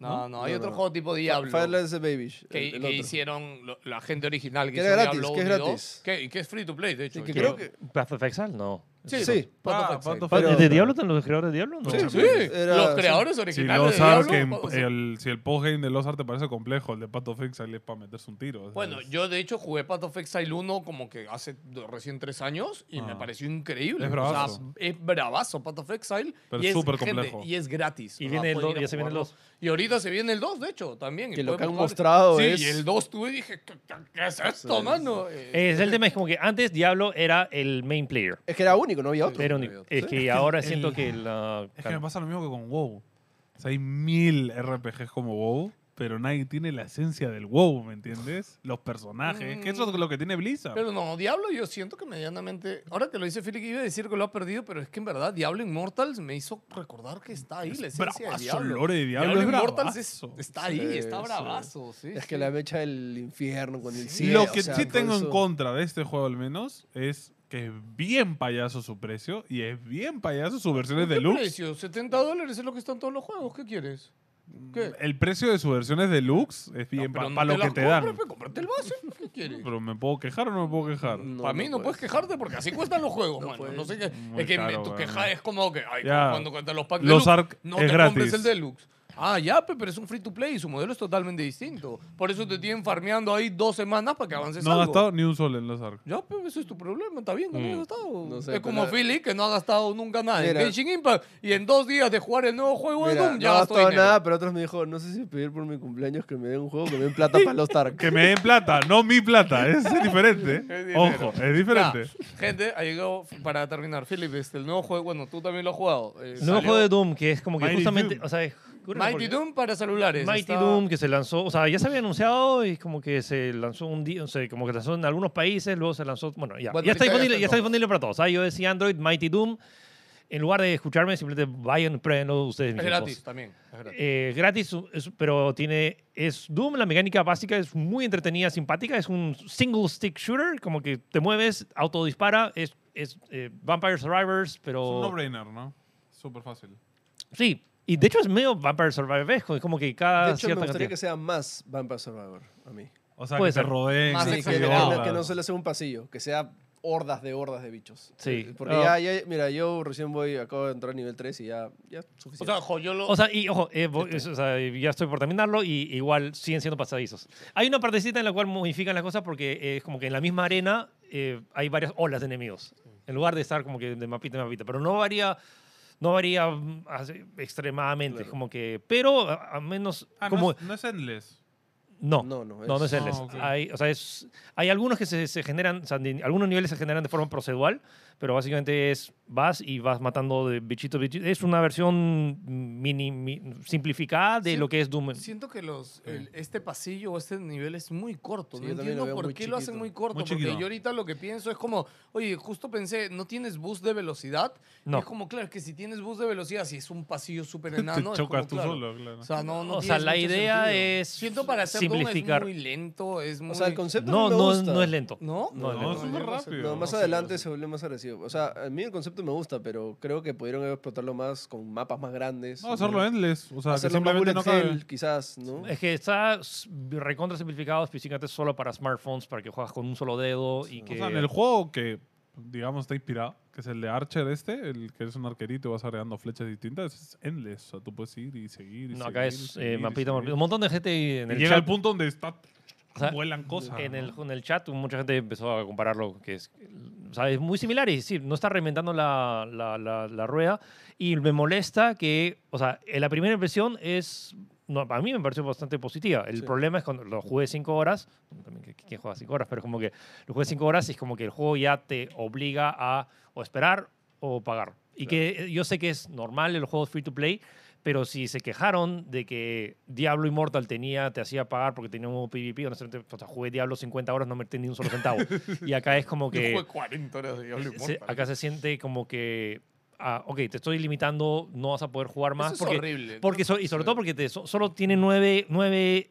E: No, no, hay
C: No,
E: otro
C: no.
E: juego tipo Diablo.
C: Firelight is the Babish.
E: que,
C: el- el
E: que
C: otro.
E: hicieron lo- la gente original. Que
C: Que era
E: hizo
C: gratis,
E: Diablo
C: que es
E: 1 y 2,
C: gratis.
E: Que, y que es free to play, de hecho.
C: Sí, que
E: creo.
C: creo que...
D: ¿Path of Exile? No.
E: Sí,
C: Sí.
E: Path
B: Ah,
E: of Exile.
B: Path of
C: Pero-
D: ¿De Diablo? están ¿Los creadores de Diablo? No.
E: Sí, sí.
C: Era-
E: los
C: sí.
E: creadores
B: Si
E: originales
B: los
E: de Diablo.
B: que
E: o sea,
B: el, si el postgame de los Ark te parece complejo, el de Pato Fix es para meterse un tiro. o sea,
E: Bueno,
B: es-
E: yo de hecho jugué Path of Exile 1 como que hace do- recién tres años y me
B: Ah.
E: pareció increíble.
B: Es
E: O sea,
B: bravazo.
E: es bravazo Path of Exile.
B: Pero
E: y
B: es
E: es
B: súper
E: gente,
B: complejo.
E: Y es gratis.
D: Y
E: o sea,
D: viene el
E: pueden
D: dos,
E: ir a
D: ya se viene el
E: jugarlo.
D: dos.
E: Y ahorita se viene el 2, de hecho, también. y
C: Que lo que
E: pueden
C: han
E: jugar.
C: mostrado
E: sí,
C: es-
E: y el 2 tuve y dije, ¿qué, qué- qué es esto, mano? Eh,
D: Es el tema, es como que antes Diablo era el main player.
C: Es que era único, no había otro.
D: Era un-
E: otro.
D: es que ahora siento que la...
B: Es que me pasa lo mismo que con WoW. O sea, hay mil RPGs como WoW, pero nadie tiene la esencia del WoW, ¿me entiendes? Los personajes. que eso es lo que tiene Blizzard.
E: Pero no, Diablo yo siento que medianamente... Ahora que lo dice Philip, iba a decir que lo ha perdido, pero es que en verdad Diablo Immortals me hizo recordar que está ahí la esencia de
B: bravazo,
E: Diablo.
B: el lore de Diablo es
E: Immortals es-
B: bravazo.
E: está ahí,
C: Sí,
E: está
C: sí.
E: bravazo. Sí,
C: Es
E: sí.
C: que la mecha del infierno con el
B: Sí,
C: cielo.
B: lo que
C: o sea,
B: sí
C: todo
B: tengo en
C: eso.
B: contra de este juego, al menos, es que es bien payaso su precio y es bien payaso sus versiones
E: ¿Qué
B: deluxe.
E: precio? 70 dólares es lo que están todos los juegos. ¿Qué quieres? ¿Qué?
B: El precio de sus versiones deluxe es bien
E: Pero
B: para
E: no
B: lo que
E: las
B: te dan.
E: compras, pe, cómprate el base. pe, ¿Qué quieres?
B: Pero ¿me puedo quejar o no me puedo quejar?
C: No,
E: Para mí no puedes quejarte porque así cuestan los juegos,
C: No
E: mano.
C: puedes.
E: No sé qué.
B: Muy
E: es que me-
B: caro,
E: tu
B: weón.
E: queja es como que, ay,
B: Ya.
E: cuando cuentan los packs
B: Los
E: deluxe,
B: Ark
E: no
B: es
E: te
B: gratis.
E: compres el deluxe. Ah, ya, pe, pero es un free to play y su modelo es totalmente distinto. Por eso te tienen farmeando ahí dos semanas para que avances
B: No ha
E: algo.
B: gastado ni un sol en los arcos.
E: Ya, pero ese es tu problema, está bien, que no
B: Mm.
E: hayas gastado.
C: No sé,
E: es
C: pero
E: como
C: la-
E: Philly, que no ha gastado nunca nada en
C: Mira.
E: Genshin Impact y en dos días de jugar el nuevo juego de
C: Mira,
E: Doom ya
C: no
E: gastó
C: gastó
E: dinero.
C: nada, pero otros me dijo, no sé si pedir por mi cumpleaños que me den un juego que me den plata para los Tark.
B: Que me den plata, no mi plata. Es diferente.
E: dinero.
B: Ojo, es diferente.
E: Ya, gente, ha llegado para terminar. Philip, este, el nuevo juego, bueno, tú también lo has jugado. eh,
D: El nuevo
E: salió
D: juego de Doom, que es como que
B: Mighty
D: justamente...
B: Doom.
D: O sea, es-
E: Mighty Doom para celulares.
D: Mighty
E: está-
D: Doom que se lanzó, o sea, ya se había anunciado y como que se lanzó un día, o sea, como que se lanzó en algunos países, luego se lanzó, bueno, ya,
E: Bueno,
D: ya,
E: ahorita ya
D: está, disponible,
E: está en
D: ya está
E: todos.
D: disponible para todos, iOS y Android, Mighty Doom. En lugar de escucharme, simplemente vayan, pruébenlo ustedes
E: Es
D: mismos.
E: gratis también. es gratis.
D: Eh, gratis, u- es- pero tiene. Es Doom, la mecánica básica es muy entretenida, simpática. Es un single stick shooter, como que te mueves, autodispara. Es, es eh, Vampire Survivors,
B: Es un
D: pero.
B: no-brainer, ¿no? Eh, Súper fácil.
D: sí, y de hecho es medio Vampire Survivors, es como que cada
C: De hecho, me
D: cierta
C: gustaría
D: cantidad.
C: que sea más Vampire Survivor a mí.
B: O sea,
D: Puede
B: que se
D: ser.
B: rodeen.
E: Más
C: Sí,
B: que
C: que,
B: se
C: que
E: exagerado.
B: jodan.
C: no- que no solo sea un pasillo, que sea hordas de hordas de bichos.
D: Sí.
C: Eh, Porque
D: Ah.
C: ya, ya- mira, yo recién voy, acabo de entrar a nivel 3 y ya, ya es
E: O
C: suficiente.
E: sea, jo, yo lo...
D: O sea, y ojo, eh, voy- es- o sea, ya estoy por terminarlo y igual siguen siendo pasadizos. Hay una partecita en la cual modifican las cosas porque eh, es como que en la misma arena eh, hay varias olas de enemigos. En lugar de estar como que de mapita en mapita. Pero no varía, no varía mm, así extremadamente. Es como que. Pero a- al menos.
B: Ah, no
D: como,
B: es- no es endless.
D: no, no,
C: No, no,
D: no,
C: es-
D: es endless.
B: Ah, ok.
D: hay, o sea, es- hay algunos que se, se generan, o sea, de- algunos niveles se generan de forma procedural, pero básicamente es vas y vas matando de bichitos, bichitos. Es una versión mini, mi- simplificada de
E: Sí,
D: lo que es Doom.
E: Siento que los, el- este pasillo o este nivel es muy corto.
C: Sí,
E: no
C: yo también lo
E: entiendo
C: veo
E: por
C: muy
E: qué lo hacen
C: chiquito.
E: muy corto.
B: Muy
E: porque
B: chiquito.
E: yo ahorita lo que pienso es como, oye, justo pensé, ¿no tienes bus de velocidad?
D: No.
E: Es como, claro, es que si tienes bus de velocidad, si es un pasillo súper
B: Te
E: enano. es como,
B: chocas tú
E: claro,
B: solo, claro.
E: O sea, no, no
D: O sea,
E: tienes
D: la
E: mucho
D: idea
E: sentido.
D: es
E: Siento para hacer Doom es
D: simplificar.
E: muy lento, es muy...
C: O sea, el concepto
D: No,
C: me
D: no,
C: gusta.
D: no es lento.
E: ¿No?
B: No,
D: No,
B: es
E: yo
B: súper
E: no sé.
B: rápido.
C: No, más
E: No sé,
C: adelante
E: no sé.
C: se vuelve más agresivo. O sea, a mí el concepto concepto me gusta, pero creo que pudieron explotarlo más con mapas más grandes.
B: No, hacerlo endless. O sea, que
C: Hacerlo más bullet
B: simplemente no cabe.
C: hell, quizás, ¿no?
D: Es que está s- recontra simplificado, específicamente solo para smartphones, para que juegas con un solo dedo y que...
B: O sea, en el juego que, digamos, está inspirado, que es el de Archer este, el que eres un arquerito y vas agregando flechas distintas, es endless. O sea, tú puedes ir y seguir y
D: no,
B: seguir,
D: acá
B: y
D: es
B: seguir,
D: eh,
B: y
D: mapita,
B: seguir.
D: mapita. Un montón de gente en
B: Y
D: el
B: llega
D: chat.
B: el punto donde está,
D: O sea,
B: vuelan cosas.
D: en,
B: ¿no?
D: el, en el chat mucha gente empezó a compararlo, que es, o sea, es muy similar y sí, no está reinventando la, la- la- la rueda. Y me molesta que, o sea, eh, la primera impresión es, no, a mí me pareció bastante positiva. El
C: Sí.
D: problema es cuando lo jugué cinco horas, también que, que juega cinco horas, pero como que lo jugué cinco horas y es como que el juego ya te obliga a o esperar o pagar. Y que eh, yo sé que es normal en los juegos free to play, pero si se quejaron de que Diablo Immortal tenía, te hacía pagar porque tenía un nuevo PvP, honestamente, o sea, jugué Diablo 50 horas, no me ni un solo centavo. y acá es como
E: Yo
D: que.
E: jugué 40 horas de Diablo
D: se-
E: Immortal.
D: Eh, acá se siente como que. Ah, ok, te estoy limitando, no vas a poder jugar
E: Eso
D: más.
E: es
D: porque,
E: horrible.
D: porque so- y sobre todo porque te, so- solo tiene nueve, nueve,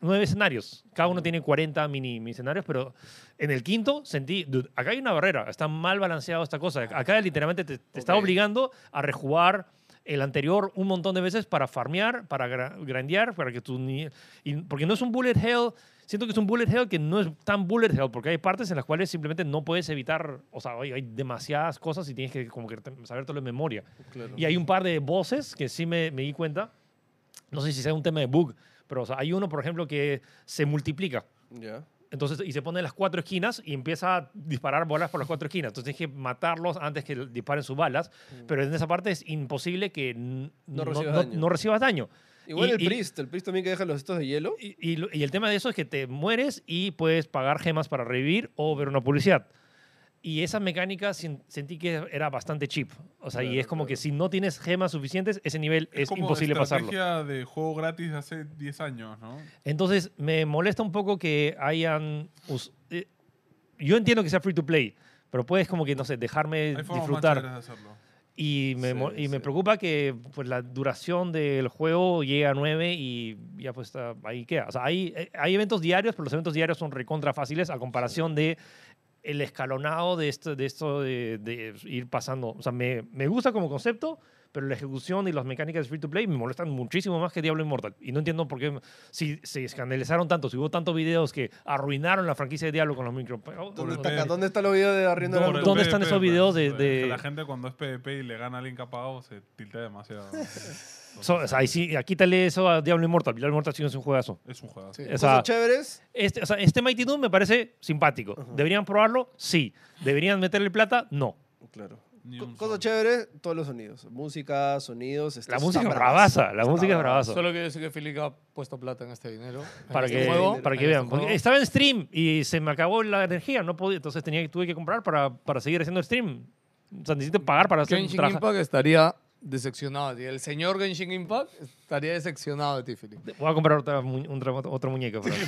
D: nueve escenarios. Cada uno tiene 40 mini, mini escenarios, pero en el quinto sentí, dude, acá hay una barrera, está mal balanceado esta cosa. Acá literalmente te, te está
E: Ok.
D: obligando a rejugar el anterior un montón de veces para farmear, para gra- grandear, para que tú... ni- y- porque no es un bullet hell, siento que es un bullet hell que no es tan bullet hell, porque hay partes en las cuales simplemente no puedes evitar, o sea, hay, hay demasiadas cosas y tienes que como que te- sabértelo en memoria.
C: Claro.
D: Y hay un par de voces que sí me, me di cuenta. No sé si sea un tema de bug, pero o sea, hay uno, por ejemplo, que se multiplica.
C: Ya.
D: Entonces, y se pone en las cuatro esquinas y empieza a disparar bolas por las cuatro esquinas. Entonces tienes que matarlos antes que disparen sus balas. Pero en esa parte es imposible que n-
C: Mm. No recibas daño.
D: no recibas daño.
C: Igual
D: Y-
C: el
D: y-
C: Priest, el Priest también que deja los estos de hielo.
D: y, y lo- y el tema de eso es que te mueres y puedes pagar gemas para revivir o ver una publicidad. Y esa mecánica sin- sentí que era bastante cheap. O sea, y
C: Claro,
D: es como
C: claro.
D: que si no tienes gemas suficientes, ese nivel es, imposible pasarlo.
B: Es como estrategia de juego gratis de hace 10 años, ¿no?
D: Entonces, me molesta un poco que hayan... us- eh, yo entiendo que sea free to play, pero puedes como que, no sé, dejarme
B: Hay formas
D: disfrutar.
B: más chéveres de hacerlo.
D: Y me,
C: Sí,
D: mo- y me
C: sí.
D: preocupa que pues, la duración del juego llegue a 9 y ya pues está- ahí queda. O sea, hay, eh, hay eventos diarios, pero los eventos diarios son recontra fáciles a comparación de el escalonado de esto de, esto de, de ir pasando. O sea, me, me gusta como concepto, pero la ejecución y las mecánicas de free to play me molestan muchísimo más que Diablo Immortal. Y no entiendo por qué, si se escandalizaron tanto, si hubo tantos videos que arruinaron la franquicia de Diablo con los micro... oh,
C: ¿Dónde,
B: Por el-
C: está, acá? ¿Dónde está los videos de arriendo
D: ¿Dónde-
B: Por el
C: la
D: dónde están
B: PvP,
D: esos videos de-
B: man. Es pues, que
D: de-
B: La gente cuando es PvP y le gana a alguien capado se tilta demasiado. Entonces,
D: So- o sea, ahí sí, quítale eso a Diablo Immortal. Diablo Immortal sí es un juegazo.
B: es un juego.
E: Sí.
D: O sea,
C: Cosas chéveres.
D: Este, o sea, este Mighty Doom me parece simpático. ¿Deberían probarlo? Sí. ¿Deberían meterle plata? No.
C: Claro.
B: Ni
C: Co-
B: un
C: Cosas
B: solo.
C: chéveres, todos los sonidos. Música, sonidos. está-
D: La
C: está
D: música es
C: bravazo.
D: bravaza. La
C: Está
D: música es
C: bravazo.
D: bravaza.
E: Solo que yo sé que Filipe ha puesto plata en este dinero. en
D: Para
E: este
D: que,
E: juego,
D: para que
E: en este
D: vean. Porque
E: juego.
D: estaba en stream y se me acabó la energía. No podía, entonces tenía, que- tuve que comprar para, para seguir haciendo el stream. O sea, necesito pagar para hacer
E: Genshin
D: trabajar.
E: Impact estaría decepcionado de ti. El señor Genshin Impact estaría decepcionado de ti, Filipe.
D: Voy a comprar otra mu- un tra- otro muñeco. pero-
B: No,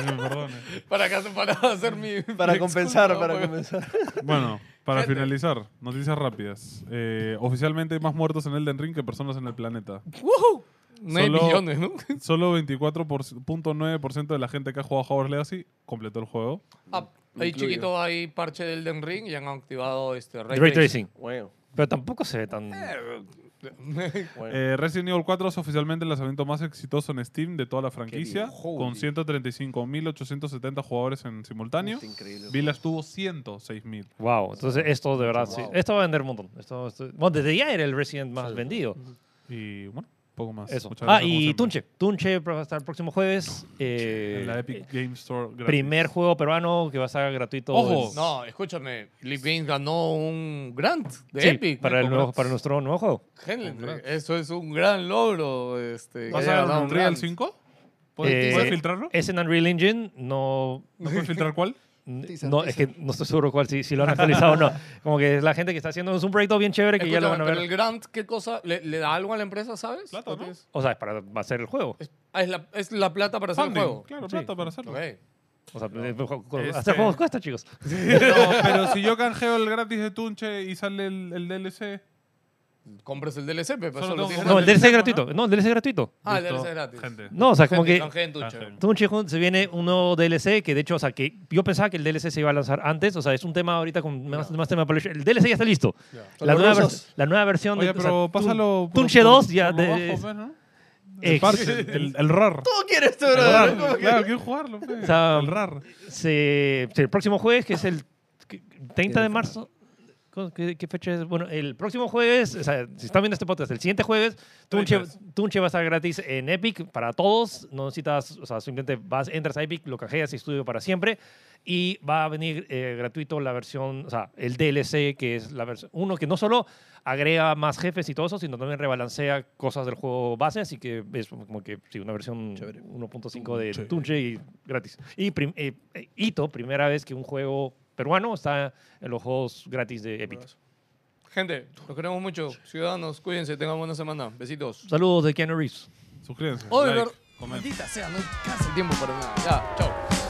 B: eh. que me perdone.
E: Para, acá- para hacer mi.
C: Para
E: mi
C: compensar,
E: excusa, pues.
C: para
E: porque-
C: compensar.
B: Eh, Bueno, para
E: Gente.
B: finalizar, noticias rápidas. Eh, oficialmente hay más muertos en Elden Ring que personas en el planeta.
E: ¡Woohoo! No hay
B: Solo-
E: millones, ¿no?
B: Solo 24.9% de la gente que ha jugado Hogwarts Legacy completó el juego.
E: Ah,
C: Me
E: ahí
C: incluyo.
E: chiquito hay parche del Den Ring y han activado este Ray,
D: Ray
E: Tracing.
D: Tracing.
C: Bueno,
D: Pero tampoco se ve tan...
C: Eh. bueno.
B: Eh, Resident Evil 4 es oficialmente el lanzamiento más exitoso en Steam de toda la franquicia,
C: bien, joder.
B: con 135.870 jugadores en simultáneo.
C: Está increíble.
B: Village tuvo 106.000.
D: Wow. Entonces esto de verdad sí.
C: Wow.
D: Esto va a vender un montón. Esto, esto- bueno, desde ya era el Resident más vendido.
B: Y bueno, poco más.
D: Eso.
B: Pues, Muchas
D: Ah,
B: gracias, como
D: y
B: siempre.
D: Tunche. Tunche va a estar el próximo jueves. eh,
B: En la Epic Game Store. gratis.
D: Primer juego peruano que va a estar gratuito.
B: Ojo.
D: el-
E: No, escúchame, Leap Games ganó un grant de
D: Sí,
E: Epic.
D: para, el
E: Congrats.
D: nuevo- para nuestro nuevo juego.
E: Henry,
B: Un grant.
E: Eso es un gran logro. Este,
B: ¿Vas
E: que
B: a
E: haya
B: ver
E: ganado un
B: un Real
E: grant.
B: 5? ¿Puedes,
D: Eh,
B: puedes filtrarlo?
D: Es en Unreal Engine, no...
B: ¿No puedes filtrar cuál?
C: Teaser,
D: no, es que no estoy seguro cuál, si, si lo han actualizado o no. Como que es la gente que está haciendo... Es un proyecto bien chévere que ya lo van a
E: Escúchame,
D: ver.
E: pero el grant, ¿qué cosa? ¿Le, le da algo a la empresa, sabes?
B: Plata, ¿no?
E: Es,
D: O sea, es para hacer el juego.
E: ah, es la, es la plata para hacer
B: Funding,
E: el juego.
B: Claro,
D: Sí.
B: plata para hacerlo.
E: Ok.
D: O sea, el juego-
B: Este-
D: hacer juegos cuesta, chicos.
B: No, pero si yo canjeo el gratis de Tunche y sale el, el DLC,
E: compres el DLC, pero
B: Solo
E: solo
B: tengo
E: tienes
B: que
D: No, el
E: gratis.
D: DLC es gratuito. No, el DLC es gratuito.
E: Ah, el DLC
B: Listo,
E: es gratis.
B: Gente.
D: No, o sea, como
E: Gente,
D: que.
E: con gente,
B: Ah,
E: chévere.
D: Todo un chico, se viene un nuevo DLC que de hecho, o sea, que yo pensaba que el DLC se iba a lanzar antes, o sea, es un tema ahorita con más, más tema de Polish. El DLC ya está listo. La
C: Son
D: nueva,
C: los
D: vers-
C: rusos.
D: la nueva versión
B: Oye,
D: de. o sea,
B: pero
D: Tun-
B: pásalo. por-
D: Tunche
B: por-
D: 2 ya.
B: por
D: de-
B: abajo, pues, ¿no? El
D: ex-
B: parche, el, el RAR.
C: ¿Cómo quieres tú,
B: El
C: brother? ¿Cómo
B: RAR,
C: quieres?
B: claro, quiero jugarlo. pues,
D: O sea,
B: el RAR.
D: se- sí, el próximo jueves, que es el que- 30 de
C: Tiene
D: marzo. ¿Cómo- ¿Qué, qué fecha es? Bueno, el próximo jueves, o sea, si están viendo este podcast, el siguiente jueves, Tunche,
B: 30.
D: Tunche va a estar gratis en Epic para todos. No necesitas, o sea, simplemente vas, entras a Epic, lo cajeas y estudio para siempre. Y va a venir eh, gratuito la versión, o sea, el DLC, que es la versión. Uno que no solo agrega más jefes y todo eso, sino también rebalancea cosas del juego base. Así que es como que, sí, una versión
C: Chévere.
D: 1.5 de Tunche y gratis. Y prim- eh, eh, Hito, primera vez que un juego peruano está en los juegos gratis de Epic.
E: Gente, los queremos mucho. Ciudadanos, cuídense, tengan buena semana. Besitos.
D: Saludos de Keanu Reeves.
B: Suscríbanse.
E: Oye,
B: like,
E: pero-
B: comenten.
E: Maldita sea, no alcanza el tiempo para nada. Ya, chao.